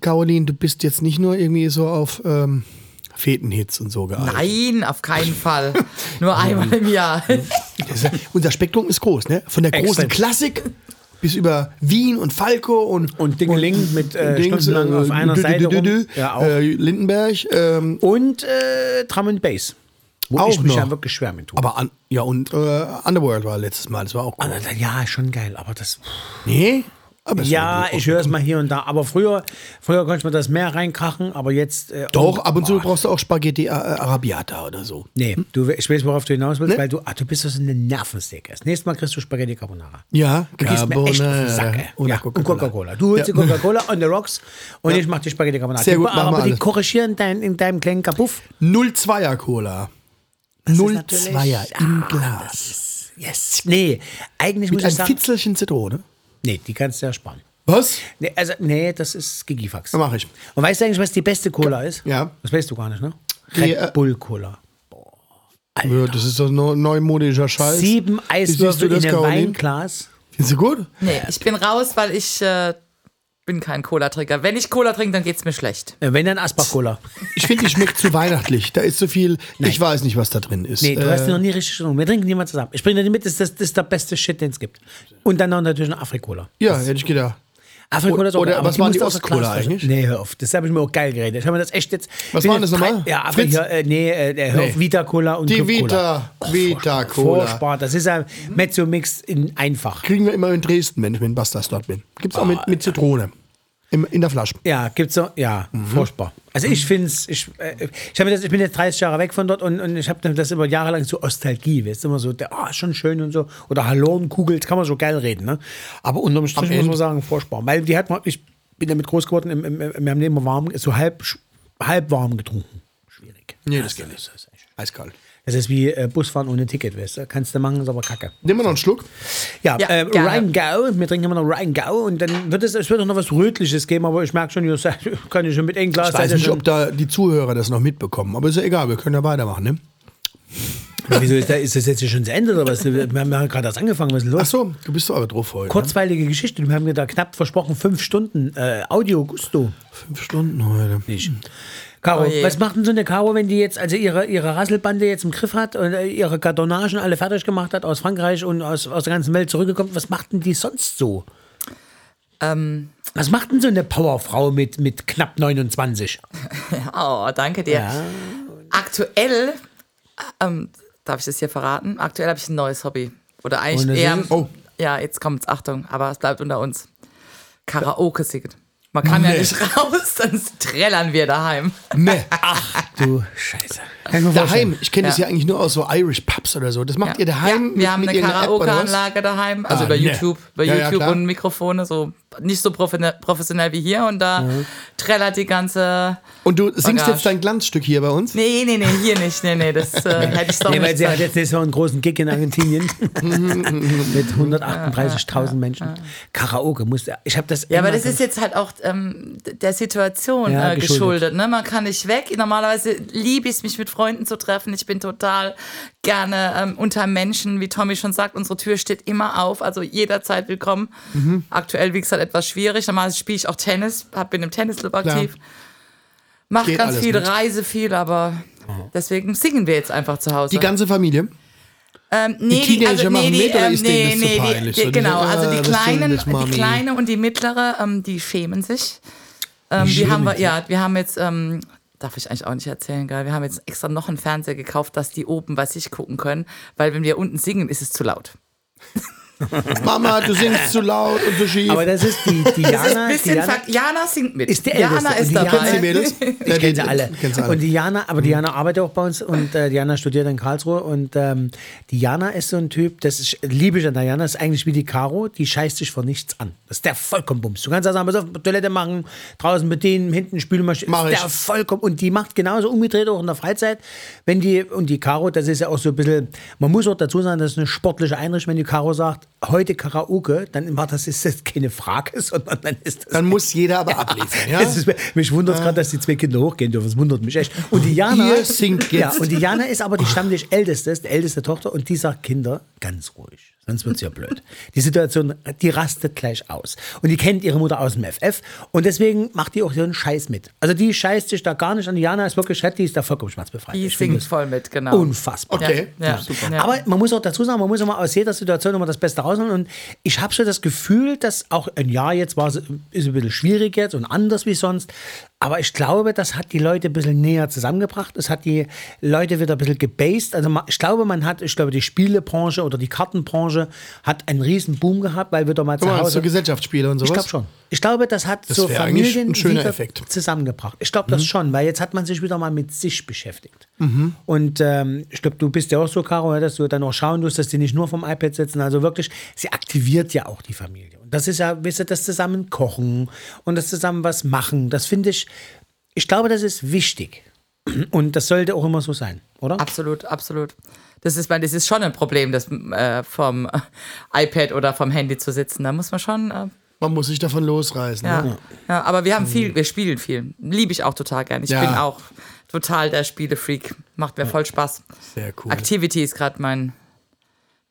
Speaker 3: Caroline, du bist jetzt nicht nur irgendwie so auf ähm, Fetenhits und so geachtet.
Speaker 5: Nein, auf keinen Fall. Nur einmal im Jahr.
Speaker 3: Unser Spektrum ist groß, ne? Von der großen
Speaker 4: Extrem.
Speaker 3: Klassik bis über Wien und Falco und.
Speaker 4: Und Dingeling mit, äh, stundenlang auf
Speaker 3: äh,
Speaker 4: einer
Speaker 3: dü- dü-
Speaker 4: Seite
Speaker 3: dü- dü-
Speaker 4: rum. Ja, auch.
Speaker 3: äh, Lindenberg. Ähm,
Speaker 4: und äh, Drum and Bass. Wo
Speaker 3: Auch
Speaker 4: ich mich
Speaker 3: noch.
Speaker 4: ja wirklich schwer mit tue.
Speaker 3: aber an, ja, und äh, Underworld war letztes Mal, das war auch cool.
Speaker 4: Aber- Ja, schon geil, aber das.
Speaker 3: Nee? Aber es war
Speaker 4: Ja,
Speaker 3: gut.
Speaker 4: ich höre es mal hier und da. Aber früher, früher konnte ich mir das mehr reinkrachen, aber jetzt. Äh,
Speaker 3: Doch, ab und zu Hm?
Speaker 4: Boah.
Speaker 3: brauchst du auch Spaghetti äh, Arabiata oder so.
Speaker 4: Nee, du, ich weiß, worauf du hinaus willst,
Speaker 3: Ne?
Speaker 4: weil du, ach, du bist so eine Nervensäge. Das nächste Mal kriegst du Spaghetti Carbonara.
Speaker 3: Ja,
Speaker 4: Du gehst mir echt auf den
Speaker 3: Carbonara
Speaker 4: Sack, ey.
Speaker 3: ohne
Speaker 4: ja, und Coca-Cola. Du holst
Speaker 3: Ja.
Speaker 4: die Coca-Cola on the rocks und ich mach die Spaghetti Carbonara.
Speaker 3: Sehr
Speaker 4: die,
Speaker 3: gut, machen
Speaker 4: aber
Speaker 3: wir
Speaker 4: die
Speaker 3: alles.
Speaker 4: korrigieren dein, in deinem kleinen Kapuff.
Speaker 3: 0,2er Cola.
Speaker 4: ist Ah,
Speaker 3: 0,2er im Glas.
Speaker 4: Yes. Nee, eigentlich
Speaker 3: Mit
Speaker 4: muss
Speaker 3: ein
Speaker 4: ich sagen.
Speaker 3: Fitzelchen Zitrone.
Speaker 4: Nee, die kannst du ja sparen.
Speaker 3: Was?
Speaker 4: Nee, also, nee, das ist Gigifax.
Speaker 3: Mach ich.
Speaker 4: Und weißt du eigentlich, was die beste Cola ist?
Speaker 3: Ja.
Speaker 4: Das weißt du gar nicht, ne?
Speaker 3: Die,
Speaker 4: Red
Speaker 3: äh,
Speaker 4: Bull Cola.
Speaker 3: Ja, das ist doch neu- neumodischer Scheiß.
Speaker 4: Sieben
Speaker 3: Siehst du
Speaker 4: Eiswürfel
Speaker 3: das,
Speaker 4: in einem
Speaker 3: Caroline?
Speaker 4: Weinglas.
Speaker 3: Findest du gut?
Speaker 5: Nee, ich bin raus, weil ich äh, bin kein Cola-Trinker. Wenn ich Cola trinke, dann geht's mir schlecht.
Speaker 4: Äh, wenn dann Asper-Cola.
Speaker 3: Ich finde, die schmeckt zu weihnachtlich. Da ist zu viel. Ich weiß nicht, was da drin ist.
Speaker 4: Nee, du
Speaker 3: Äh,
Speaker 4: hast die noch nie richtig getrunken. Wir trinken die mal zusammen. Ich bringe dir die mit, das ist, das, das ist der beste Shit, den es gibt. Und dann noch natürlich eine Afri-Cola.
Speaker 3: ja, hätte ich gedacht.
Speaker 4: Afri-Cola ist auch
Speaker 3: Oder
Speaker 4: geil, aber
Speaker 3: was waren die
Speaker 4: musst du aus der
Speaker 3: Ost-Cola
Speaker 4: Glasflasche-
Speaker 3: eigentlich?
Speaker 4: Nee, hör auf. Das habe ich mir auch geil geredet. Ich habe mir das echt jetzt.
Speaker 3: Was
Speaker 4: bin
Speaker 3: waren
Speaker 4: jetzt
Speaker 3: das
Speaker 4: drei-
Speaker 3: nochmal?
Speaker 4: Ja, Afri,
Speaker 3: Fritz?
Speaker 4: ja, äh, nee, äh, hör auf.
Speaker 3: Nee.
Speaker 4: Vita-Cola und
Speaker 3: Die
Speaker 4: Club-Cola.
Speaker 3: Vita, Vita Cola.
Speaker 4: Vorspar, das ist ein Mezzo-Mix in einfach.
Speaker 3: Kriegen wir immer in Dresden, wenn ich mit dem Bastards dort bin. Gibt's auch mit, mit Zitrone. Im, in der Flasche.
Speaker 4: Ja, gibt's so, ja,
Speaker 3: Mhm.
Speaker 4: furchtbar. Also ich finde es, ich, äh, ich, hab mir das- ich bin jetzt 30 Jahre weg von dort und, und ich habe das über Jahre lang so Ostalgie, weißt du, immer so, der, ah, ist schon schön und so, oder Hallorenkugel, das kann man so geil reden, ne? Aber unterm Strich muss man sagen, furchtbar, weil die hat man, ich bin damit groß geworden, im, im, im, wir haben die immer warm, so halb, sch- halb warm getrunken. Schwierig.
Speaker 3: Nee, das geht nicht. Eiskalt.
Speaker 4: Das ist wie äh, Busfahren ohne Ticket, weißt du, kannst du machen, ist aber kacke.
Speaker 3: Nehmen wir noch einen Schluck.
Speaker 4: Ja,
Speaker 5: Ja,
Speaker 4: äh,
Speaker 5: gerne.
Speaker 4: Rheingau, wir trinken immer noch Rheingau und dann wird es, es wird auch noch was Rötliches geben, aber ich merke schon, ihr seid, kann ich schon mit engem Glas
Speaker 3: Ich weiß
Speaker 4: seid ihr
Speaker 3: nicht,
Speaker 4: schon-
Speaker 3: ob da die Zuhörer das noch mitbekommen, aber ist ja egal, wir können ja weitermachen, ne?
Speaker 4: Wieso ist, da, ist das jetzt hier schon zu Ende oder was? Wir haben ja gerade erst angefangen, was ist denn los?
Speaker 3: Ach so, du bist doch aber drauf heute.
Speaker 4: Kurzweilige Geschichte. Wir haben ja da knapp versprochen, fünf Stunden äh, Audio Gusto.
Speaker 3: Fünf Stunden heute.
Speaker 4: Nicht. Caro,
Speaker 5: Oh je.
Speaker 4: was macht denn so eine Caro, wenn die jetzt also ihre, ihre Rasselbande jetzt im Griff hat und äh, ihre Kartonagen alle fertig gemacht hat, aus Frankreich und aus, aus der ganzen Welt zurückgekommen? Was macht denn die sonst so?
Speaker 5: Ähm,
Speaker 4: Was macht denn so eine Powerfrau mit, mit knapp 29?
Speaker 5: oh, danke dir. Aktuell, ähm, darf ich das hier verraten? Aktuell habe ich ein neues Hobby. Oder
Speaker 4: Und das
Speaker 5: eigentlich eher.
Speaker 4: ist-
Speaker 3: oh.
Speaker 5: Ja, jetzt kommt's, Achtung, aber es bleibt unter uns. Karaoke singen. Man kann ja nicht raus, dann trällern wir daheim.
Speaker 3: Ne,
Speaker 4: Du Scheiße.
Speaker 3: daheim. Ich kenne das ja
Speaker 5: Ja.
Speaker 3: eigentlich nur aus so Irish Pubs oder so. Das macht ihr daheim?
Speaker 5: Ja, wir haben eine
Speaker 3: irgendeiner App oder was?
Speaker 5: Karaoke-Anlage daheim, also
Speaker 3: Ah,
Speaker 5: über
Speaker 3: nee.
Speaker 5: YouTube, über
Speaker 3: Ja, ja,
Speaker 5: YouTube
Speaker 3: klar.
Speaker 5: und Mikrofone, so nicht so professionell- professionell wie hier und da
Speaker 3: Mhm.
Speaker 5: trällert die ganze.
Speaker 3: Und du singst
Speaker 5: Bagage.
Speaker 3: jetzt dein Glanzstück hier bei uns?
Speaker 5: Nee, nee, nee, hier nicht, nee, nee, das äh, hätte ich doch
Speaker 4: Nee, weil
Speaker 5: nicht.
Speaker 4: sie hat
Speaker 5: sagen.
Speaker 4: jetzt nächstes Jahr einen großen Gig in Argentinien mit 138.000 Menschen. Karaoke muss ich habe das
Speaker 5: Ja, aber
Speaker 4: immer
Speaker 5: das ist jetzt halt auch ähm, d- der Situation
Speaker 4: Ja,
Speaker 5: äh, geschuldet.
Speaker 4: geschuldet,
Speaker 5: ne? Man kann nicht weg. Normalerweise liebe ich es, mich mit Freunden zu treffen. Ich bin total gerne ähm, unter Menschen. Wie Tommy schon sagt, unsere Tür steht immer auf. Also jederzeit willkommen.
Speaker 3: Mhm.
Speaker 5: Aktuell, wie gesagt, etwas schwierig. Normalerweise spiele ich auch Tennis, hab, bin im Tennisclub aktiv. Macht
Speaker 3: Geht
Speaker 5: ganz
Speaker 3: alles
Speaker 5: viel,
Speaker 3: mit.
Speaker 5: reise viel, aber deswegen singen wir jetzt einfach zu Hause.
Speaker 3: Die ganze Familie?
Speaker 5: Ähm, nee, ähm,
Speaker 3: Die Teenager machen mit oder ist denen das zu
Speaker 5: die-
Speaker 3: peinlich? So,
Speaker 5: Die,
Speaker 3: die
Speaker 5: genau,
Speaker 3: sagen,
Speaker 5: also
Speaker 3: ah,
Speaker 5: die
Speaker 3: was soll denn
Speaker 5: Kleinen,
Speaker 3: das, Mami?
Speaker 5: die Kleine und die Mittlere, ähm, die schämen sich. Ähm, die haben wir, ja, wir haben jetzt, ähm, darf ich eigentlich auch nicht erzählen, geil, wir haben jetzt extra noch einen Fernseher gekauft, dass die oben bei sich gucken können, weil wenn wir unten singen, ist es zu laut.
Speaker 3: Mama, du singst zu laut und zu schief.
Speaker 4: Aber das Ah, ist die
Speaker 5: Das ist ein
Speaker 4: Diana.
Speaker 5: bisschen
Speaker 4: Diana,
Speaker 5: Fakt. Jana singt mit.
Speaker 4: ist der
Speaker 5: Jana
Speaker 4: Älteste.
Speaker 5: ist
Speaker 3: Ja,
Speaker 4: Und die Jana,
Speaker 5: dabei.
Speaker 4: ich
Speaker 3: die-
Speaker 4: kenne sie alle.
Speaker 3: ich kenn Äh, sie alle. Mhm.
Speaker 4: Und Diana, aber Diana arbeitet auch bei uns und äh, Diana studiert in Karlsruhe und ähm, Diana ist so ein Typ, das ist, liebe ich an Diana, ist eigentlich wie die Caro, die scheißt dich vor nichts an. Das ist der vollkommen Bums. Du kannst da sagen, pass auf, Toilette machen, draußen bedienen, hinten Spülmaschine.
Speaker 3: Mach
Speaker 4: ist
Speaker 3: ich.
Speaker 4: Der vollkommen, und die macht genauso umgedreht auch in der Freizeit. Wenn die, und die Caro, das ist ja auch so ein bisschen, man muss auch dazu sagen, das ist eine sportliche Einrichtung, wenn die Caro sagt, heute Karaoke, dann war das ist das keine Frage, sondern dann ist das
Speaker 3: Dann muss jeder aber abliefern, ja? Ah.
Speaker 4: es ist, mich wundert gerade, dass die zwei Kinder hochgehen dürfen. Das wundert mich echt. Und die Jana,
Speaker 3: Ihr singt
Speaker 4: Ja,
Speaker 3: jetzt. Oh.
Speaker 4: und die Jana ist aber die stammlich älteste, ist die älteste Tochter und die sagt Kinder ganz ruhig. Sonst wird's ja blöd. Die Situation, die rastet gleich aus. Und die kennt ihre Mutter aus dem FF. Und deswegen macht die auch so einen Scheiß mit. Also die scheißt sich da gar nicht an. Die Jana ist wirklich, die ist da vollkommen schmerzbefreit.
Speaker 5: Die
Speaker 4: Ich finde
Speaker 5: singt
Speaker 4: das
Speaker 5: voll mit, genau.
Speaker 4: Unfassbar.
Speaker 3: Okay.
Speaker 5: Ja, ja, super. Ja.
Speaker 4: Aber man muss auch dazu sagen, man muss immer aus jeder Situation immer das Beste rausholen. Und ich habe schon das Gefühl, dass auch ein Jahr jetzt war, es- ist ein bisschen schwierig jetzt und anders wie sonst. Aber ich glaube, das hat die Leute ein bisschen näher zusammengebracht. Es hat die Leute wieder ein bisschen gebased. Also ma- ich glaube, man hat, ich glaube, die Spielebranche oder die Kartenbranche hat einen riesen Boom gehabt, weil wieder mal zu
Speaker 3: Guck mal,
Speaker 4: Hause...
Speaker 3: hast du Gesellschaftsspiele und sowas?
Speaker 4: Ich glaube schon. Ich glaube, das hat so
Speaker 3: wär eigentlich
Speaker 4: Familien
Speaker 3: ein schöner
Speaker 4: wieder
Speaker 3: Effekt. Mhm.
Speaker 4: zusammengebracht. Ich glaube das schon, weil jetzt hat man sich wieder mal mit sich beschäftigt. Und ähm, ich glaube, du bist ja auch so, Caro, ja, dass du dann auch schauen musst, dass die nicht nur vom iPad sitzen. Also wirklich, sie aktiviert ja auch die Familie. Und das ist ja, weißt du, das zusammen kochen und das zusammen was machen. Das finde ich, ich glaube, das ist wichtig. Und das sollte auch immer so sein, oder?
Speaker 5: Absolut, absolut. Das ist, ich meine, das ist schon ein Problem, das äh, vom äh, iPad oder vom Handy zu sitzen. Da muss man schon. Äh,
Speaker 3: Man muss sich davon losreißen.
Speaker 5: ja.
Speaker 3: Ne?
Speaker 5: Ja. aber wir haben viel, wir spielen viel. Liebe ich auch total gern. Ich
Speaker 3: Ja.
Speaker 5: bin auch total der Spielefreak. Macht mir voll Spaß.
Speaker 3: Sehr cool.
Speaker 5: Activity ist gerade mein,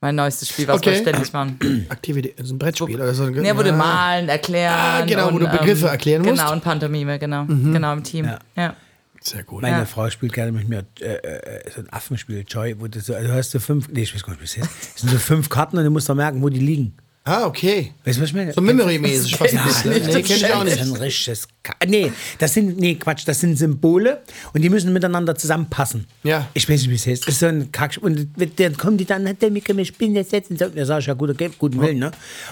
Speaker 5: mein neuestes Spiel, was wir
Speaker 3: Okay.
Speaker 5: ständig machen.
Speaker 3: Aktivität, also ein Brettspiel oder so.
Speaker 5: Ja, wo du
Speaker 3: Ja.
Speaker 5: malen, erklären. ähm,
Speaker 3: Ah, genau, wo du Begriffe erklären musst. Mhm.
Speaker 5: Genau, und Pantomime, genau. Genau, im Team. Ja.
Speaker 3: Sehr gut.
Speaker 4: Meine
Speaker 5: Ja.
Speaker 4: Frau spielt gerne mit mir äh, äh, so ein Affenspiel, Joy, wo du so, also hast du fünf, nee, ich weiß gar nicht, was das ist. Es sind so fünf Karten und du musst doch merken, wo die liegen.
Speaker 3: Ah, okay.
Speaker 4: Weißt du, was ich meine?
Speaker 3: So Memory-mäßig fast ein bisschen. ne? Nee, kenn ich auch
Speaker 4: Das
Speaker 3: nicht.
Speaker 4: ist ein richtiges Ka nee, das sind, nee, Quatsch, das sind Symbole und die müssen miteinander zusammenpassen.
Speaker 3: Ja.
Speaker 4: Ich weiß nicht, wie es heißt. Das ist so ein Kack. Und dann kommen die dann, hat der Mikro, ich bin jetzt jetzt. Und so. Da sag ich, ja, gut, okay, guten Willen, ne?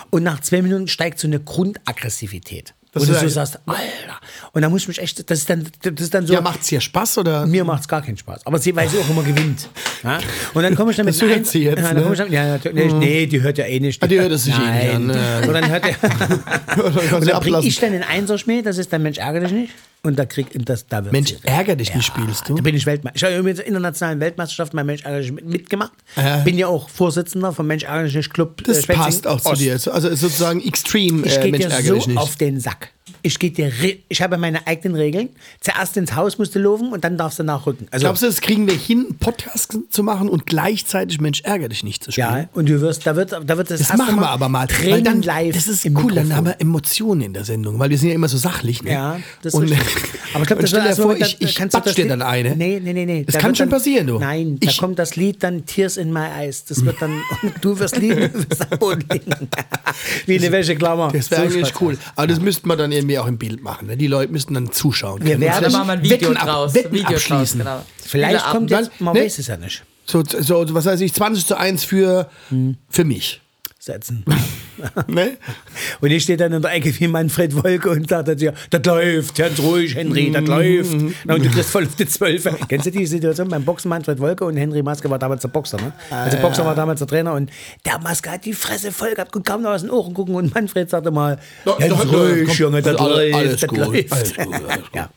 Speaker 4: Und nach zwei Minuten steigt so eine Grundaggressivität.
Speaker 3: Das
Speaker 4: wo du
Speaker 3: ist
Speaker 4: so
Speaker 3: ein-
Speaker 4: sagst, Alter. Und da muss ich mich echt, das ist dann, das ist dann so.
Speaker 3: Ja, macht's hier Spaß oder?
Speaker 4: Mir macht es gar keinen Spaß. Aber sie, weil sie auch immer gewinnt. Ja? Und dann komme ich dann mit
Speaker 3: Das hört sie jetzt,
Speaker 4: ja, dann komm ich
Speaker 3: ne?
Speaker 4: dann, ja, natürlich. Nee, die hört ja eh nicht.
Speaker 3: Ah, die hört es sich eh
Speaker 4: Nein.
Speaker 3: nicht an, ne?
Speaker 4: Und dann hört er,
Speaker 3: Oder kannst
Speaker 4: und
Speaker 3: du
Speaker 4: dann bring ich
Speaker 3: ablassen?
Speaker 4: dann den Einserschmäh, das ist dann Mensch ärgere dich nicht. Und da krieg das da wird
Speaker 3: Mensch,
Speaker 4: sie-
Speaker 3: ärger dich nicht, spielst du?
Speaker 4: Da bin ich Weltmeister. Ich habe übrigens in internationalen Weltmeisterschaften bei Mensch ärgere dich nicht mitgemacht. Bin ja auch Vorsitzender vom Mensch ärgere dich nicht Club. äh,
Speaker 3: Das
Speaker 4: Schwetzingen
Speaker 3: passt auch zu
Speaker 4: Ost.
Speaker 3: dir. Also ist sozusagen extrem,
Speaker 4: Ich
Speaker 3: äh,
Speaker 4: gehe
Speaker 3: Mensch,
Speaker 4: dir
Speaker 3: ärger
Speaker 4: so
Speaker 3: dich nicht.
Speaker 4: auf den Sack. Ich gehe dir, ri- ich habe meine eigenen Regeln. Zuerst ins Haus musst du laufen und dann darfst du nachrücken. Also,
Speaker 3: Glaubst du, das kriegen wir hin, einen Podcast zu machen und gleichzeitig Mensch, ärger dich nicht zu spielen?
Speaker 4: Ja, und du wirst, da wird, da wird das,
Speaker 3: Das
Speaker 4: erste
Speaker 3: machen wir aber mal. Weil
Speaker 4: Tränen
Speaker 3: dann,
Speaker 4: live.
Speaker 3: Das ist
Speaker 4: im
Speaker 3: cool, dann
Speaker 4: Mikrofon.
Speaker 3: haben wir Emotionen in der Sendung, weil wir sind ja immer so sachlich. Ne?
Speaker 4: Ja, das ist
Speaker 3: und,
Speaker 4: richtig.
Speaker 3: Aber ich glaube,
Speaker 4: wird
Speaker 3: das stell dir
Speaker 4: erst
Speaker 3: vor,
Speaker 4: mal-
Speaker 3: ich,
Speaker 4: da-
Speaker 3: ich
Speaker 4: kannst du
Speaker 3: batsch
Speaker 4: das
Speaker 3: dir
Speaker 4: Lied-
Speaker 3: dann eine.
Speaker 4: Nee, nee, nee, nee.
Speaker 3: Das
Speaker 4: Da
Speaker 3: kann
Speaker 4: wird
Speaker 3: schon
Speaker 4: dann,
Speaker 3: passieren, du.
Speaker 4: Nein, da
Speaker 3: Ich-
Speaker 4: kommt das Lied dann Tears in My Eyes. Das wird dann, und du wirst liegen, du wirst am Boden liegen. Wie eine Wäscheklammer.
Speaker 3: Das wäre
Speaker 4: So
Speaker 3: eigentlich
Speaker 4: schaut's
Speaker 3: cool.
Speaker 4: aus.
Speaker 3: Aber das müssten wir dann irgendwie auch im Bild machen. Ne? Die Leute müssten dann zuschauen.
Speaker 4: Wir
Speaker 3: können.
Speaker 4: werden
Speaker 5: Da
Speaker 3: Vielleicht
Speaker 5: machen wir ein Video
Speaker 3: Wetten ab-
Speaker 5: draus.
Speaker 3: Wetten
Speaker 5: Video draus,
Speaker 3: abschließen.
Speaker 5: genau.
Speaker 4: Vielleicht kommt
Speaker 3: Dann-
Speaker 4: jetzt, man
Speaker 3: nee.
Speaker 4: weiß es ja nicht.
Speaker 3: So, so, was weiß ich, 20 zu 1 für, für mich.
Speaker 4: Setzen. Mhm.
Speaker 3: Ne?
Speaker 4: Und ich stehe dann in der Ecke wie Manfred Wolke und sagt dazu, das läuft, ganz ruhig, Henry,
Speaker 3: Mhm.
Speaker 4: das läuft. Na, und du kriegst voll auf die Zwölfe. Kennst du die Situation beim Boxen Manfred Wolke und Henry Maske war damals der Boxer, ne?
Speaker 3: Ah,
Speaker 4: Also Boxer war damals der Trainer und der Maske hat die Fresse voll gehabt und kam noch aus den Ohren gucken und Manfred sagte mal,
Speaker 3: Doch,
Speaker 4: ganz
Speaker 3: doch,
Speaker 4: ruhig,
Speaker 3: komm,
Speaker 4: Junge, das
Speaker 3: also alle-
Speaker 4: läuft,
Speaker 3: alles
Speaker 4: das
Speaker 3: gut,
Speaker 4: läuft.
Speaker 3: alles gut, alles gut.
Speaker 4: ja.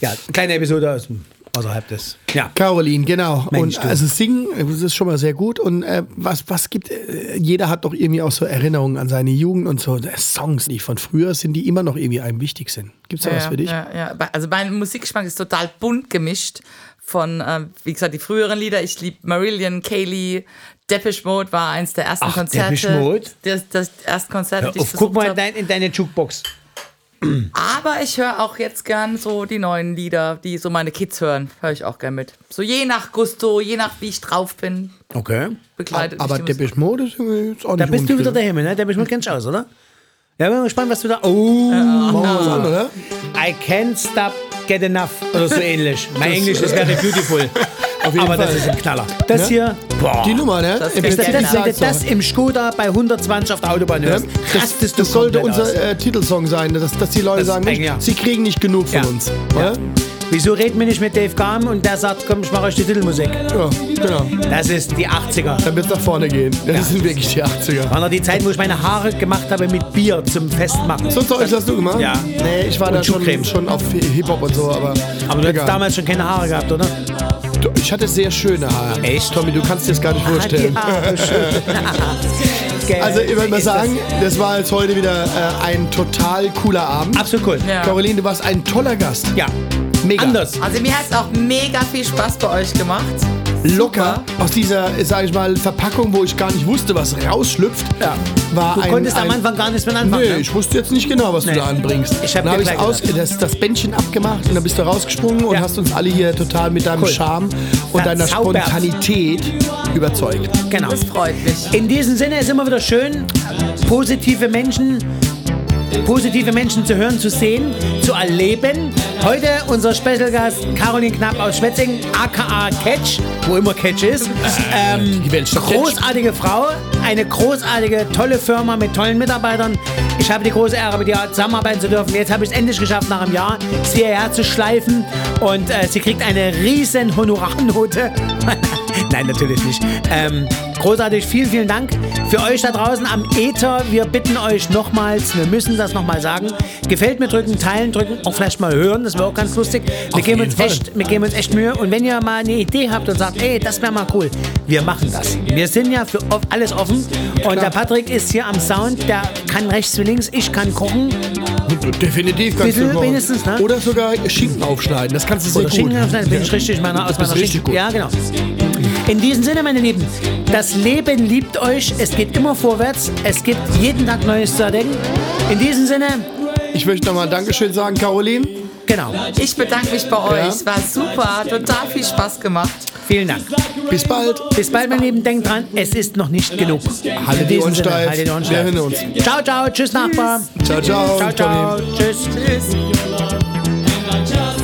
Speaker 4: ja, kleine Episode aus dem, außerhalb des, ja.
Speaker 3: Caroline, genau.
Speaker 4: Mensch,
Speaker 3: und
Speaker 4: du.
Speaker 3: also singen, das ist schon mal sehr gut. Und äh, was, was gibt, äh, jeder hat doch irgendwie auch so Erinnerungen an seine Jugend und so äh, Songs, die von früher sind, die immer noch irgendwie einem wichtig sind. Gibt's da was
Speaker 5: ja,
Speaker 3: für dich?
Speaker 5: Ja, ja. Ba- Also mein Musikgeschmack ist total bunt gemischt von, äh, wie gesagt, die früheren Lieder. Ich liebe Marillion, Kaylee, Depeche Mode war eins der ersten
Speaker 4: Ach,
Speaker 5: Konzerte.
Speaker 4: Depeche Mode?
Speaker 5: Das, das erste Konzert,
Speaker 4: Hör
Speaker 5: die ich
Speaker 4: Auf, guck
Speaker 5: besucht
Speaker 4: mal in,
Speaker 5: hab.
Speaker 4: dein, in deine Jukebox.
Speaker 5: Aber ich höre auch jetzt gern so die neuen Lieder, die so meine Kids hören. Höre ich auch gern mit. So je nach Gusto, je nach wie ich drauf bin,
Speaker 4: Okay.
Speaker 5: begleitet
Speaker 3: Aber
Speaker 5: mich die Musik.
Speaker 3: Depeche Mode ist irgendwie jetzt auch
Speaker 4: Da
Speaker 3: nicht
Speaker 4: bist du wieder
Speaker 3: unschön.
Speaker 4: daheim, ne? Da bist du mal ganz aus, oder? Ja, bin mal gespannt, was du da. Oh,
Speaker 3: Ah, Was an, oder?
Speaker 4: I can't stop, get enough. Oder so ähnlich. Mein Englisch ist very beautiful. Aber das ist ein Knaller. Das
Speaker 3: Ne?
Speaker 4: hier, boah.
Speaker 3: Die Nummer, ne?
Speaker 5: Das
Speaker 3: Im
Speaker 5: ist
Speaker 4: Das,
Speaker 3: Prinzip
Speaker 4: das,
Speaker 5: der
Speaker 4: wenn du
Speaker 3: sagt's doch.
Speaker 4: das im Skoda bei 120 auf der Autobahn
Speaker 3: Ja,
Speaker 4: hörst,
Speaker 3: Das, das,
Speaker 4: rastest du
Speaker 3: sollte
Speaker 4: komplett
Speaker 3: unser
Speaker 4: aus.
Speaker 3: äh, Titelsong sein, dass, dass die Leute
Speaker 4: Das
Speaker 3: sagen, Mensch,
Speaker 4: denke ich,
Speaker 3: sie
Speaker 4: ja.
Speaker 3: kriegen nicht genug von
Speaker 4: Ja.
Speaker 3: uns.
Speaker 4: Ja.
Speaker 3: Oder?
Speaker 4: Wieso reden wir nicht mit Dave Gahm und der sagt, komm, ich mache euch die Titelmusik?
Speaker 3: Ja, genau.
Speaker 4: Das ist die 80er.
Speaker 3: Dann wird's nach vorne gehen. Das sind wirklich die 80er.
Speaker 4: War noch die Zeit, wo ich meine Haare gemacht habe mit Bier zum Festmachen.
Speaker 3: So Zeug hast du gemacht?
Speaker 4: Ja.
Speaker 3: Nee, ich war da
Speaker 4: Schuhcreme.
Speaker 3: schon, schon auf Hip-Hop und so, aber.
Speaker 4: Aber du
Speaker 3: egal.
Speaker 4: hast damals schon keine Haare gehabt, oder?
Speaker 3: Du- Ich hatte sehr schöne Haare.
Speaker 4: Echt?
Speaker 3: Tommy, du kannst dir das gar nicht vorstellen.
Speaker 4: Ah, Haare, schön.
Speaker 3: Also, ich würde mal
Speaker 4: Ist das-
Speaker 3: sagen, das war jetzt heute wieder äh, ein total cooler Abend.
Speaker 4: Absolut cool.
Speaker 5: Ja.
Speaker 3: Caroline, du warst ein toller Gast.
Speaker 4: Ja.
Speaker 3: Mega.
Speaker 4: Anders.
Speaker 5: Also mir hat es auch mega viel Spaß bei euch gemacht.
Speaker 3: Locker aus dieser, äh, sag ich mal, Verpackung, wo ich gar nicht wusste, was rausschlüpft,
Speaker 4: Ja.
Speaker 3: war
Speaker 4: Du
Speaker 3: ein,
Speaker 4: konntest
Speaker 3: ein,
Speaker 4: am Anfang gar nichts mit anfangen.
Speaker 3: Nee,
Speaker 4: ne?
Speaker 3: ich wusste jetzt nicht genau, was
Speaker 4: Nee.
Speaker 3: du da anbringst.
Speaker 4: Ich hab
Speaker 3: dann habe ich
Speaker 4: gleich
Speaker 3: aus- das, das Bändchen abgemacht und dann bist du rausgesprungen und
Speaker 4: Ja.
Speaker 3: hast uns alle hier total mit deinem
Speaker 4: Cool.
Speaker 3: Charme und deiner
Speaker 4: Verzaubert.
Speaker 3: Spontanität überzeugt.
Speaker 4: Genau.
Speaker 5: Das freut mich.
Speaker 4: In diesem Sinne ist immer wieder schön, positive Menschen, positive Menschen zu hören, zu sehen, zu erleben. Heute unser Special Gast Caroline Knapp aus Schwetzingen, aka Catch, wo immer Catch ist. Ähm, großartige Frau, eine großartige, tolle Firma mit tollen Mitarbeitern. Ich habe die große Ehre, mit ihr zusammenarbeiten zu dürfen. Jetzt habe ich es endlich geschafft, nach einem Jahr sie hierher zu schleifen. Und äh, sie kriegt eine riesen Honorarnote. Nein, natürlich nicht. Ähm, großartig, vielen, vielen Dank für euch da draußen am Ether. Wir bitten euch nochmals, wir müssen das nochmal sagen. Gefällt mir drücken, teilen drücken, auch vielleicht mal hören, das wäre auch ganz lustig. Wir geben, uns echt, wir geben uns echt Mühe. Und wenn ihr mal eine Idee habt und sagt, ey, das wäre mal cool, wir machen das. Wir sind ja für off- alles offen. Und der Patrick ist hier am Sound, der kann rechts wie links, ich kann gucken.
Speaker 3: Definitiv
Speaker 4: kannst Bisschen du kochen. wenigstens, ne?
Speaker 3: Oder sogar Schinken aufschneiden, das kannst du sehr
Speaker 4: Oder
Speaker 3: gut.
Speaker 4: Schinken aufschneiden, bin ich richtig meiner, aus
Speaker 3: bist
Speaker 4: meiner
Speaker 3: richtig
Speaker 4: Schinken.
Speaker 3: gut.
Speaker 4: Ja, genau. In diesem Sinne, meine Lieben, das Leben liebt euch. Es geht immer vorwärts. Es gibt jeden Tag Neues zu entdecken. In diesem Sinne,
Speaker 3: Ich möchte nochmal Dankeschön sagen, Caroline.
Speaker 4: genau.
Speaker 5: Ich bedanke mich bei euch.
Speaker 3: Ja.
Speaker 5: Es war super, hat total viel Spaß gemacht.
Speaker 4: Vielen Dank.
Speaker 3: Bis bald.
Speaker 4: Bis bald, meine Lieben. Denkt dran, es ist noch nicht genug.
Speaker 3: Haltet die
Speaker 4: In diesem
Speaker 3: Ohren
Speaker 4: Sinne,
Speaker 3: steif.
Speaker 4: haltet die Ohren
Speaker 3: Wir
Speaker 4: steif.
Speaker 3: hören uns.
Speaker 4: Ciao, ciao. Tschüss, Nachbar.
Speaker 3: Ciao, ciao.
Speaker 4: Ciao,
Speaker 3: Tommy.
Speaker 4: ciao. Tschüss.
Speaker 5: Tschüss.
Speaker 9: I just